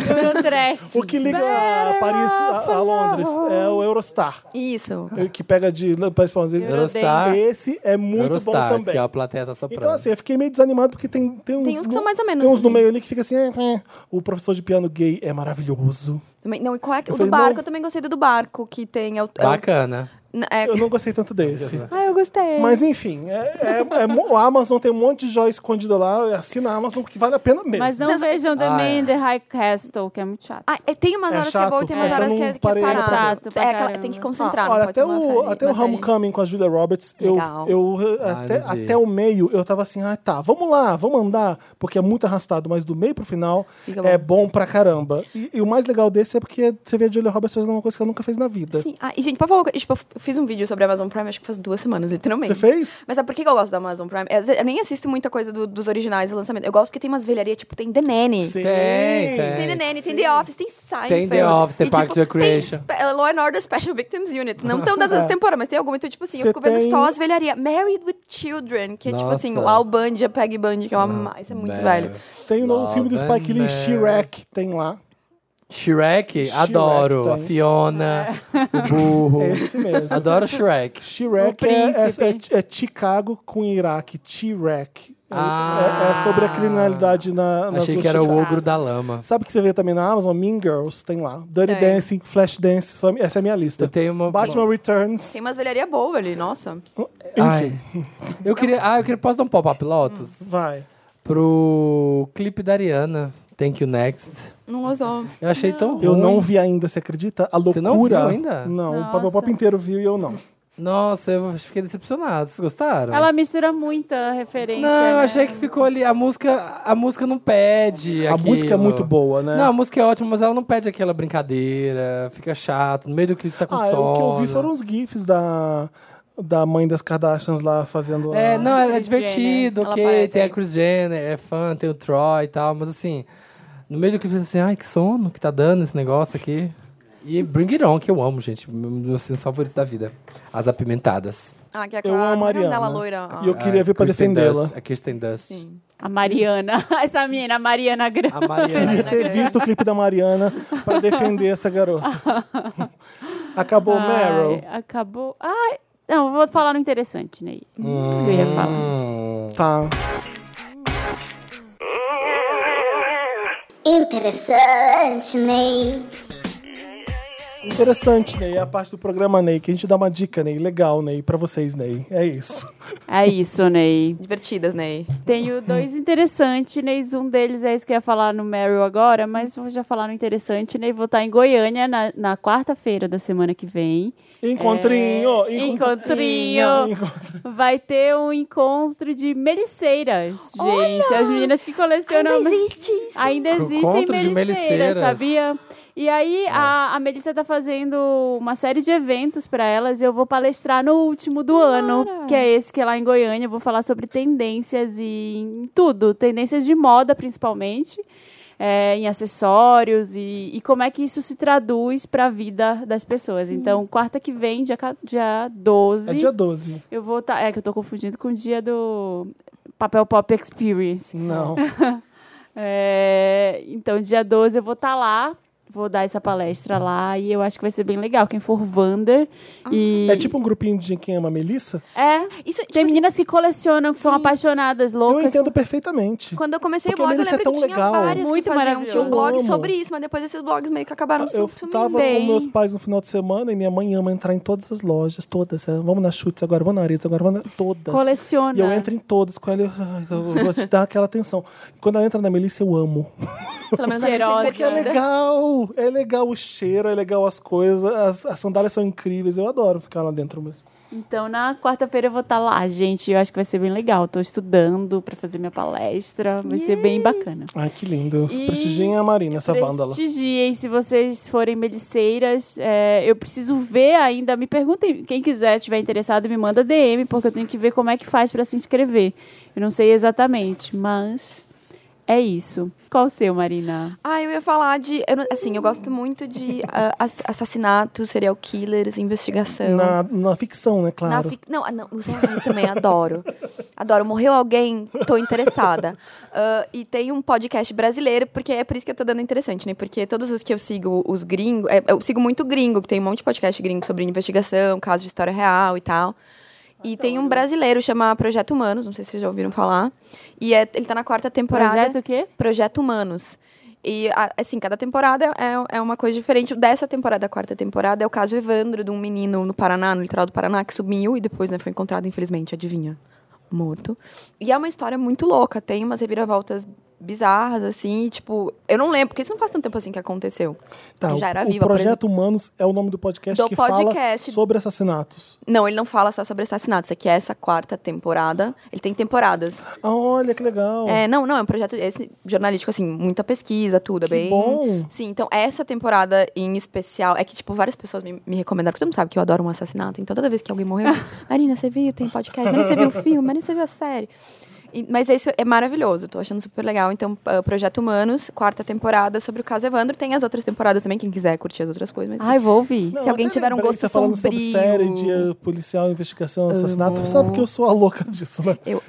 Eurotrash.
O que liga
é.
a Paris a, a Londres é o Eurostar,
Isso.
que pega de L- Paris para Londres.
Eurostar.
Esse é muito
Eurostar,
bom também.
que é a plateia tá soprando.
Então, assim, eu fiquei meio desanimado porque tem, tem uns.
Tem uns que
no-
são mais ou menos
Tem uns no
assim.
meio ali que fica assim. eh, eh. O professor de piano gay é maravilhoso.
Também, não, e qual é que-
Eu
o do
falei, não.
barco? Eu também gostei do do barco, que tem. É, o-
um-
é, o-
Bacana.
n- é,
Eu não gostei tanto desse.
É.
Ah, eu gostei.
Mas enfim, é, é- é mo- a Amazon tem um monte de joia escondida lá. Assina a Amazon que vale a pena mesmo.
Mas não,
Não,
vejam
Ah,
também
é.
The High Castle, que é muito chato.
Ah, é, tem umas
É
horas
chato.
que é bom e tem umas
É.
horas
Eu
que
não
é, que
parei
é
pra
parado.
Chato pra
é, aquela-
caramba.
tem que
Ah, olha,
concentrar, não pode
até
ser uma
o,
série-
até o
uma série.
Homecoming com a Julia Roberts, eu,
Legal.
eu eh,
Ah,
até,
não vi.
até o meio eu tava assim, ah tá, vamos lá, vamos andar, porque é muito arrastado, mas do meio pro final
Fica
é bom pra caramba. E, e o mais legal desse é porque você vê a Julia Roberts fazendo uma coisa que ela nunca fez na vida.
Sim. Ah, e, gente, por favor, tipo, eu fiz um vídeo sobre a Amazon Prime, acho que faz duas semanas, literalmente.
Você fez?
Mas sabe por que eu gosto da Amazon Prime? É, Eu nem assisto muita coisa do- dos originais do lançamento. Eu gosto porque tem umas velharias, tipo, tem The Nanny.
Sim.
Tem, tem.
Tem The Nanny, tem The Office, tem Seinfeld.
Tem The Office,
E,
tem
tipo,
Parks and Recreation.
Tem Spe- eh, Law and Order Special Victims Unit. Não tão das temporadas, mas tem alguma. Então, tipo assim,
Cê
eu fico vendo
tem-
só as velharias. Married with Children, que é tipo
Nossa.
assim, o Al Bundy, a Peggy Bundy, que eu amo. Isso é muito velho.
Tem o novo
Love
filme do Spike
and
Lee,
Mary.
Shrek, tem lá.
Shrek, adoro.
tá
a
aí.
Fiona,
É.
o burro.
É esse mesmo.
Adoro Shrek.
Shrek
O
é,
príncipe.
é- é Chicago com Iraque, T-Rek. É-
Ah.
É, é sobre a criminalidade na, nas
Achei
duas
que era o
cidades.
ogro da lama.
Sabe o que você vê também na Amazon? Mean Girls, tem lá. Dirty
Tem.
Dancing, Flash Dance, só- essa é a minha lista.
Eu tenho uma.
Batman Returns.
Tem umas velharias boas ali, nossa.
Ai. Eu queria. Ah, eu queria. Posso dar um pop-up Lotus?
Vai.
Pro clipe da Ariana. Thank you next.
Não gostou.
Eu achei tão ruim.
Eu não vi ainda, você acredita? A loucura.
Você não viu ainda?
Não, o
Nossa.
Papel Pop inteiro viu e eu não.
Nossa, eu fiquei decepcionado. Vocês gostaram?
Ela mistura muita referência.
Não, eu
né?
achei que ficou ali. A música, a música não pede.
A música é
aquilo.
muito boa, né?
Não, a música é ótima, mas ela não pede aquela brincadeira, fica chato. No meio do clipe você tá com
ah,
sono.
o que eu vi
né?
foram os GIFs da, da mãe das Kardashians lá fazendo.
É,
a...
não, é,
Kris
divertido,
Jenner. Ela
ok.
aparece
Tem a
aí.
Chris Jenner, é fã, tem o Troy e tal, mas assim, no meio do clipe você assim, ai, que sono que tá dando esse negócio aqui. E Bring It On, que eu amo, gente. Meu, um meu filme favorito da vida. As Apimentadas.
Ah, que é
Eu
com a-
amo a
como é o nome
Mariana.
dela loira.
E eu
Ah,
queria
A
ver pra
Kristen
defendê-la.
Dunst, A Kirsten Dust.
Sim.
A Mariana. Essa menina, a Mariana Grande.
A
Queria
Mariana.
ter visto o clipe da Mariana pra defender essa garota. Acabou
Ai,
Meryl.
Acabou. Ai, não, vou falar no interessante, Ney. Isso que eu ia falar.
Hum.
Tá.
Interessante, Ney.
Interessante, Ney. É a parte do programa, Ney, que a gente dá uma dica, Ney. Legal, Ney, pra vocês, Ney. É isso.
É isso, Ney.
Divertidas, né? Ney.
Tenho dois interessantes, Ney. Um deles é isso que eu ia falar no Meryl agora, mas vou já falar no interessante, Ney. Vou estar em Goiânia na, na quarta-feira da semana que vem.
Encontrinho.
É,
encon-
Encontrinho. Vai ter um encontro de meliceiras, gente. As meninas que colecionam.
existe isso.
Ainda
Encontro
existem
de
meliceiras,
meliceiras. É.
sabia? E aí a, a Melissa tá fazendo uma série de eventos para elas e eu vou palestrar no último do ano, que é esse que é lá em Goiânia. Eu vou falar sobre tendências e em tudo, tendências de moda principalmente. é, em acessórios e, e como é que isso se traduz para a vida das pessoas. Então, quarta que vem, dia, ca- dia 12,
É dia 12.
eu vou estar. é que eu tô confundindo com o dia do Papel Pop Experience.
Não.
É, então, dia 12 eu vou estar lá, vou dar essa palestra lá e eu acho que vai ser bem legal. Quem for Wander e.
É tipo um grupinho de quem ama Melissa?
É,
Isso, Ah. tipo
tem
assim,
meninas que colecionam, que são apaixonadas,
Eu
loucas.
entendo perfeitamente.
quando eu comecei
Porque
o blog, eu
Melissa é
lembro que
tão
tinha
legal.
várias
Muito
que faziam. Tinha
maravilhoso.
um blog
Eu amo.
sobre isso, mas depois esses blogs meio que acabaram um
Eu
sumindo.
tava
Bem.
com meus pais no final de semana e minha mãe ama entrar em todas as lojas, todas. É, Vamos na Chutes agora, vamos na Aretz agora, vamos na... Todas.
Coleciona.
E eu entro em todas com ela, eu, ai, eu vou te dar aquela atenção. E Quando ela entra na Melissa, eu amo.
Pelo menos a Melissa
Cheirosa.
é
Porque é
divertida.
legal, é legal o cheiro, é legal as coisas, as, as sandálias são incríveis, eu adoro ficar lá dentro mesmo.
Então, na quarta-feira eu vou estar lá, gente. Eu acho que vai ser bem legal. Tô estudando pra fazer minha palestra, vai ser bem bacana.
Ai, que lindo.
E-
Prestigiem a Marina, essa vândala.
Prestigiem, se vocês forem meliceiras. é, eu preciso ver ainda. Me perguntem, quem quiser, tiver interessado, me manda DM, porque eu tenho que ver como é que faz pra se inscrever. Eu não sei exatamente, mas é isso. Qual o seu, Marina?
Ah, eu ia falar de. eu não- assim, eu gosto muito de ah, ass- assassinatos, serial killers, investigação.
Na, na ficção, né,
Na
claro.
fic- Não, ah, não, os reais também adoro. Adoro. Morreu alguém, tô interessada. Ah, e tem um podcast brasileiro, porque é por isso que eu tô dando interessante, né? Porque todos os que eu sigo, os gringos. é, eu sigo muito gringo, que tem um monte de podcast gringo sobre investigação, casos de história real e tal. E tem um brasileiro, chama Projeto Humanos, não sei se vocês já ouviram falar. E é- ele tá na quarta temporada.
Projeto o quê?
Projeto Humanos. E, a- assim, cada temporada é, é uma coisa diferente. Dessa temporada, a quarta temporada, é o caso Evandro, de um menino no Paraná, no litoral do Paraná, que sumiu e depois né, foi encontrado, infelizmente, adivinha, morto. E é uma história muito louca, tem umas reviravoltas bizarras, assim, e, tipo... Eu não lembro, porque isso não faz tanto tempo assim que aconteceu.
Tá,
Eu já era
o,
viva,
o
por
Projeto Humanos é o nome do podcast
Do
que
podcast.
fala sobre assassinatos.
Não, ele não fala só sobre assassinatos, é que essa quarta temporada... Ele tem temporadas.
Ah, olha, que legal.
É, não, não, é um projeto esse jornalístico, assim, muita pesquisa, tudo, é
Que
bem.
bom.
Sim, então essa temporada em especial é que, tipo, várias pessoas me, me recomendaram, porque todo mundo sabe que eu adoro um assassinato, então toda vez que alguém morreu, Marina, você viu, tem podcast, Marina, você viu o filme, Marina, você viu a série. E- mas esse é maravilhoso, tô achando super legal. Então, ah, Projeto Humanos, quarta temporada sobre o caso Evandro. Tem as outras temporadas também, quem quiser curtir as outras coisas. Mas,
Ai, vou ouvir.
Não,
se alguém
até
tiver um
lembrei
gosto
você tá falando sobre
sombrio.
série de eh, policial, investigação, assassinato, sabe que eu sou a louca disso, né?
Eu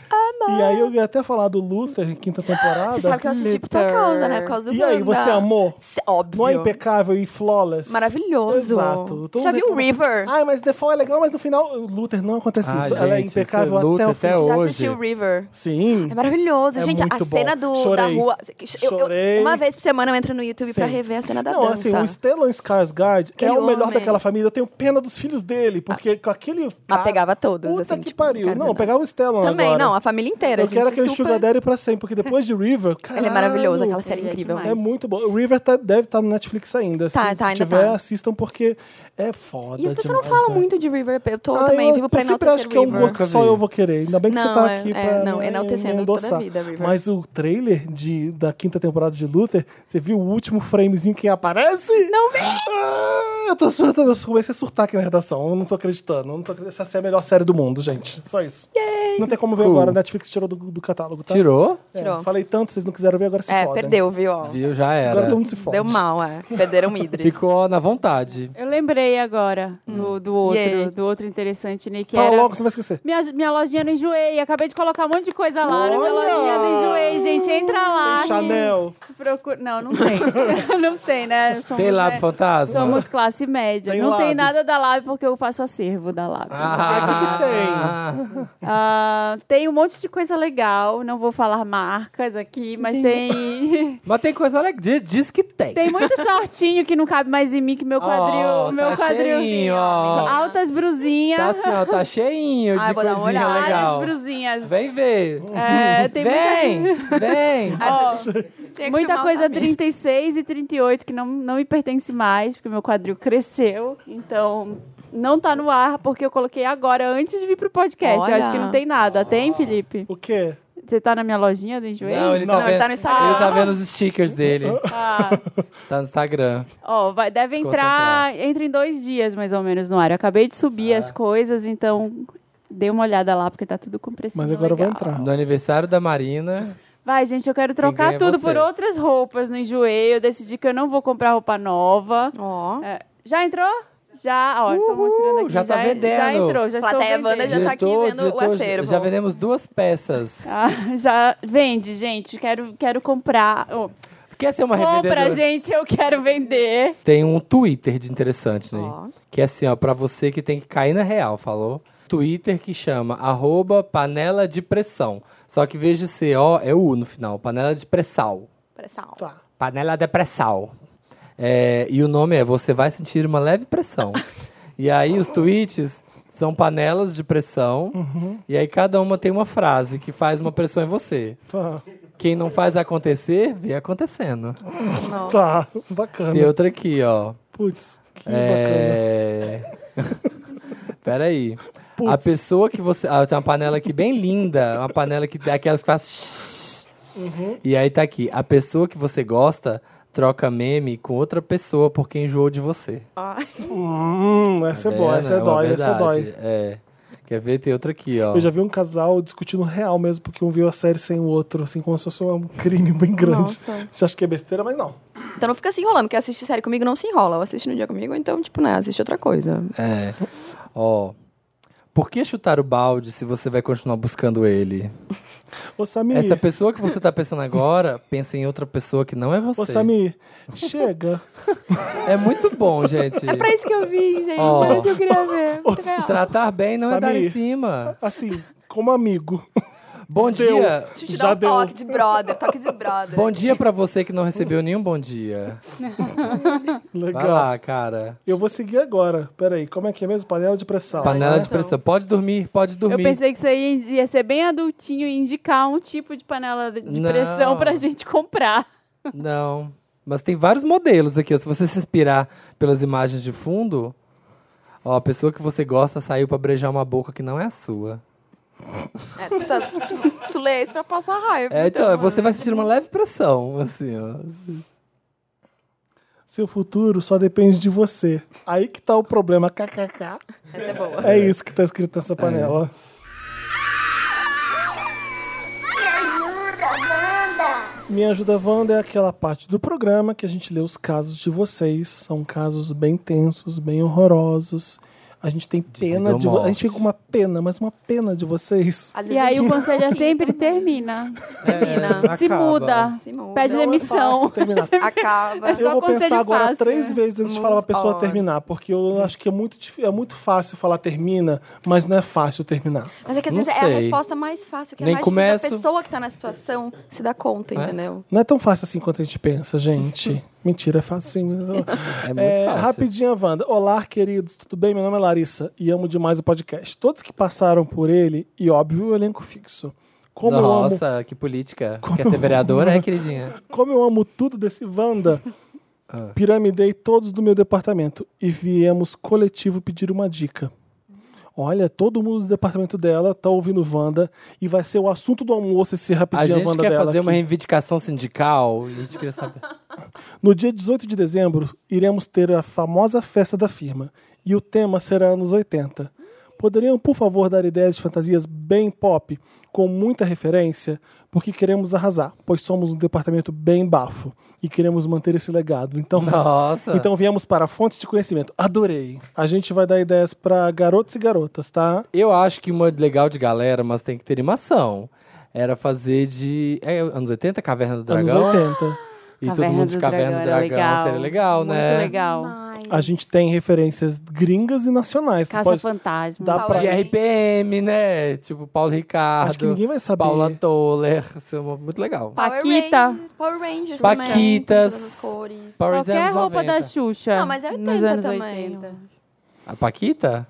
E aí eu ia até falar do Luther, quinta temporada.
Você sabe que eu assisti por tua
Luther.
causa, né? Por causa do
E aí,
Wanda.
você amou?
Cê- Óbvio.
Não é impecável e flawless?
Maravilhoso.
Exato. Todo
Você já
mundo
viu o
reclama-
River?
Ai, mas The Fall é legal, mas no final, Luther não acontece
Ah,
isso. Ela é
gente, isso é
impecável
Luther
até o fim.
até
já
hoje.
assistiu River?
Sim.
É maravilhoso.
É
Gente, a
muito bom.
cena do, da
Chorei.
rua. assim, eu- eu-
Chorei.
uma vez por semana eu entro no YouTube pra
Sim.
rever a cena da
Não,
dança.
assim, o Stellan Skarsgård é
Aquele
o melhor
homem.
daquela família. Eu tenho pena dos filhos dele, porque com aquele.
Mas pegava todos,
Puta
assim,
que
tipo, não
pariu.
quero
Não,
ver
pegava o Stellan
Também,
agora.
não, a família inteira,
eu
gente.
quero aquele
super...
Sugar Daddy pra sempre, porque depois de River, caralho,
Ele é maravilhoso, aquela série
Ele é
incrível.
demais.
É muito bom. O River tá- deve estar no Netflix ainda.
Tá,
se
tá,
se
ainda
tiver,
tá.
assistam, porque é foda.
E as pessoas não
demais,
falam
né?
muito de River. Eu tô
Ah,
também,
eu,
vivo
eu
pra
sempre acho
enaltecer
que é um
River.
gosto que só eu vou querer. Ainda bem que você
Não,
tá
é-
aqui
é,
pra
não,
me-
enaltecendo
me
toda a
endossar.
vida, River.
Mas o trailer de, da quinta temporada de Luther, você viu o último framezinho que aparece? Não vi! eu tô surtando, eu comecei a surtar aqui na redação. Eu não tô acreditando. eu não tô acreditando. Essa é a melhor série do mundo, gente. Só isso. Não tem como ver
Cool.
agora. A Netflix tirou do, do catálogo, tá?
Tirou?
É,
Tirou.
Falei tanto, vocês não quiseram ver, agora se
É,
fodem.
perdeu, viu? ó.
Viu? Já
Agora
era.
todo mundo se fode.
Deu mal, é. Perderam o Idris.
Ficou na vontade.
Eu lembrei agora do, do outro,
E aí?
do outro interessante, né? Que
Fala
era
logo, você vai esquecer.
Minha, minha lojinha do Enjoei. Acabei de colocar um monte de coisa lá na minha
Olha!
lojinha do Enjoei, gente. Entra lá.
Tem Chanel.
que procura- Não, não tem. não tem, né? Somos,
Tem lá
né?
pro fantasma?
Somos classe média.
Tem
não tem
lab.
nada da Lab porque eu faço acervo da Lab.
Ah,
Ah, tem um monte de coisa legal. Não vou falar marcas aqui, mas tem.
Mas tem coisa legal. Diz, diz que tem.
tem muito shortinho que não cabe mais em mim, que meu quadril.
Ó,
meu
tá
quadril.
cheinho, ó.
Altas brusinhas.
Tá assim, ó, tá cheinho
Ah,
de
vou dar
coisinha
uma olhada.
Tá legal.
Várias brusinhas.
Vem ver.
É, tem
vem,
muita-
vem.
Tinha que
Muita
filmar o
coisa
Samir.
36 e 38 que não, não me pertence mais, porque meu quadril cresceu. Então, não tá no ar, porque eu coloquei agora, antes de vir pro podcast.
Olha.
Eu acho que não tem nada. Tem, Felipe?
O quê?
Você tá na minha lojinha do Enjoei?
Não, ele
é.
tá no Instagram.
Ele tá vendo os stickers dele.
Ah,
Tá no Instagram.
ó, vai, deve
Ficou
entrar entre em dois dias, mais ou menos, no ar. Eu acabei de
Ah.
subir as coisas, então... Dê uma olhada lá, porque tá tudo com preço.
é
Mas agora eu vou
legal.
entrar.
No aniversário da Marina.
Vai, gente, eu quero
ganha
trocar
é
tudo
você.
por outras roupas no enjoei. Eu decidi que eu não vou comprar roupa nova.
Ó.
É, já entrou? Já, ó, estou mostrando aqui.
já tá vendendo.
Já entrou, já estou
Plateia
vendendo.
Wanda já tá aqui vendo o acervo.
Já vendemos duas peças.
Ah, já vende, gente. Quero, quero comprar. Ô,
Quer ser uma
compra,
revendedora?
gente, eu quero vender.
Tem um Twitter de interessante, né?
Ó.
Que é assim, ó, pra você que tem que cair na real, falou? Twitter que chama arroba panela de pressão. Só que veja se, ó, é U no final, panela de pressal.
Pressão.
Tá.
Panela de pressão. É, e o nome é Você Vai Sentir Uma Leve Pressão. e aí os tweets são panelas de pressão. E aí cada uma tem uma frase que faz uma pressão em você.
Tá.
Quem não faz acontecer, vê acontecendo.
Tá. Bacana.
Tem outra aqui, ó.
Putz, que bacana.
É... Peraí. A pessoa que você. Ah, tem uma panela aqui bem linda. Uma panela que é aquelas que faz.
Uhum.
E aí tá aqui. A pessoa que você gosta troca meme com outra pessoa porque enjoou de você.
Hum, essa é boa,
Tá
essa é
vendo? uma
dói, essa é
verdade.
dói.
É. Quer ver? Tem outra aqui, ó.
Eu já vi um casal discutindo real mesmo, porque um viu a série sem o outro, assim, como se fosse um crime bem grande.
Nossa.
Você acha que é besteira, mas não.
Então não fica se enrolando, porque assiste série comigo não se enrola. Ou assiste no dia comigo, ou então, tipo, né, assiste outra coisa.
É. Ó. Por que chutar o balde se você vai continuar buscando ele?
Ô, Samir,
Essa pessoa que você tá pensando agora, pensa em outra pessoa que não é você.
ô, Samir, chega.
É muito bom, gente.
É pra isso que eu vim, gente.
Ó.
Era isso que eu queria ver.
Se tratar bem não é dar em
Samir.
cima.
Assim, como amigo.
Bom
Deu.
dia.
Deixa eu te
Já
dar um
deu.
toque de brother, toque de brother.
Bom dia pra você que não recebeu nenhum bom dia. Vai
Legal.
lá, cara.
Eu vou seguir agora. Peraí, como é que é mesmo? Panela de pressão.
Panela
né?
de pressão. Pode dormir, pode
Eu
dormir.
pensei que isso aí ia ser bem adultinho e indicar um tipo de panela de
Não.
pressão pra gente comprar.
Não. Mas tem vários modelos aqui. ó. Se você se inspirar pelas imagens de fundo, ó, a pessoa que você gosta saiu pra beijar uma boca que não é a sua.
É, tu, tá, tu, tu lê isso pra passar raiva.
É, então,
mano.
você vai sentir uma leve pressão, assim, ó.
Seu futuro só depende de você. Aí que tá o problema. KKK.
Essa é boa.
É isso que tá escrito nessa panela.
Me ajuda, Wanda!
Me Ajuda Wanda é aquela parte do programa que a gente lê os casos de vocês. São casos bem tensos, bem horrorosos. A gente tem pena de vo- A gente fica com uma pena, mas uma pena de vocês.
Às
E aí o conselho
um
é sempre termina.
É,
termina.
Se
Acaba.
muda.
Se muda.
Pede
Não é
demissão.
terminar.
Acaba.
É só
eu vou
conselho
pensar agora
fácil,
três
né?
vezes antes de
Move
falar pra pessoa
on.
terminar, porque eu acho que é muito, dif- é muito fácil falar termina, mas não é fácil terminar.
Mas é que às
Não
vezes é a
sei.
resposta mais fácil, que é
Nem
mais
começo.
difícil a pessoa que tá na situação se dá conta, entendeu?
Não é tão fácil assim quanto a gente pensa, gente. Mentira, é fácil sim.
É muito
É,
fácil.
Rapidinha, Wanda. Olá, queridos, tudo bem? Meu nome é Larissa e amo demais o podcast. Todos que passaram por ele e, óbvio, o elenco fixo. Como eu amo
Nossa, que política. Quer ser vereadora, é, queridinha?
Como eu amo tudo desse Wanda,
Ah.
piramidei todos do meu departamento e viemos coletivo pedir uma dica. Olha, todo mundo do departamento dela tá ouvindo Wanda e vai ser o assunto do almoço esse
A
rapidinho
gente
Wanda
quer
dela.
fazer uma
aqui.
reivindicação sindical. A gente queria saber.
No dia 18 de dezembro, iremos ter a famosa festa da firma e o tema será anos 80. Poderiam, por favor, dar ideias de fantasias bem pop, com muita referência, porque queremos arrasar, pois somos um departamento bem bafo e queremos manter esse legado. Então,
Nossa.
então viemos para a fonte de conhecimento. Adorei. A gente vai dar ideias para garotos e garotas, tá?
Eu acho que uma legal de galera, mas tem que ter animação. Era fazer de. É, anos 80, Caverna do
Anos
Dragão.
80.
E todo
Caverna
mundo de
do
Caverna do
Dragão era
Dragão.
legal.
Seria legal,
Muito
né?
legal.
A gente tem referências gringas e nacionais. Tu pode-
Caça-fantasma.
dá pra-
De RPM, né? Tipo Paulo Ricardo.
Acho que ninguém vai saber.
Paula Toller. Isso é muito legal.
Paquita.
Ranger- Power Rangers também. tem
Paquitas.
Todas as cores.
Power Rangers é
Qualquer
anos
roupa
90.
da Xuxa.
Não, mas é 80
nos anos
também.
80.
A Paquita?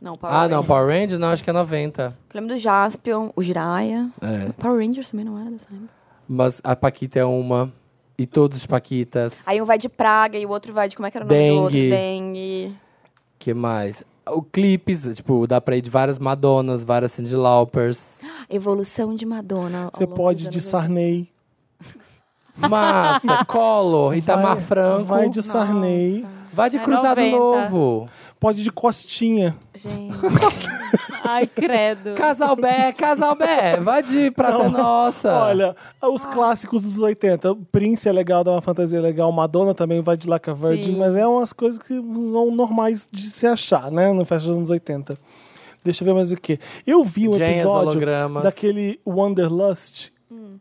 Não, Power
Ah, não.
Rangers.
Power Rangers? Não, acho que é 90.
Eu lembro do Jaspion, o Jiraya.
É.
Power Rangers também não era dessa época.
Mas a Paquita é uma. E todos os Paquitas.
Aí um vai de praga e o outro vai de... Como é que era o nome do outro?
Dengue.
Dengue.
que mais? O clipes, tipo, dá pra ir de várias Madonas, várias Cindy Laupers.
Evolução de Madonna. ao
Você
longo
pode
dos
de
anos
Sarney.
Massa, Collor, Itamar Franco.
Vai de Sarney.
Vai de
É
Cruzado
90.
Novo.
Pode de Costinha.
80. Gente.
Ai, credo.
Casalbé, Casalbé. Vai de Praça Nossa.
Olha, os clássicos dos 80. Prince é legal, dá uma fantasia legal. Madonna também vai de Laca Virgin,
Sim.
mas é umas coisas que são normais de se achar, né? No festa dos anos 80. Deixa eu ver mais o que. Eu vi um
Jane, as
episódio
hologramas.
daquele Wanderlust.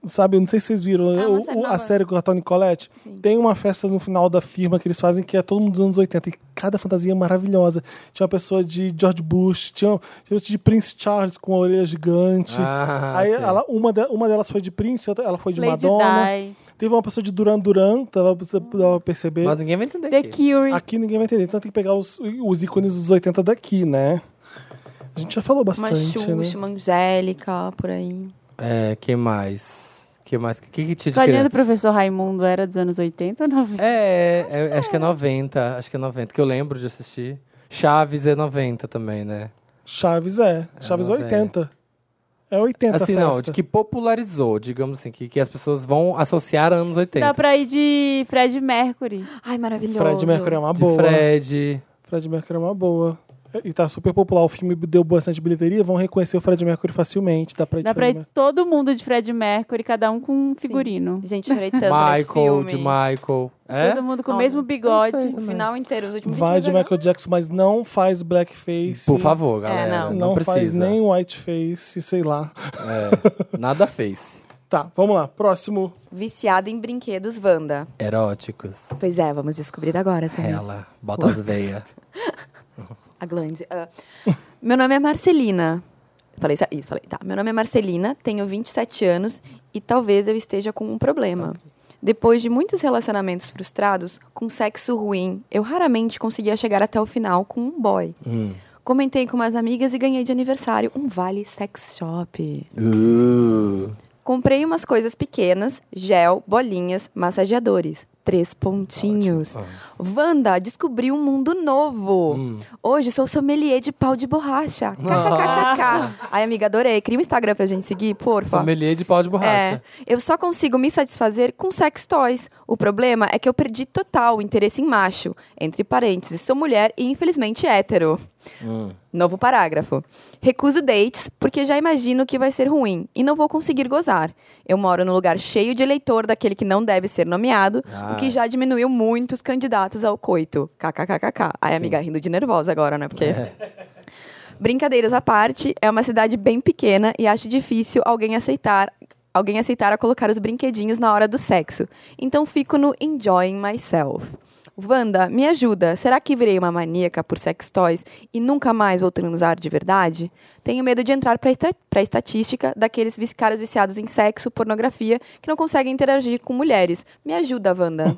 Sabe, eu não sei se vocês viram
Ah, uma
o-
série
o- a
nova.
série com a Toni Collette. Tem uma festa no final da firma que eles fazem que é todo mundo dos anos 80 e cada fantasia é maravilhosa. Tinha uma pessoa de George Bush, tinha, tinha outra de Prince Charles com a orelha gigante.
Ah,
Aí
sei.
ela- uma, de- uma delas foi de Prince, outra- ela foi de
Lady
Madonna.
Di.
Teve uma pessoa de Duran Duran, tava pra perceber.
Mas ninguém vai entender
The
aqui.
Curie.
Aqui ninguém vai entender, então tem que pegar os, os ícones dos 80 daqui, né? A gente já falou
Uma
bastante,
Xuxa,
né?
uma Angélica, por aí.
É, que mais? Que mais? Que, que, que tinha de
Escolhendo
criança?
o professor Raimundo era dos anos 80 ou 90?
É, é, acho que é 90. Acho que é 90, que eu lembro de assistir. Chaves é 90 também, né?
Chaves é. Chaves é
Ela
80. É 80 a
Assim,
festa.
não, de que popularizou, digamos assim, que, que as pessoas vão associar a anos 80.
Dá pra ir de Fred Mercury.
Ai, maravilhoso.
Fred Mercury é uma
de
boa.
Fred.
Fred Mercury é uma boa. E tá super popular. O filme deu bastante bilheteria, vão reconhecer o Fred Mercury facilmente. Dá pra ir de
Dá pra
Fred
ir
Mercury.
todo mundo de Fred Mercury, cada um com um
Sim.
figurino.
Gente, chorei tanto nesse
Michael,
filme.
de Michael. É?
Todo mundo com o
Nossa, é?
mesmo bigode.
O final inteiro, os últimos
Vai de
vídeos, né?
Michael Jackson, mas não faz blackface.
Por favor, galera.
É, não.
não.
Não,
precisa.
faz nem whiteface, sei lá.
É, nada face.
Tá, vamos lá. Próximo.
Viciada em brinquedos, Wanda.
Eróticos.
Pois é, vamos descobrir agora, Samir.
Ela. Bota as veias.
A glande. ah. Meu nome é Marcelina. Falei isso, isso, falei. Tá. Meu nome é Marcelina, tenho 27 anos e talvez eu esteja com um problema. Depois de muitos relacionamentos frustrados, com sexo ruim, eu raramente conseguia chegar até o final com um boy.
Hum.
Comentei com umas amigas e ganhei de aniversário um vale sex shop.
Uh.
Comprei umas coisas pequenas, gel, bolinhas, massageadores. Três pontinhos. Wanda, descobri um mundo novo.
Hum.
Hoje sou sommelier de pau de borracha.
Nossa.
KKKKK. Ai, amiga, adorei. Cria um Instagram pra gente seguir, porfa.
Sommelier de pau de
É,
borracha.
eu só consigo me satisfazer com sex toys. O problema é que eu perdi total o interesse em macho. Entre parênteses, sou mulher e infelizmente hétero.
Hum.
Novo parágrafo. Recuso dates porque já imagino que vai ser ruim e não vou conseguir gozar. Eu moro num lugar cheio de eleitor daquele que não deve ser nomeado, o que
Ah.
já diminuiu muito os candidatos ao coito. KKKKK. Ai, amiga, rindo de nervosa agora, né? Porque. Brincadeiras à parte, é uma cidade bem pequena e acho difícil alguém aceitar alguém aceitar a colocar os brinquedinhos na hora do sexo. Então fico no enjoying myself. Wanda, me ajuda. Será que virei uma maníaca por sex toys e nunca mais vou transar de verdade? Tenho medo de entrar para a estatística daqueles vis- caras viciados em sexo, pornografia, que não conseguem interagir com mulheres. Me ajuda, Wanda.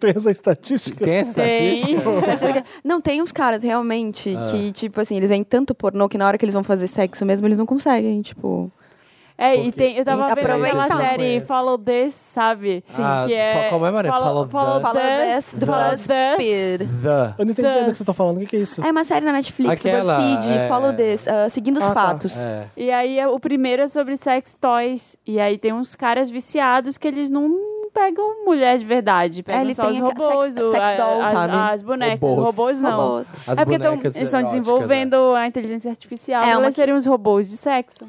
Tem essa estatística?
Tem é essa estatística?
Você acha que- Não, tem uns caras realmente que, tipo assim, eles veem tanto pornô que na hora que eles vão fazer sexo mesmo, eles não conseguem, tipo.
É, e
Porque
tem, eu tava
isso
vendo aquela
aproveitar.
série
Conhece.
Follow This, sabe?
Sim. é Ah, fa- como é, Maria?
Follow, follow,
Follow This.
Fala
This. Follow This.
Speed.
The.
Eu não entendi ainda o que
Dance.
você tá falando. O que que é isso?
É uma série na Netflix,
Aquela,
do BuzzFeed,
é.
Follow This, ah, Seguindo os
Ah, tá.
Fatos.
É.
E aí é- o primeiro é sobre sex toys. E aí tem uns caras viciados que eles não pegam mulher de verdade. Pegam
É, eles
só os
têm aquela
robôs,
sex-
o-
sex
a-
dolls,
a-
sabe?
as bonecas.
Robôs.
Robôs, não.
Robôs.
As
é porque tão-
bonecas
eles estão
eróticas, é.
desenvolvendo a inteligência artificial
É,
pra
uma
eles
que-
serem uns robôs de sexo.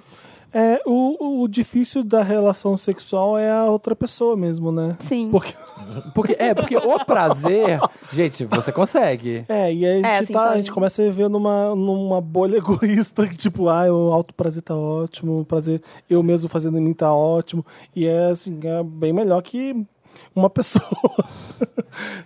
É, o, o difícil da relação sexual é a outra pessoa mesmo, né?
Sim.
Porque,
é. Porque, é, porque o prazer. Gente, você consegue.
é, e aí a gente,
É, assim,
tá-
só-
a gente começa a viver numa, numa bolha egoísta, que tipo, ah, o alto prazer tá ótimo, o prazer eu mesmo fazendo em mim tá ótimo. E é assim, é bem melhor que uma pessoa.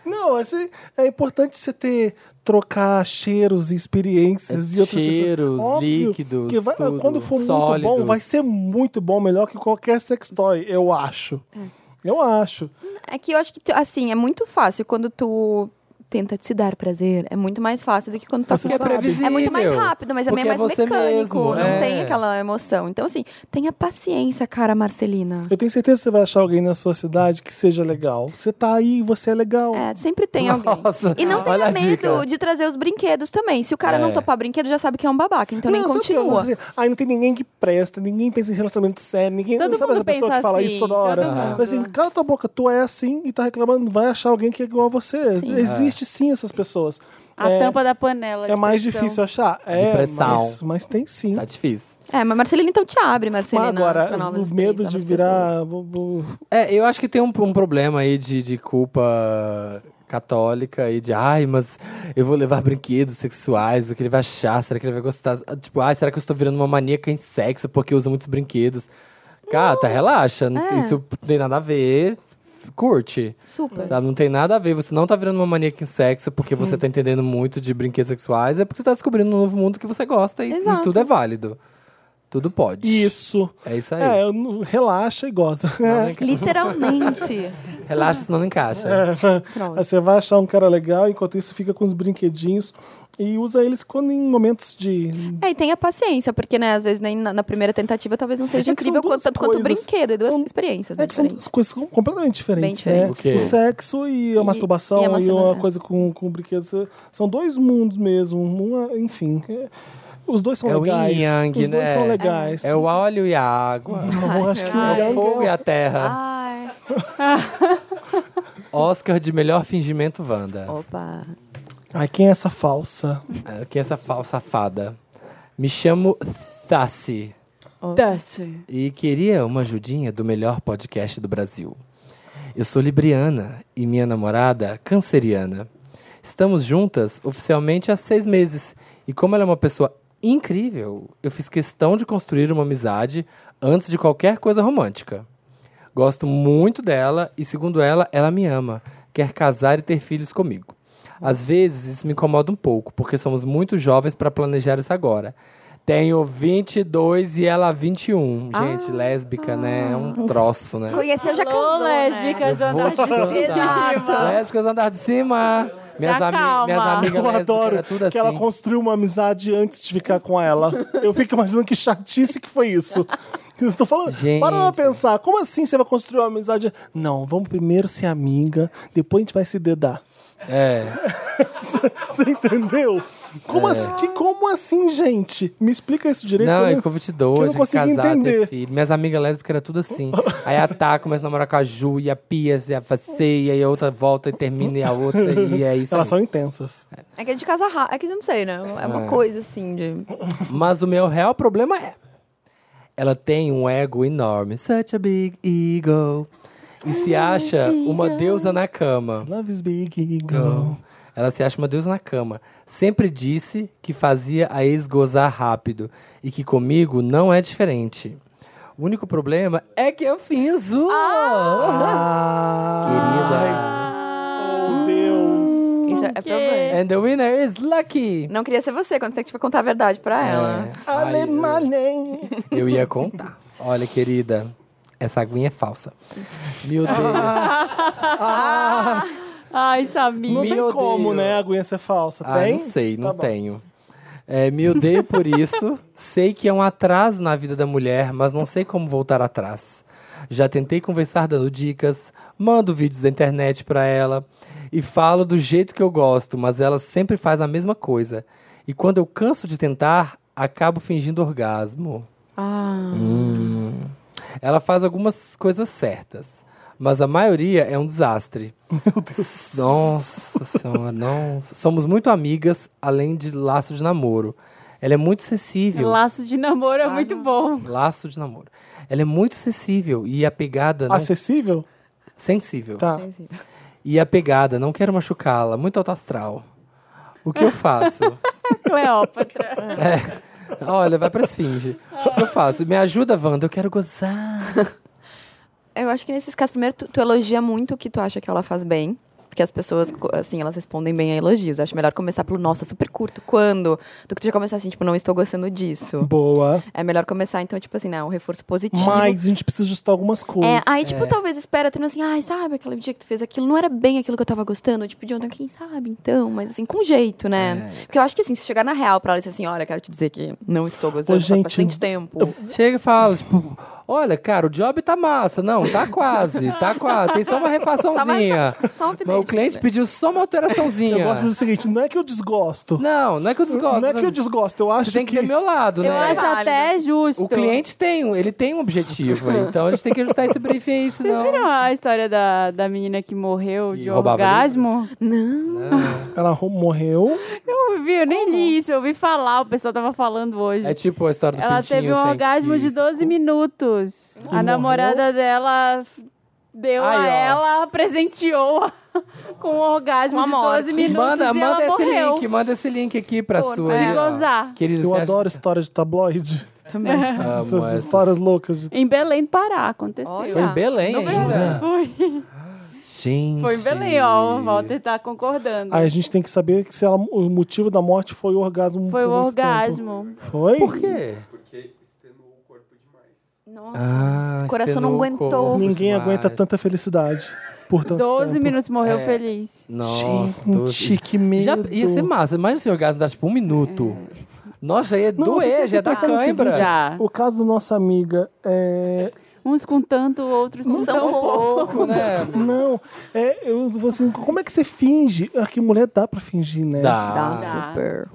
Não, assim, é importante você ter trocar cheiros e experiências e outras
Cheiros,
pessoas. Óbvio
líquidos,
que vai- ah,
tudo,
quando for muito bom,
sólidos.
vai ser muito bom, melhor que qualquer sextoy, eu acho. Eu acho.
É que eu acho que, tu- assim, é muito fácil quando tu tenta te dar prazer. É muito mais fácil do que quando tu tá
Você
com
sabe.
É muito mais
Previsível.
rápido, mas é meio
Porque
mais
é você
mecânico.
mesmo,
não
é.
tem aquela emoção. Então, assim, tenha paciência, cara Marcelina.
Eu tenho certeza que você vai achar alguém na sua cidade que seja legal. Você tá aí, você é legal.
É, sempre tem alguém.
Nossa,
E não
olha
tenha
a
medo
dica.
de trazer os brinquedos também. Se o cara
É.
não topar brinquedo, já sabe que é um babaca, então nem
Não, sabe o que eu
continua.
vou dizer? Ai, não tem ninguém que presta, ninguém pensa em relacionamento sério, ninguém
Todo
sabe
mundo
essa pessoa
pensa
que fala
assim,
isso toda hora.
todo
Mas
mundo.
assim, cala tua boca, tu é assim e tá reclamando, vai achar alguém que é igual a você.
Sim.
Existe sim essas pessoas.
A
é,
tampa da panela.
é mais
depressão.
difícil achar. É,
Depressão.
mas, mas tem sim.
Tá difícil.
É, mas Marcelina, então te abre, Marcelina.
Agora,
pra novas
o medo de
experiências, novas
virar. bu- bu-
É, eu acho que tem um, um problema aí de, de culpa católica e de ai, mas eu vou levar brinquedos sexuais, o que ele vai achar, será que ele vai gostar? Ah, Tipo, ai, será que eu estou virando uma maníaca em sexo porque eu uso muitos brinquedos? Cata, relaxa, não-
é.
isso não tem nada a ver, curte.
pessoas. Super.
Sabe, não tem nada a ver, você não tá virando uma maníaca em sexo porque você tá entendendo muito de brinquedos sexuais, é porque você tá descobrindo um novo mundo que você gosta e, e
Exato.
tudo é válido. Tudo pode.
Isso.
É isso aí.
É, eu não- relaxa e goza.
Senão não enca-
Literalmente.
Relaxa, senão não encaixa.
Aí Você vai achar um cara legal, enquanto isso fica com os brinquedinhos e usa eles quando em momentos de.
É, e tenha paciência, porque, né, às vezes nem na, na primeira tentativa talvez não seja
É que são
incrível
duas
quanto, tanto quanto o
coisas-
brinquedo, é duas
são-
experiências né,
É que são
diferentes.
duas coisas com- completamente diferentes.
Bem diferentes.
Né?
O quê?
O sexo e a
E-
masturbação
e a
e uma
masturbação.
coisa com, com brinquedos. São dois mundos mesmo. Uma, enfim. é- Os dois são
É o
legais.
yin e yang,
os dois
né?
são legais.
É o óleo e a água.
Não, acho
Ah,
que o
É o
yang
fogo e a terra.
Ai,
Oscar de melhor fingimento, Wanda.
opa.
Ai, quem é essa falsa?
É, Quem é essa falsa safada? Me chamo Thassi
Dust.
e queria uma ajudinha do melhor podcast do Brasil. Eu sou libriana e minha namorada canceriana. Estamos juntas oficialmente há seis meses e como ela é uma pessoa incrível, eu fiz questão de construir uma amizade antes de qualquer coisa romântica. Gosto muito dela e, segundo ela, ela me ama, quer casar e ter filhos comigo. Às vezes isso me incomoda um pouco, porque somos muito jovens para planejar isso agora. Tenho 22 e ela 21. Gente, lésbica, né? É um troço, né?
Conheceu, já
Alô,
casou,
lésbicas,
Eu vou
andar de cima.
te contar. Lésbicas andar de cima. Minhas, ami
acalma.
minhas amigas
Eu
lésbicas
adoro
era
que
tudo assim.
ela construiu uma amizade antes de ficar com ela. Eu fico imaginando que chatice que foi isso. Eu tô falando,
Gente.
para pra pensar, como assim você vai construir uma amizade? Não, vamos primeiro ser amiga, depois a gente vai se dedar.
É.
Você entendeu? Como, assim, que- como assim, gente? Me explica isso direito.
Não,
que eu
é
não-
com 22,
que eu não
gente,
consegui
casar,
entender.
ter filho. Minhas amigas lésbicas era tudo assim. aí a Tá começa a namorar com a Ju, e a Pia, e a Facê, e aí a outra volta e termina, e a outra, e é isso.
Elas
aí.
são intensas.
É que é de casa rápida. É que eu não sei, né? É uma coisa assim de.
Mas o meu real problema é. Ela tem um ego enorme. Such a big ego. E se acha uma deusa na cama.
Love is big ego.
Então, Ela se acha uma deusa na cama. Sempre disse que fazia a ex gozar rápido e que comigo não é diferente. O único problema é que eu finzo.
Ah!
Ah!
Querida.
Oh, Deus.
Isso é, é problema.
And the winner is Lucky.
Não queria ser você quando você que contar a verdade pra ela.
É. Ai,
Alemã, nem.
eu, eu ia contar. Olha, querida, essa aguinha é falsa. Me odeio.
Ai,
Não
Samir.
tem
Me
como,
odeio.
né? A aguinha ser falsa.
Ah,
tem?
não sei, não
Tá bom.
tenho. É, me odeio por isso. Sei que é um atraso na vida da mulher, mas não sei como voltar atrás. Já tentei conversar dando dicas, mando vídeos da internet pra ela e falo do jeito que eu gosto, mas ela sempre faz a mesma coisa. E quando eu canso de tentar, acabo fingindo orgasmo.
Ah.
Hum. Ela faz algumas coisas certas, mas a maioria é um desastre. Meu Deus. Nossa senhora, nossa. Somos muito amigas, além de laço de namoro. Ela é muito sensível.
Laço de namoro é muito bom.
Laço de namoro. Ela é muito sensível e apegada. Não...
Acessível?
Sensível.
Tá.
E apegada, não quero machucá-la. Muito alto astral. O que eu faço?
Cleópatra.
Olha, vai pra esfinge. O que eu faço? Me ajuda, Wanda, eu quero gozar.
Eu acho que nesses casos, primeiro, tu, tu elogia muito o que tu acha que ela faz bem. Porque as pessoas, co- assim, elas respondem bem a elogios. Eu acho melhor começar pelo, nossa, super curto, quando? Do que tu já começar assim, tipo, não estou gostando disso.
Boa.
É melhor começar, então, tipo assim, né, um reforço positivo.
Mas a gente precisa ajustar algumas coisas.
É, aí, tipo, talvez espera, tendo assim, ai, sabe, aquele dia que tu fez aquilo, não era bem aquilo que eu tava gostando, tipo, de ontem, quem sabe, então, mas assim, com jeito, né? Porque eu acho que, assim, se chegar na real pra ela e dizer assim, olha, quero te dizer que não estou gostando,
Ô,
faz
gente,
bastante tempo.
Chega e fala, tipo, olha, cara, o job tá massa. Não, tá quase, tá quase. Tem só uma refaçãozinha.
só um update,
ah, Mas o cliente
né?
pediu só uma alteraçãozinha.
Eu gosto do seguinte, não é que eu desgosto.
Não, não é que eu desgosto.
não é que eu desgosto, eu acho
Você tem que
que...
ter meu lado,
Eu
né?
acho até justo.
O cliente tem, um- ele tem um objetivo, então a gente tem que ajustar esse briefing aí,
Vocês
senão...
viram a história da, da menina que morreu
Que
de
roubava
orgasmo?
Não,
Ela ro- morreu.
Eu vi, eu nem li isso, eu ouvi falar, o pessoal tava falando hoje.
É tipo a história do
Ela
pintinho assim,
teve um
sem
orgasmo de
quis.
12 minutos. a
morreu?
namorada dela f- deu
Aí, ó.
a ela, presenteou com um orgasmo
Com a
de
morte.
12 minutos
Manda,
e
manda
ela
esse
morreu.
link, manda esse link aqui pra
Pô,
sua.
de
aí, ó.
gozar.
Querida,
Eu
você
adoro
acha-
história de tabloide.
também.
Amo
essas
essas.
histórias loucas. De...
Em Belém do Pará, aconteceu.
Olha.
Foi em Belém
No Belém.
ainda.
Foi.
Gente.
Foi em Belém, ó. O Walter tá concordando.
Aí a gente tem que saber que se ela- o motivo da morte foi o orgasmo.
Foi o
por muito
um
orgasmo.
tempo. Foi?
Por quê?
Nossa.
Ah,
O coração não
estenou o
aguentou.
corpo
Ninguém
demais.
aguenta tanta felicidade por tanto
12
tempo.
minutos morreu
É.
feliz.
Nossa,
Gente,
12.
que medo.
Já ia ser massa. Imagina se o orgasmo dá tipo um minuto. Nossa, ia
Não, eu
doer,
fiquei
já dá
pensando o
cãibra.
seguinte,
Já.
O caso da nossa amiga é.
Uns com tanto, outros com
são
tão pouco.
Pouco, né?
Não, é, eu vou assim, como é que você finge? Ah, que mulher dá pra fingir, né?
Dá.
Dá super.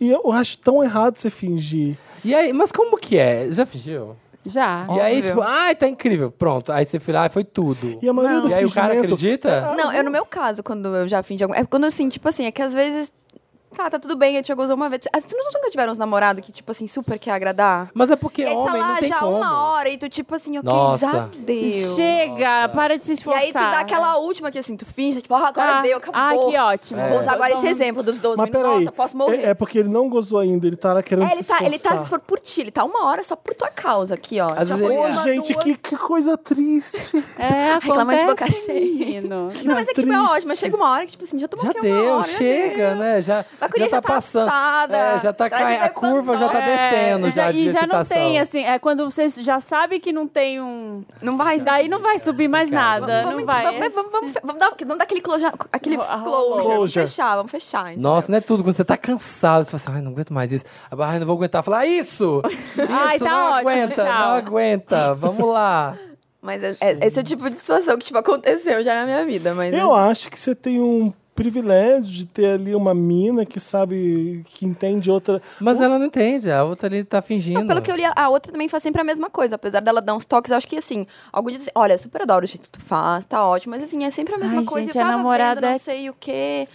E eu acho tão errado você fingir.
E aí, mas como que é? Já fingiu?
Já.
E aí,
Óbvio.
tipo, ai, tá incrível. Pronto. Aí você foi lá, foi tudo.
E a maioria do
E aí o cara
fingimento-
acredita?
Não, eu no meu caso, quando eu já fingi alguma... É quando assim, tipo assim, é que às vezes... Tá, tá tudo bem, eu te gozou uma vez. Ah, Vocês nunca tiveram uns namorados que, tipo assim, super quer agradar?
Mas é porque
e aí,
homem
sei lá,
não tem
já
como.
uma hora, e tu tipo assim, ok,
Nossa.
já deu.
Chega, para de se
E
esforçar.
aí tu dá aquela última que assim, tu finge, tipo, ah, agora
Tá.
deu, acabou. Tipo,
Ah, que ótimo.
Vou usar agora esse exemplo dos 12
Mas
minutos.
peraí.
Nossa, posso morrer.
É, é porque ele não gozou ainda, ele tá lá querendo
É, ele
se
tá, ele tá se
esforçar.
esforçando por ti, ele tá uma hora só por tua causa aqui, ó.
Às
Já
vezes
foi
ele-
Ô,
uma,
gente,
duas-
que, que coisa triste.
É,
Reclamar de boca
acontece,
cheia.
menino.
Não, mas é que tipo, é
triste.
ótimo, mas chega uma hora que, tipo assim, já tomou
Já
aqui uma
deu,
hora, já
chega,
deu.
né? Já,
A guria já
tá
tá
passando.
assada,
É, já tá
traz um
caindo.
o
A curva já tá
É,
descendo já, de
e já não
excitação.
tem, assim, é quando você já sabe que não tem um...
Não vai.
Daí não vai subir mais
Complicado.
nada,
vamos,
não vai. é.
Vamos, vamos, vamos, vamos dar, vamos dar aquele close, aquele
Arrola.
closure, Vamos
Closure.
fechar, vamos fechar. então. entendeu?
Nossa, não é tudo. Quando você tá cansado, você fala assim, ai, não aguento mais isso. Ai, não vou aguentar. Falar isso! Isso,
Ai, tá
não
ótimo,
aguenta,
tchau.
não aguenta. Vamos lá.
Mas é- é- esse é o tipo de situação que, tipo, aconteceu já na minha vida, mas... é
Eu acho que você tem um privilégio de ter ali uma mina que sabe, que entende outra.
Mas ela não entende, a outra ali tá fingindo.
Não, pelo que eu li, a outra também faz sempre a mesma coisa. Apesar dela dar uns toques, eu acho que assim, algum dia diz, olha, super adoro o jeito que tu faz, tá ótimo. Mas assim, é sempre a mesma
Ai,
coisa.
gente,
eu
a
tava
namorada
vendo,
é-
não sei o quê.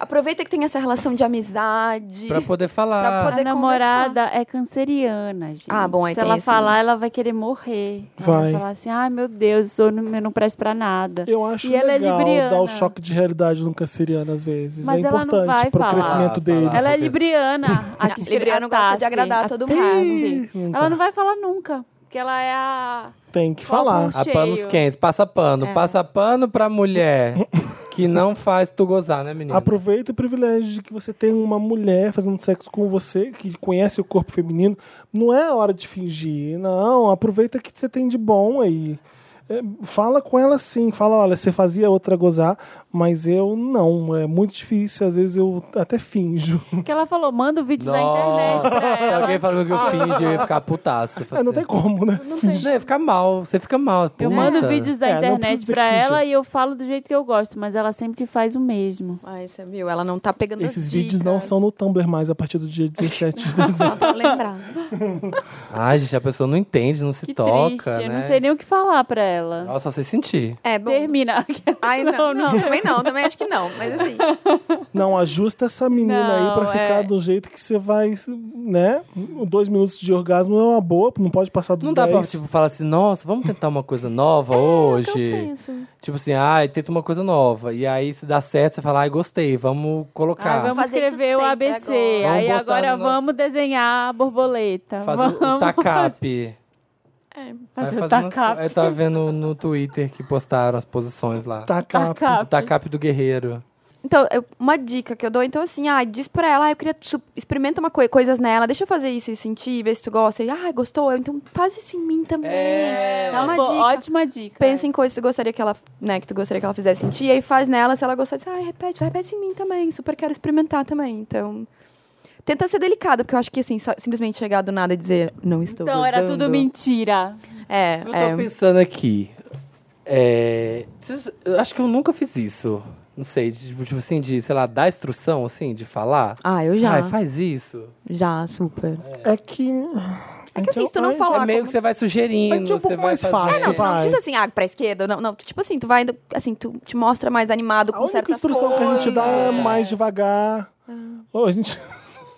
Aproveita que tem essa relação de amizade.
Pra poder falar.
Pra poder-
A namorada é canceriana, gente.
Ah, bom, aí
Se
tem
ela
esse-
falar, ela vai querer morrer. Ela
Vai.
falar assim, ai meu Deus, eu, sou- eu não presto pra nada.
Eu acho
E ela é
legal
libriana.
dar o choque de realidade no canceriano às vezes.
Mas
é
ela não vai
importante pro
falar.
crescimento
Ah,
deles.
falar.
Ela é
vocês-
libriana. A que escre-
libriano gosta de
Tassi,
agradar
a
todo
Tassi.
mundo.
Nunca.
Ela não vai falar nunca, porque ela é a...
Tem que
Foco
falar.
no
A panos
cheio. É.
quentes, passa pano. Passa pano pra mulher que não faz tu gozar, né, menina?
Aproveita o privilégio de que você tem uma mulher fazendo sexo com você, que conhece o corpo feminino. Não é hora de fingir, não. Aproveita que você tem de bom aí. É, fala com ela sim, fala, olha, você fazia outra gozar, mas eu não, é muito difícil, às vezes eu até finjo.
Que ela falou, manda vídeos na internet pra
Se
ela.
alguém falou
Ah.
que eu finge, eu ia ficar putaço.
Ah, não tem como, né?
Não, ia ficar mal, você fica mal.
Eu
puta.
mando vídeos da
É, não precisa
internet
dizer
pra
que finja.
ela e eu falo do jeito que eu gosto, mas ela sempre faz o mesmo.
Ai, você viu? Ela não tá pegando as
Esses vídeos não
dicas.
são no Tumblr mais a partir do dia 17 de dezembro.
Só pra lembrar.
Ai, gente, a pessoa não entende, não se
Que
toca,
triste,
né?
eu não sei nem o que falar pra ela.
Nossa, só sei sentir.
É, bom.
Termina.
Ai, não, não, também não, também acho que não. Mas assim,
Não, ajusta essa menina aí pra
Não,
ficar
é.
do jeito que você vai, né? Dois minutos de orgasmo é uma boa, não pode passar do
Não dá pra,
10.
tipo, falar assim, nossa, vamos tentar uma coisa nova hoje.
penso.
Tipo assim, ai, tenta uma coisa nova. E aí, se dá certo, você fala, ai, gostei, vamos
Ah,
colocar.
vamos
Fazer isso
escrever o
sempre
ABC.
agora.
Aí
Vamos botar
agora
no nosso-
vamos desenhar a borboleta.
fazer o
vamos
um tacap. Vai
fazer o
fazendo as-
tacap.
Eu tava vendo no Twitter que postaram as posições lá.
Tá capa.
O tacap do guerreiro.
Então, eu- uma dica que eu dou, então assim, ah, diz pra ela, ah, eu queria, su- experimenta uma coisa, coisas nela, deixa eu fazer isso e sentir, ver se tu gosta. E, ah, gostou? Eu, Então faz isso em mim também. Dá uma
É, Pô,
dica.
Ótima dica.
Pensa em coisas que tu gostaria que ela, né, que tu gostaria que ela fizesse sentir, e aí faz nela, se ela gostar, diz, ah, repete, vai, repete em mim também, super quero experimentar também. Então, tenta ser delicada, porque eu acho que assim, só- simplesmente chegar do nada e dizer, não estou.
Então era
usando.
tudo mentira.
É,
Eu
é.
tô pensando aqui. É, vocês- eu acho que eu nunca fiz isso. Não sei, de, tipo, tipo assim, de, sei lá, dar instrução, assim, de falar.
Ah, eu já.
Ai, faz isso.
Já, super.
É que. então,
É que assim, se tu não falar
é meio
como-
que você vai sugerindo,
Mas tinha um pouco
você vai
mais
fazendo.
fácil,
É, não,
Você
tu não
vai.
diz assim, ah, pra esquerda, não, não. Tipo assim, tu vai, indo, assim, tu te mostra mais animado
A
com
única
certas
instrução que a gente dá é mais devagar. Ou a gente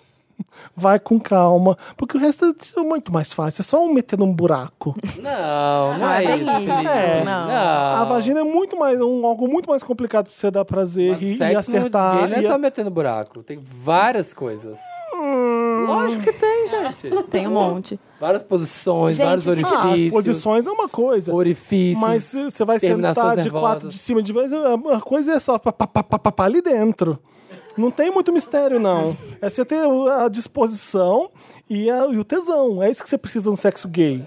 vai com calma. Porque o resto é muito mais fácil. É só um meter num buraco.
Não, não
Ah,
é
tem
isso,
isso,
Felipe.
é.
Não.
A vagina é muito mais um algo muito mais complicado pra você dar prazer
Mas
e, e
sexo no
acertar.
gay Não é
e-
só meter no buraco. Tem várias coisas.
Hum.
Lógico que tem, gente.
Tem um monte.
Várias posições,
Gente,
vários
sim.
orifícios.
Ah, as posições é uma coisa.
Orifícios.
Mas eh, você vai
terminações
sentar de
nervosas.
quatro de cima de vez, a a coisa é só pá, pá, pá, pá, pá, pá, ali dentro. Não tem muito mistério, não. É você ter o- a disposição e, a- e o tesão. É isso que você precisa no sexo gay.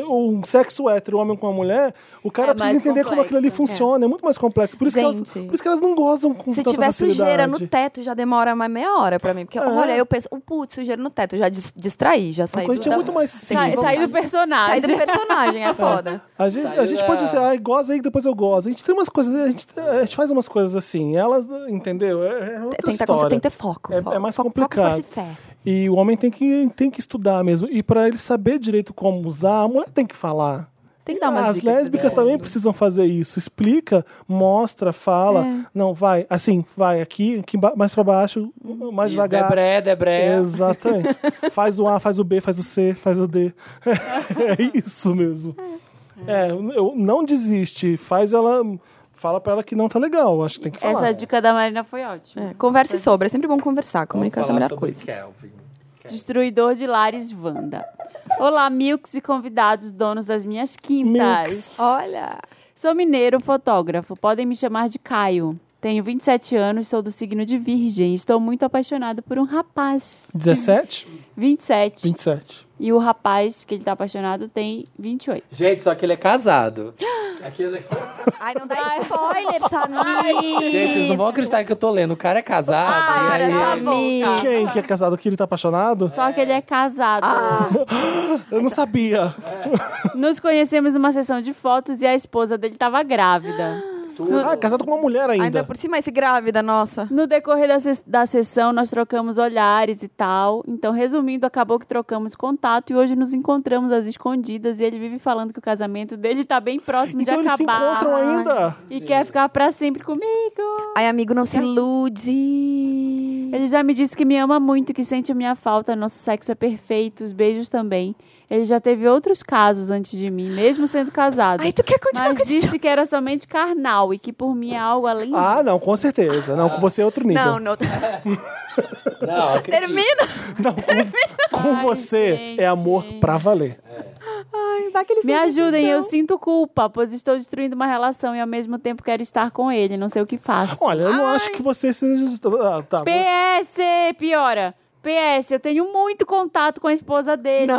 Um sexo hétero, um homem com uma mulher, o cara
É
precisa
mais
entender como
complexo,
aquilo ali funciona. É, muito mais complexo. Por isso, que
Gente.
elas, por isso que elas não gozam com
Se
tanta
tiver sujeira
facilidade. É.
no teto, já demora mais meia hora pra mim. Porque, olha, eu penso, oh, putz, sujeira no teto, já dis- distraí, já
A
saí do...
corrente é
da-
muito mais
tá Sai,
simples.
sair do
Saí
personagem.
do personagem, é foda.
A gente,
Saiu
a gente
da-
pode dizer, ai, goza aí que depois eu gozo. A gente tem umas coisas, a gente, a gente faz umas coisas assim. Elas, entendeu? É, é outra
Tem que, tá com-
história.
tem que ter foco.
É-
foco.
é mais
Foco,
complicado.
Foco, força e fé.
E o homem tem que, tem que estudar mesmo. E para ele saber direito como usar, a mulher tem que falar.
Tem que dar umas
As
dicas,
lésbicas também precisam fazer isso. Explica, mostra, fala.
É.
Não, vai, assim, vai aqui, aqui emba- mais para baixo, mais devagar.
Debré, Debré.
Exatamente. faz o A, faz o B, faz o C, faz o D. é isso mesmo. É, eu, não desiste. Faz ela. Fala pra ela que não tá legal. Acho que tem que falar.
Essa é dica da Marina foi ótima.
É, Converse sobre, é sempre bom conversar.
Vamos
Comunicação é a
falar
melhor
sobre
coisa.
Kelvin.
Destruidor de Lares Wanda. Olá, Milks e convidados, donos das minhas quintas.
Milks.
Olha,
Sou mineiro, fotógrafo. Podem me chamar de Caio. Tenho 27 anos, sou do signo de Virgem. Estou muito apaixonado por um rapaz.
17?
27.
27.
E o rapaz que ele tá apaixonado tem 28.
Gente, só que ele é casado. Aqui,
ai, não dá spoiler, Samir.
Gente, vocês não vão acreditar que eu tô lendo. O cara é casado. e aí,
Samir.
Quem que é casado que ele tá apaixonado?
Só que ele é casado.
Ah.
Eu não sabia.
Nos conhecemos numa sessão de fotos e a esposa dele estava grávida.
Ah, casado com uma mulher ainda.
Ainda por cima, esse grávida, nossa.
No decorrer da, ses- da sessão, nós trocamos olhares e tal. Então, resumindo, acabou que trocamos contato e hoje nos encontramos às escondidas. E ele vive falando que o casamento dele tá bem próximo
Então
de
eles se
acabar.
encontram ainda.
E quer ficar pra sempre comigo.
Ai, amigo, não se ilude.
Ele já me disse que me ama muito, que sente a minha falta, nosso sexo é perfeito, os beijos também. Ele já teve outros casos antes de mim, mesmo sendo casado.
Ai, tu quer continuar com
mas
esse
disse que era somente carnal e que por mim é algo além
Ah, não, com certeza. Não, com você é outro nível.
Não, não.
Não, acredito.
Termina.
Com
Ai,
você
É gente.
é amor pra valer.
Ai, vai que ele
Me
seja
ajudem, eu
atenção.
sinto culpa, pois estou destruindo uma relação e ao mesmo tempo quero estar com ele, não sei o que faço.
Olha, eu não acho que você seja. Ah, tá.
PS, piora. PS, eu tenho muito contato com a esposa dele.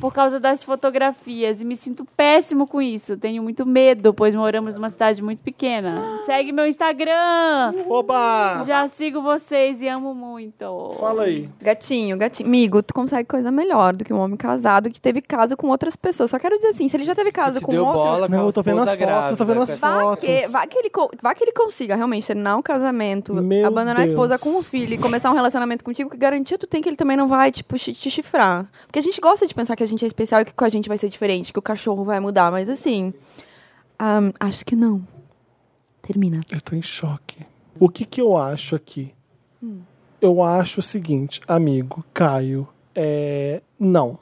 por causa das fotografias e me sinto péssimo com isso. Tenho muito medo, pois moramos numa cidade muito pequena. Segue meu Instagram!
Oba!
Já sigo vocês e amo muito.
Fala aí.
Gatinho, gatinho. Amigo, tu consegue coisa melhor do que um homem casado que teve caso com outras pessoas. Só quero dizer assim, se ele já teve caso
Te
com
deu
outro...
bola com
Não,
a
eu tô vendo
esposa
as fotos, eu tô vendo
grávida,
as
com a-
Vá
fotos.
que, vá, que ele, co- vá que ele consiga realmente terminar um casamento,
Meu
abandonar a
Deus.
esposa com o filho e começar um relacionamento contigo, que garantia tu tem que ele também não vai, tipo, chi- te chifrar. Porque a gente gosta de pensar que a gente é especial e que com a gente vai ser diferente, que o cachorro vai mudar, mas assim. ahn, acho que não. Termina.
Eu tô em choque. O que que eu acho aqui? Hum. Eu acho o seguinte, amigo, Caio, é... Não.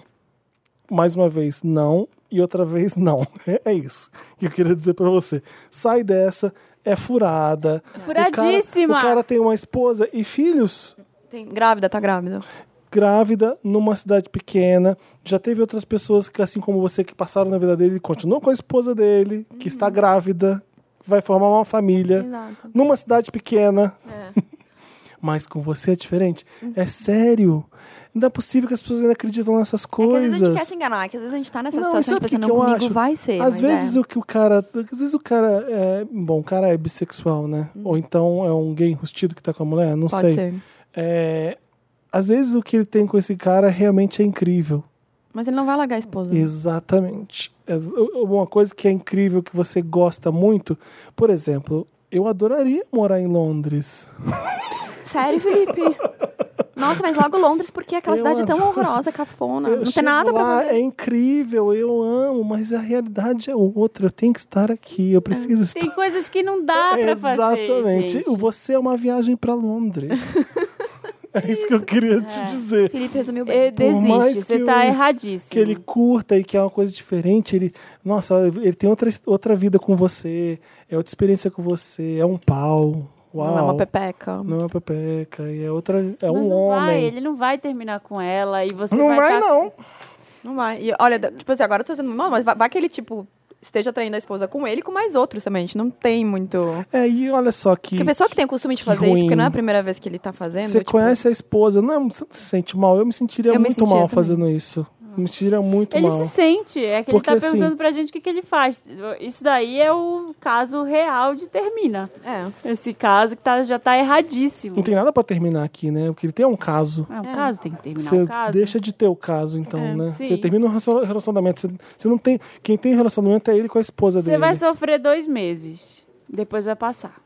Mais uma vez, não. E outra vez, não. É isso que eu queria dizer pra você. Sai dessa, é furada. O cara- O
Furadíssima!
cara, tem uma esposa e filhos
Tem- Grávida, tá grávida.
grávida numa cidade pequena. Já teve outras pessoas que, assim como você, que passaram na vida dele e continuam com a esposa dele, que está grávida, vai formar uma família
Uhum. Exato. É.
numa cidade pequena. Mas com você é diferente. É sério. Não é possível que as pessoas ainda acreditam nessas
Uhum. É que às vezes a gente quer
coisas.
se enganar, que às vezes a gente tá nessa
Não, e
situação
sabe
de
o que
pensando,
que
não,
eu
comigo
acho?
vai ser.
Às
mas
vezes
é.
o que o cara. Às vezes o cara é. Bom, o cara é bissexual, né? Ou então é um gay enrustido que tá com a mulher, não
Uhum. Pode
sei.
ser.
É, às vezes o que ele tem com esse cara realmente é incrível.
Mas ele não vai largar a esposa.
Exatamente. É Uma coisa que é incrível, que você gosta muito. Por exemplo, eu adoraria morar em Londres.
Sério, Felipe? Nossa, mas logo Londres, porque aquela
Eu
cidade é tão horrorosa, cafona.
Eu
não tem
chego
nada pra
lá,
fazer.
É incrível, eu amo, mas a realidade é outra. Eu tenho que estar aqui, eu preciso estar.
Tem coisas que não dá pra fazer.
Exatamente.
gente.
Você é uma viagem para Londres. é isso que eu queria te dizer.
Felipe resumiu
É,
bem.
mais
Desiste,
que
você tá
eu-
erradíssimo.
que ele curta e que é uma coisa diferente. Ele, nossa, ele tem outra, outra vida com você, é outra experiência com você, é um pau. Uau.
Não é uma pepeca.
Não é uma pepeca, e é outra. É
Mas
um
não
homem.
vai, ele não vai terminar com ela e você
Não vai,
tá-
não.
Não vai. E olha, tipo assim, agora eu tô sendo mal, mas vai, vai que ele, tipo, esteja traindo a esposa com ele e com mais outros também. A gente não tem muito.
É, e olha só que.
Porque a pessoa que tem o costume de
que
fazer
ruim.
isso, porque não é a primeira vez que ele tá
é,
fazendo.
Você
tipo,
conhece a esposa, não é, você não se sente mal. Eu me sentiria
Eu me
muito
sentia
mal
também.
fazendo isso. Me sentiria muito
Ele
mal.
se sente, é que
Porque,
ele tá
assim-
perguntando pra gente o que, que ele faz. Isso daí é o caso real de termina.
É.
Esse caso que tá- já tá erradíssimo.
Não tem nada pra terminar aqui, né? Porque ele tem um caso.
É, um caso tem que terminar
Você
um caso.
deixa de ter o caso, então,
É,
né?
sim.
Você termina um relacion- relacionamento. Você, você não tem. Quem tem relacionamento é ele com a esposa
Você
dele.
vai sofrer dois meses. Depois vai passar.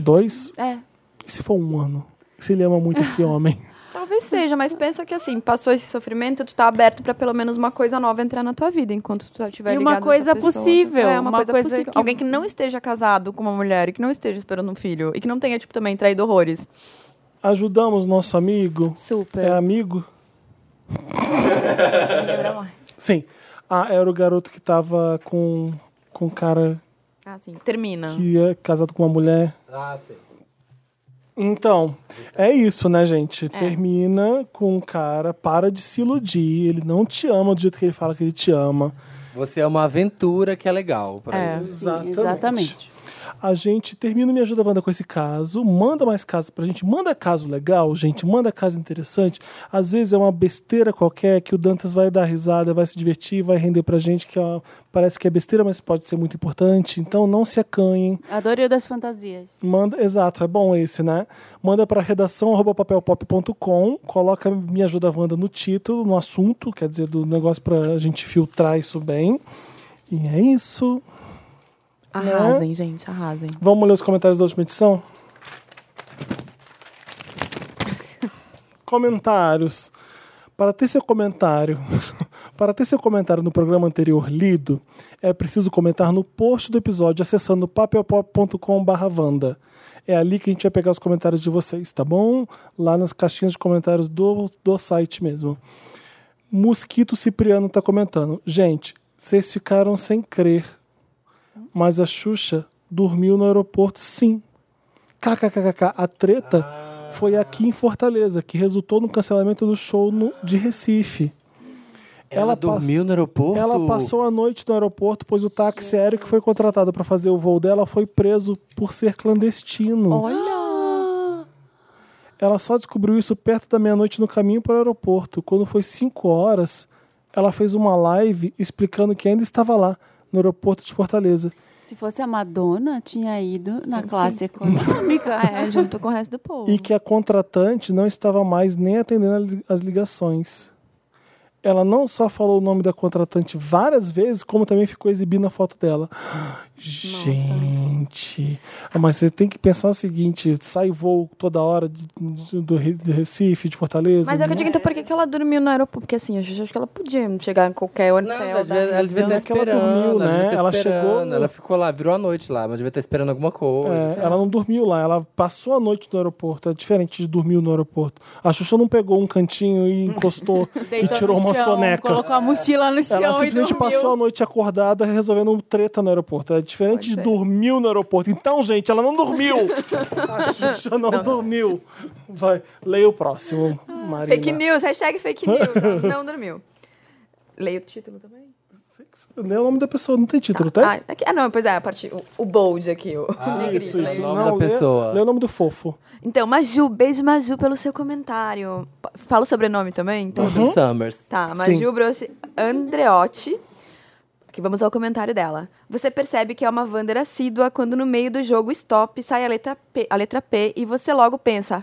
Dois?
É.
E se for um ano? Se ele ama muito esse homem?
Talvez seja, mas pensa que assim, passou esse sofrimento, tu tá aberto pra pelo menos uma coisa nova entrar na tua vida enquanto tu tá tiver
E
ligado
uma
nessa
coisa
pessoa.
possível,
É, uma,
uma
coisa,
coisa
possível.
que-
Alguém que não esteja casado com uma mulher e que não esteja esperando um filho e que não tenha, tipo, também traído horrores.
Ajudamos nosso amigo?
Super.
É amigo? Sim. Ah, era o garoto que tava com, com um cara
Ah, sim. Termina.
que é casado com uma mulher.
Ah, sim.
Então, é isso, né, gente? Termina com um cara, para de se iludir. Ele não te ama do jeito que ele fala que ele te ama.
Você é uma aventura que é legal pra
É.
ele.
Sim, exatamente.
A gente termina o Me Ajuda Wanda com esse caso, manda mais casos pra gente, manda caso legal, gente, manda caso interessante. Às vezes é uma besteira qualquer que o Dantas vai dar risada, vai se divertir, vai render pra gente, que é uma- parece que é besteira, mas pode ser muito importante. Então não se acanhem.
Adorei o das fantasias.
Manda, exato, é bom esse, né? Manda para redação arroba papelpop.com, coloca Me Ajuda Wanda no título, no assunto, quer dizer, do negócio pra gente filtrar isso bem. E é isso.
Arrasem, gente, arrasem.
Vamos ler os comentários da última edição? comentários. Para ter seu comentário, para ter seu comentário no programa anterior lido, é preciso comentar no post do episódio acessando papelpop.com/vanda. É ali que a gente vai pegar os comentários de vocês, tá bom? Lá nas caixinhas de comentários do, do site mesmo. Mosquito Cipriano tá comentando. Gente, vocês ficaram sem crer mas a Xuxa dormiu no aeroporto, sim. KKKKK. A treta foi aqui em Fortaleza, que resultou no cancelamento do show no- de Recife.
Ela, dormiu no aeroporto?
Ela passou a noite no aeroporto, pois o táxi aéreo que foi contratado para fazer o voo dela foi preso por ser clandestino. Ela só descobriu isso perto da meia-noite no caminho para o aeroporto. Quando foi 5 horas, ela fez uma live explicando que ainda estava lá, no aeroporto de Fortaleza.
Se fosse a Madonna, tinha ido na classe econômica.
É, junto com o resto do povo.
E que a contratante não estava mais nem atendendo as li- as ligações. Ela não só falou o nome da contratante várias vezes, como também ficou exibindo a foto dela. Gente. Ah, Mas você tem que pensar o seguinte: sai voo toda hora de- de- do Re- de Recife, de Fortaleza.
Mas é que eu
né?
digo, então por que, que ela dormiu no aeroporto? Porque assim, eu já acho que ela podia chegar em qualquer hotel.
Não,
da
ela devia, ela devia
região.
estar
é que ela
esperando.
dormiu,
ela, devia
né?
tá
Ela
esperando,
chegou no-
ela ficou lá, virou a noite lá, mas devia estar esperando alguma coisa.
É, ela não dormiu lá, ela passou a noite no aeroporto. É diferente de dormir no aeroporto. A Xuxa não pegou um cantinho e encostou e
Deitou no
tirou uma
chão,
soneca.
Colocou a mochila no chão
Ela
e
simplesmente
dormiu.
passou a noite acordada resolvendo treta no aeroporto. É diferente de dormiu no aeroporto. Então, gente, ela não dormiu. A Xuxa não, dormiu. Vai, leia o próximo, Marina.
Fake news, hashtag fake news. Não, não dormiu. Leia o título também.
Lê o nome da pessoa, não tem título, tá? Ah.
Ah, aqui- ah, não, pois é, a parte, o, o bold aqui, o, o negrito.
isso,
né?
isso.
O nome da
lê-
pessoa.
Lê, o nome do fofo.
Então, Maju, beijo Maju pelo seu comentário. P- Fala o sobrenome também? Então,
Uhum. Summers.
Tá,
Sim.
Maju Brossi Andreotti. Aqui vamos ao comentário dela. Você percebe que é uma Wander assídua quando no meio do jogo stop sai a letra P, a letra P e você logo pensa: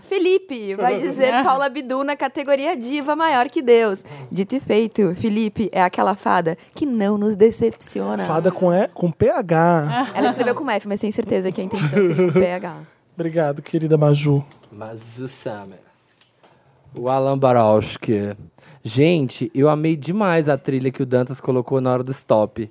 Felipe, vai dizer Paula Bidu na categoria diva maior que Deus. Dito e feito, Felipe é aquela fada que não nos decepciona.
Fada com, e, com
Ah.
PH.
Ela escreveu com F, mas sem certeza que a intenção seria com PH.
Obrigado, querida Maju.
Mas o Summers. O Alan Barowski. Gente, eu amei demais a trilha que o Dantas colocou na hora do stop.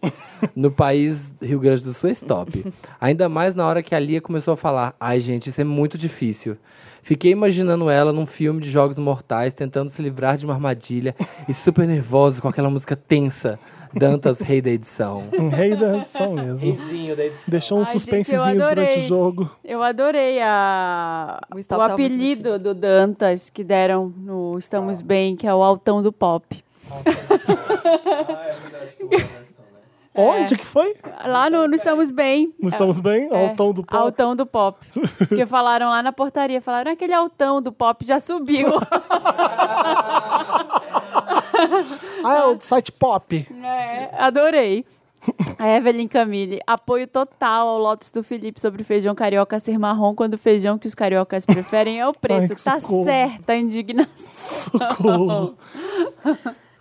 No país Rio Grande do Sul é stop. Ainda mais na hora que a Lia começou a falar: ai, gente, isso é muito difícil. Fiquei imaginando ela num filme de Jogos Mortais, tentando se livrar de uma armadilha e super nervosa com aquela música tensa. Dantas, rei da edição.
Um rei da edição mesmo.
Reizinho da edição.
Deixou uns
Ai, gente, eu
suspensezinhos durante o
adorei.
jogo.
Eu adorei a...
O
o,
Stop tava muito
apelido do Dantas que deram no Estamos Bem, que é o Altão do Pop.
Onde que foi?
Lá no, no Estamos Bem.
Não estamos bem? Olha o
É. É,
tom do pau.
Altão do Pop. Porque falaram lá na portaria, falaram "Ah, aquele altão do pop já subiu.
Ah, é o site pop.
É, adorei. A Evelyn Camille, apoio total ao Lotus do Felipe sobre feijão carioca ser marrom quando o feijão que os cariocas preferem é o preto.
Ai, que
tá
socorro.
certa a indignação.
Socorro.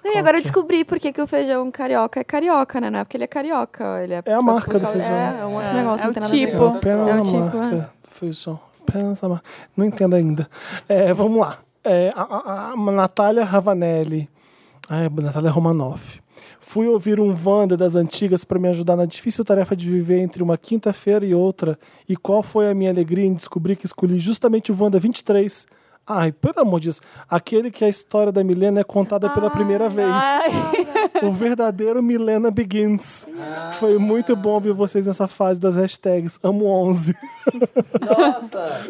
Não, e agora eu descobri por que, que o feijão carioca é carioca, né? Não é porque ele é carioca. Ele é,
É a marca do
É,
feijão.
É, um outro negócio,
É
é o
não tem nada a ver.
tipo.
apenas
É o
uma
tipo,
marca do feijão. Apenas uma marca. Não entendo ainda. É, vamos lá. É, a, a, a Natália Ravanelli. Ah, é, Natália Romanoff. Fui ouvir um Wanda das antigas para me ajudar na difícil tarefa de viver entre uma quinta-feira e outra. E qual foi a minha alegria em descobrir que escolhi justamente o Wanda 23. Ai, pelo amor de Deus. Aquele que a história da Milena é contada pela primeira vez. O verdadeiro Milena Begins. Foi muito bom ver vocês nessa fase das hashtags. Amo 11.
Nossa!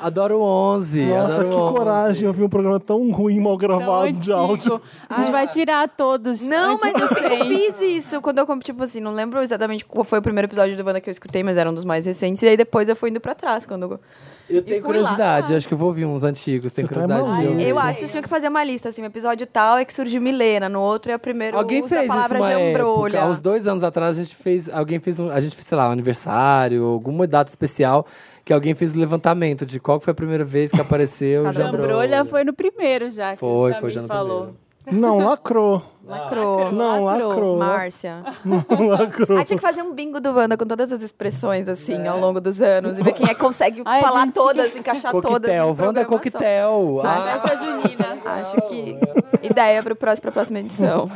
Adoro o 11.
Nossa,
adoro
que
o 11.
coragem ouvir um programa tão ruim, mal
Tão
gravado de
antigo.
áudio.
A gente vai tirar todos.
É
Não,
antes
tipo
mas eu
do
sempre
assim.
100.
fiz isso. Quando eu, tipo assim, não lembro exatamente qual foi o primeiro episódio do Wanda que eu escutei, mas era um dos mais recentes. E aí depois eu fui indo pra trás. Quando eu...
Eu tenho
fui lá.
curiosidade, acho que eu vou ouvir uns antigos, tenho
Você tá
curiosidade de
maluco.
ouvir.
eu acho que vocês tinham que fazer uma lista, assim, um episódio tal é que surgiu Milena, no outro é o primeiro
Alguém
usa
fez
a palavra
isso uma
jambrolha.
época, há uns dois anos atrás a gente fez, alguém fez, um, a gente fez, sei lá, um aniversário, alguma data especial que alguém fez o levantamento de qual que foi a primeira vez que apareceu o
Cada
jambrolha.
Jambrolha foi no primeiro já. Que
Foi,
o
foi já
Samir
no
falou.
primeiro.
Não, lacrou.
Ah,
Lacrou.
Não,
Lacrou.
lacrou.
Márcia.
Não, lacrou.
Ah, tinha que fazer um bingo do Wanda com todas as expressões, assim, ao longo dos anos. E ver quem é que consegue
É. Ai,
falar
gente,
todas, encaixar Tá todas. em
Coquetel, Wanda é
programação.
Coquetel. Ah,
Festa junina.
Acho que
é.
ideia pro próximo, pra próxima edição.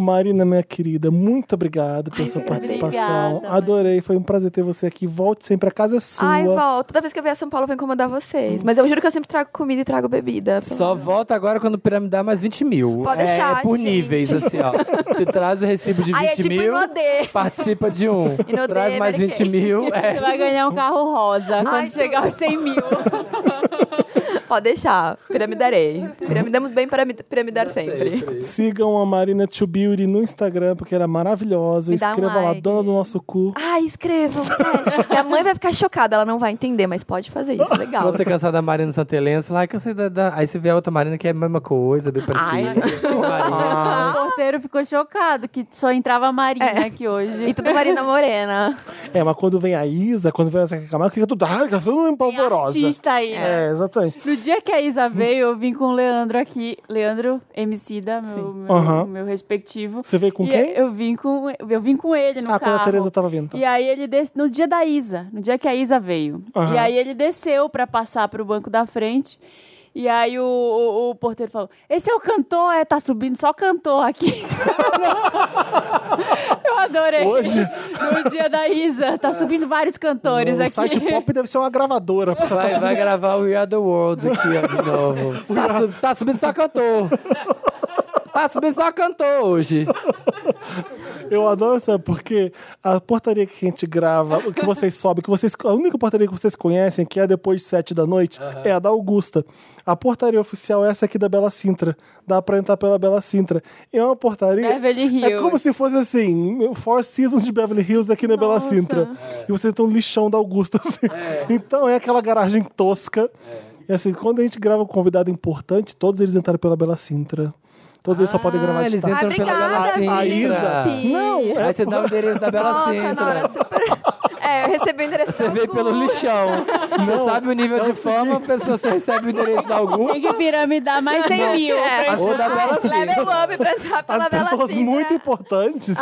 Marina, minha querida, muito obrigado pela sua participação.
obrigada,
Adorei, foi um prazer ter você aqui. Volte sempre, a casa é sua.
Ai, Val, toda vez que eu vier a São Paulo eu vou incomodar vocês. Mas eu juro que eu sempre trago comida e trago bebida.
só volta agora quando piramidar mais 20 mil.
Pode
é,
deixar,
é por
gente.
níveis, assim, ó. Você traz o recibo de 20
Ai, é tipo
mil,
Inodê.
participa de um.
Inodê,
traz mais
Mary
20 mil.
Você
É,
vai ganhar um carro rosa quando
Ai,
chegar aos 100 mil.
Pode deixar, piramidarei. Piramidamos bem para piramidar sempre.
Sigam a Marina To Beauty no Instagram, porque ela é maravilhosa.
Me dá um
Escreva lá,
like.
dona do nosso cu.
Ah, escrevam, sério. Minha mãe vai ficar chocada, ela não vai entender, mas pode fazer isso, legal.
Quando você cansar da Marina Santa Helena, você fala, ai, cansei da, da-" Aí você vê a outra Marina que é a mesma coisa, bem parecida. Marina.
Ah.
O porteiro ficou chocado que só entrava a Marina aqui hoje.
É. E tudo Marina Morena.
É, mas quando vem a Isa, quando vem a Zeca Camargo, fica tudo. Ah, tá tudo
Tem
empolvorosa.
artista aí, né?
É, exatamente.
No dia que a Isa veio, eu vim com o Leandro aqui. Leandro Emicida, meu, meu,
Aham.
meu respectivo.
Você veio com
E
quem?
Eu vim com, eu vim com ele no
ah,
carro.
quando a Tereza tava vindo.
E aí ele des... no dia da Isa, no dia que a Isa veio.
Aham.
E aí ele desceu pra passar pro banco da frente. E aí o, o- o porteiro falou: "Esse é o cantor, é, tá subindo só cantor aqui". eu adorei.
Hoje?
No dia da Isa, tá subindo vários cantores
o
aqui.
site pop deve ser uma gravadora. porque só tá
Vai,
subindo-
vai gravar o We Are The World aqui, ó, de novo. Tá, su- tá subindo só cantor. Tá subindo só cantor hoje.
Eu adoro, sabe? Porque a portaria que a gente grava, o que vocês sobem, que vocês, a única portaria que vocês conhecem, que é depois de sete da noite, é a da Augusta. A portaria oficial é essa aqui da Bela Sintra. Dá pra entrar pela Bela Sintra. É uma portaria.
Beverly
É
Hills.
como se fosse assim: Four Seasons de Beverly Hills aqui na Bela
Nossa.
Sintra.
É.
E vocês estão no lixão da Augusta. assim. Então é aquela garagem tosca.
É.
E assim, quando a gente grava um convidado importante, todos eles entraram pela Bela Sintra. Todos eles só podem gravar de
Ah, eles
tarde.
Ah,
entram pela Bela
obrigada,
Sintra.
Felipe.
Não, é
Aí você dá o endereço da Bela
Nossa,
Sintra.
Nora, super. É, eu recebi o endereço.
Assim, Você veio pelo lixão. Você sabe o nível de fama, a pessoa você recebe o endereço da algum.
Tem que piramidar mais 100 mil. pra
Ou da Bela
Level
Sintra.
up pra entrar pela
As
Bela Ah.
pessoas
Sintra.
muito importantes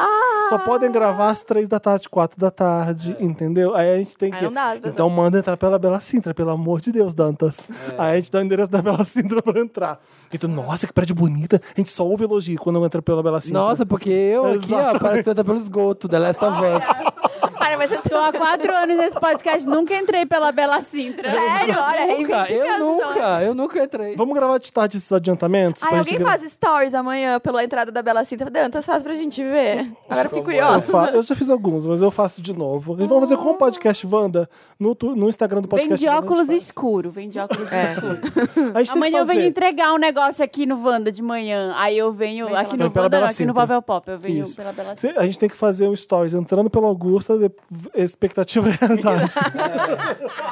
só podem gravar às três da tarde, quatro da tarde,
É.
entendeu? Aí a gente tem
Aí
que.
não dá, as pessoas-
então manda entrar pela Bela Sintra, pelo amor de Deus, Dantas.
É.
Aí a gente dá o endereço da Bela Sintra pra entrar. Então, nossa, que prédio bonita. A gente só ouve elogio quando entra pela Bela Sintra.
Nossa, porque eu aqui, ó,
Exatamente.
parece que eu tô pelo esgoto, The Last of Us.
Para, mas vocês
Tô há quatro anos nesse podcast, nunca entrei pela Bela Sintra.
Sério, olha,
É
é
Nunca, eu
reivindicações.
nunca, eu nunca entrei.
Vamos gravar de tarde esses adiantamentos?
Ai,
pra
alguém
gente gra-
faz stories amanhã pela entrada da Bela Cinta. Dantas, faz pra gente ver. Agora eu fiquei
Eu,
curiosa.
fa- eu já fiz alguns, mas eu faço de novo. E vamos fazer com o
Ah.
podcast Wanda no, tu- no Instagram do
Vem
podcast. é
de
Wanda, a gente
óculos
faz.
escuro, vem de óculos escuro.
A gente tem que
Amanhã eu venho
fazer.
entregar um negócio aqui no Wanda de manhã. Aí eu venho
Vem
aqui
pela-
no
Vem pela
Wanda,
Bela
não, aqui no
Sintra.
Papel Pop. Eu venho
Isso.
pela Bela Sintra.
Cê- A gente tem que fazer um stories entrando pela Augusta, de- expectativa e realidade.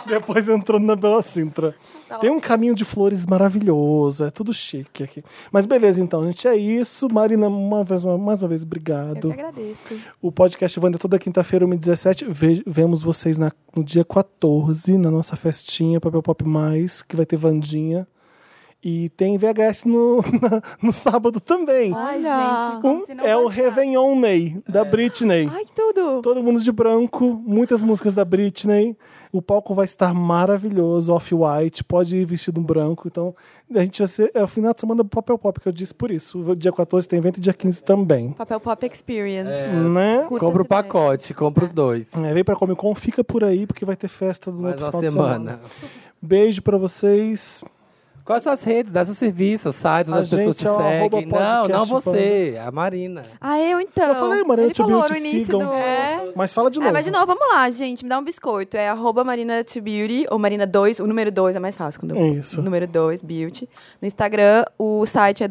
Depois entrando na Bela Sintra.
Tá
Tem um caminho de flores maravilhoso, é tudo chique aqui. Mas beleza, então, gente, é isso. Marina, uma vez, mais uma vez,
Eu
obrigado.
que agradeço.
O podcast Wanda é toda quinta-feira, 1h17. Ve- vemos vocês na- no dia 14, na nossa festinha Papel Pop Mais, que vai ter Vandinha. E tem VHS no, no sábado também.
Ah,
Ai,
Olha.
gente, como
Um-
se não É.
é o
bastasse.
Réveillon Ney, da Britney.
Ai, que tudo.
Todo mundo de branco, muitas músicas da Britney. O palco vai estar maravilhoso, off-white, pode ir vestido branco. Então, a gente vai ser. É o final de semana do Papel Pop, que eu disse por isso. O Dia 14 tem evento e dia 15 também.
Papel Pop
É.
Experience.
Né?
Curta
Compra o
esse daí.
pacote, compra os dois.
É, vem pra Comic Con, fica por aí, porque vai ter festa no
Mais
outro
uma
final de
semana.
Beijo pra vocês.
Quais suas redes? Dá seu serviço, os sites onde
A
as
gente
pessoas te
é o arroba
seguem. Não, não
podcast
você, a Marina.
Ah, eu então.
Eu falei, Marina,
Ele
to
falou
Beauty,
no início
sigam.
do...
É.
Mas fala de novo.
Ah, mas de novo, vamos lá, gente. Me dá um biscoito. É arroba Marina to Beauty, ou Marina 2, o número 2 é mais fácil. Quando
É isso.
Número 2, Beauty. No Instagram, o site é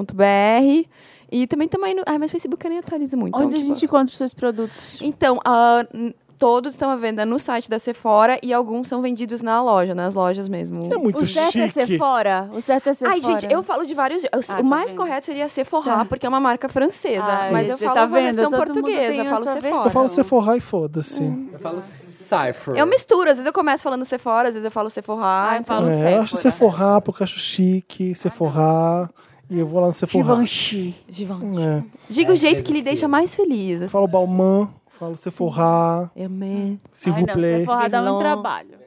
2beauty.com.br. E também também no. Ai, mas o Facebook eu nem atualizo muito.
Onde
então,
a
tipo-
gente encontra os seus produtos?
Então, ah, n- todos estão à venda no site da Sephora e alguns são vendidos na loja, nas lojas mesmo.
É muito
o certo é
chique.
Sephora? O certo é Sephora?
Ai, gente, eu falo de vários. eu-
Ah,
o
tá
mais
vendo.
correto seria Sephora, porque é uma marca francesa.
Ai,
mas eu
você
falo
tá
uma versão
vendo? Todo mundo tem
portuguesa,
a
eu falo
sua
Sephora.
versão.
Eu falo Sephora e foda-se.
É.
Eu falo Cypher.
Eu misturo, às vezes eu começo falando Sephora, às vezes eu falo Sephora.
Ai,
então-
falo
É, eu acho
Sephora.
Sephora porque eu acho chique,
Ah,
Sephora. E eu vou lá no Sephora.
Givenchy.
Givenchy.
É.
Diga o jeito que lhe
resistir.
deixa mais feliz. Assim.
Falo Balmain, falo Sephora,
Amém.
se
Ai,
vous
não, é
plaît.
Sephora dá muito
Guilherme.
trabalho.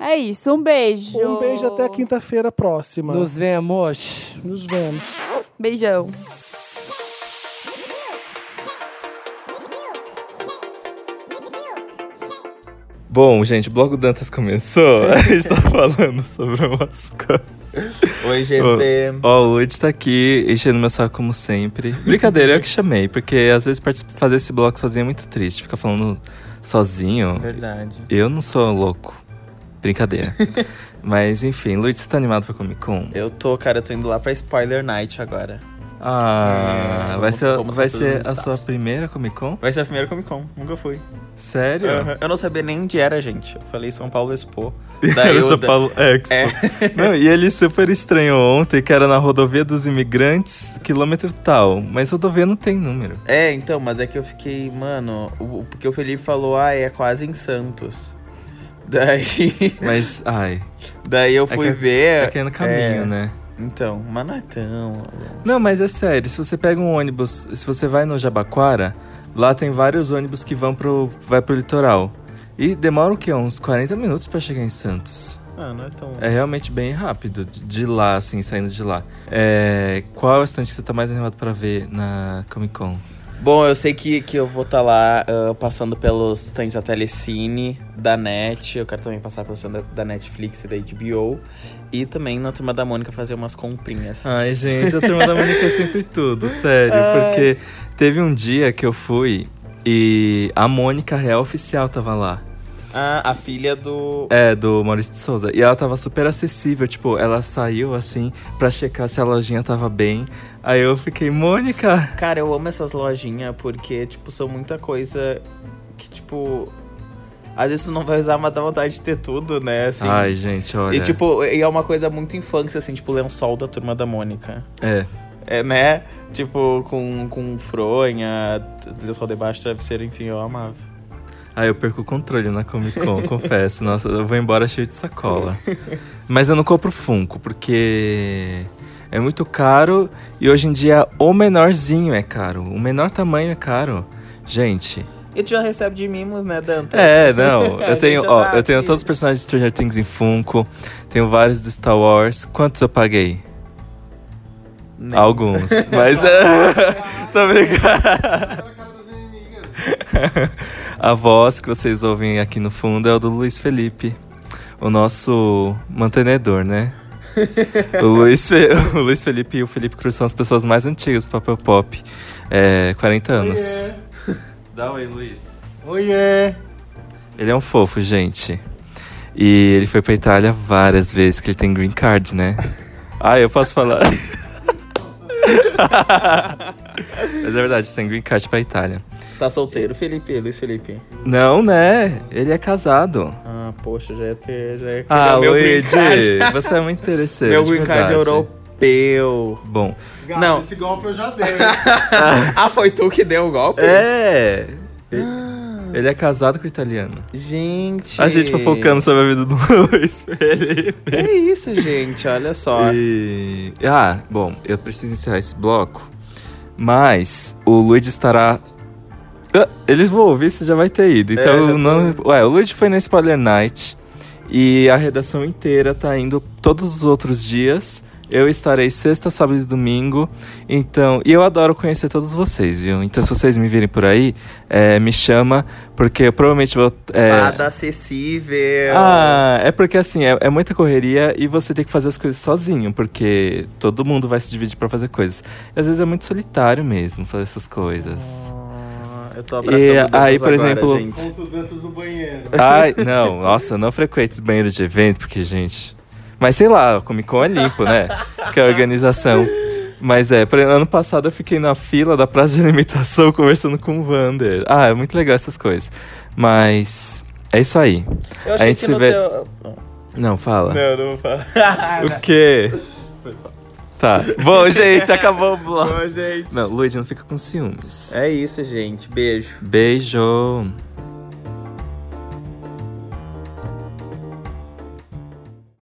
É.
É isso, um beijo.
Um beijo até quinta-feira próxima.
Nos vemos.
Nos vemos.
Beijão.
Bom, gente, o Bloco Dantas começou. A gente tá falando sobre umas coisas.
Oi, GT.
Ó, o Luiz tá aqui enchendo meu saco como sempre. Brincadeira, eu que chamei, porque às vezes particip- fazer esse bloco sozinho é muito triste. Ficar falando sozinho.
Verdade.
Eu não sou louco. Brincadeira. Mas enfim, Luiz, você tá animado pra Comic Con?
Eu tô, cara, eu tô indo lá pra Spoiler Night agora.
Ah,
É,
vai
vamos-
ser,
vamos um
vai
com todos
ser
os
a sua
stars.
primeira Comic Con?
Vai ser a primeira Comic Con, nunca fui.
Sério?
Aham. Eu não sabia nem onde era, gente. Eu falei São Paulo Expo. Daí
era
eu-
São Paulo Expo.
É.
Não, e ele super estranhou ontem que era na rodovia dos imigrantes, quilômetro tal. Mas rodovia não tem número.
É, então, mas é que eu fiquei, mano, o- o- porque o Felipe falou, ah, é quase em Santos. Daí,
Mas, ai,
daí eu
É
fui
que-
ver.
tá querendo caminho,
é,
né?
Então, mas não é tão.
Não, mas é sério, se você pega um ônibus, se você vai no Jabaquara, lá tem vários ônibus que vão pro, vai pro litoral. E demora o quê? Uns 40 minutos pra chegar em Santos.
Ah, não é tão.
É realmente bem rápido, de- de lá, assim, saindo de lá. É, qual é o stand que você tá mais animado pra ver na Comic Con?
Bom, eu sei que, que eu vou estar lá ah, passando pelos stands da Telecine, da NET. Eu quero também passar pelo stand da, da Netflix e da HBO. E também na turma da Mônica fazer umas comprinhas.
Ai, gente, a turma da Mônica é sempre tudo, sério. Porque teve um dia que eu fui e a Mônica Real Oficial tava lá.
Ah, a filha do.
É, do Maurício de Souza. E ela tava super acessível, tipo, ela saiu assim pra checar se a lojinha tava bem. Aí eu fiquei, Mônica!
Cara, eu amo essas lojinhas porque, tipo, são muita coisa que, tipo. Às vezes tu não vai usar, mas dá vontade de ter tudo, né? Assim.
Ai, gente, olha.
e, tipo, e é uma coisa muito infância, assim, tipo, lençol da turma da Mônica.
É.
É, né? Tipo, com, com fronha, t- lençol debaixo, travesseiro, enfim, eu amava.
Aí eu perco o controle na Comic Con, confesso. Nossa, eu vou embora cheio de sacola. Mas eu não compro Funko, porque é muito caro e hoje em dia o menorzinho é caro. O menor tamanho é caro. Gente,
E tu já recebe de mimos, né, Danta?
É, não.
A
Eu tenho,
gente
ó,
já tá
eu tenho
aqui.
todos os personagens de Stranger Things em Funko. Tenho vários do Star Wars. Quantos eu paguei?
Nem.
Alguns. Mas. Tô brincando. A voz que vocês ouvem aqui no fundo é o do Luiz Felipe. O nosso mantenedor, né? o, Luiz Fe- o Luiz Felipe e o Felipe Cruz são as pessoas mais antigas do Papel Pop. É, 40 anos. Dá um oi, Luiz.
Oiê!
Ele é um fofo, gente. E ele foi pra Itália várias vezes, que ele tem green card, né? Ah, eu posso falar. Mas é verdade, tem green card pra Itália.
Tá solteiro, Felipe, Luiz Felipe.
Não, né? Ele é casado.
Ah, poxa, já ia ter. Já ia
Ah,
pegar o meu green
Luigi,
card.
você é muito interessante.
Meu green card
verdade.
europeu.
Bom.
Gato,
Não.
esse golpe eu já dei.
ah, foi tu que deu o golpe? Ah,
É! Ele- Ele é casado com italiano.
Gente.
A gente fofocando sobre a vida do Luiz Felipe.
É isso, gente. Olha só.
E... Ah, bom, eu preciso encerrar esse bloco. Mas o Luigi estará. Ah, Eles vão ouvir, você já vai ter ido.
É, já
Então,
tô
não... Ué, o Luigi foi na Spoiler Night. E a redação inteira tá indo todos os outros dias. Eu estarei sexta, sábado e domingo. Então, e eu adoro conhecer todos vocês, viu? Então, se vocês me virem por aí, é, me chama, porque eu provavelmente vou. é,
Nada acessível.
ah, é porque assim, é, é muita correria e você tem que fazer as coisas sozinho, porque todo mundo vai se dividir pra fazer coisas. E às vezes é muito solitário mesmo fazer essas coisas.
Ah, Eu
E
tô abraçando
aí,
Dantas
por
agora,
exemplo,
gente.
Conto Dantas no banheiro.
Ai, não, nossa, não frequento esse banheiro de evento, porque, gente. Mas sei lá, o Comic Con é limpo, né? Que é a organização. Mas é, por exemplo, ano passado eu fiquei na fila da praça de alimentação conversando com o Vander. Ah, é muito legal essas coisas. Mas é isso aí.
Eu
a
achei
gente
que
se
no
vê.
teu...
Não, fala.
Não, não vou falar.
O quê? Tá. Bom, gente, acabou o bloco.
Bom, gente.
Não, Luigi, não fica com ciúmes.
É isso, gente. Beijo.
Beijo.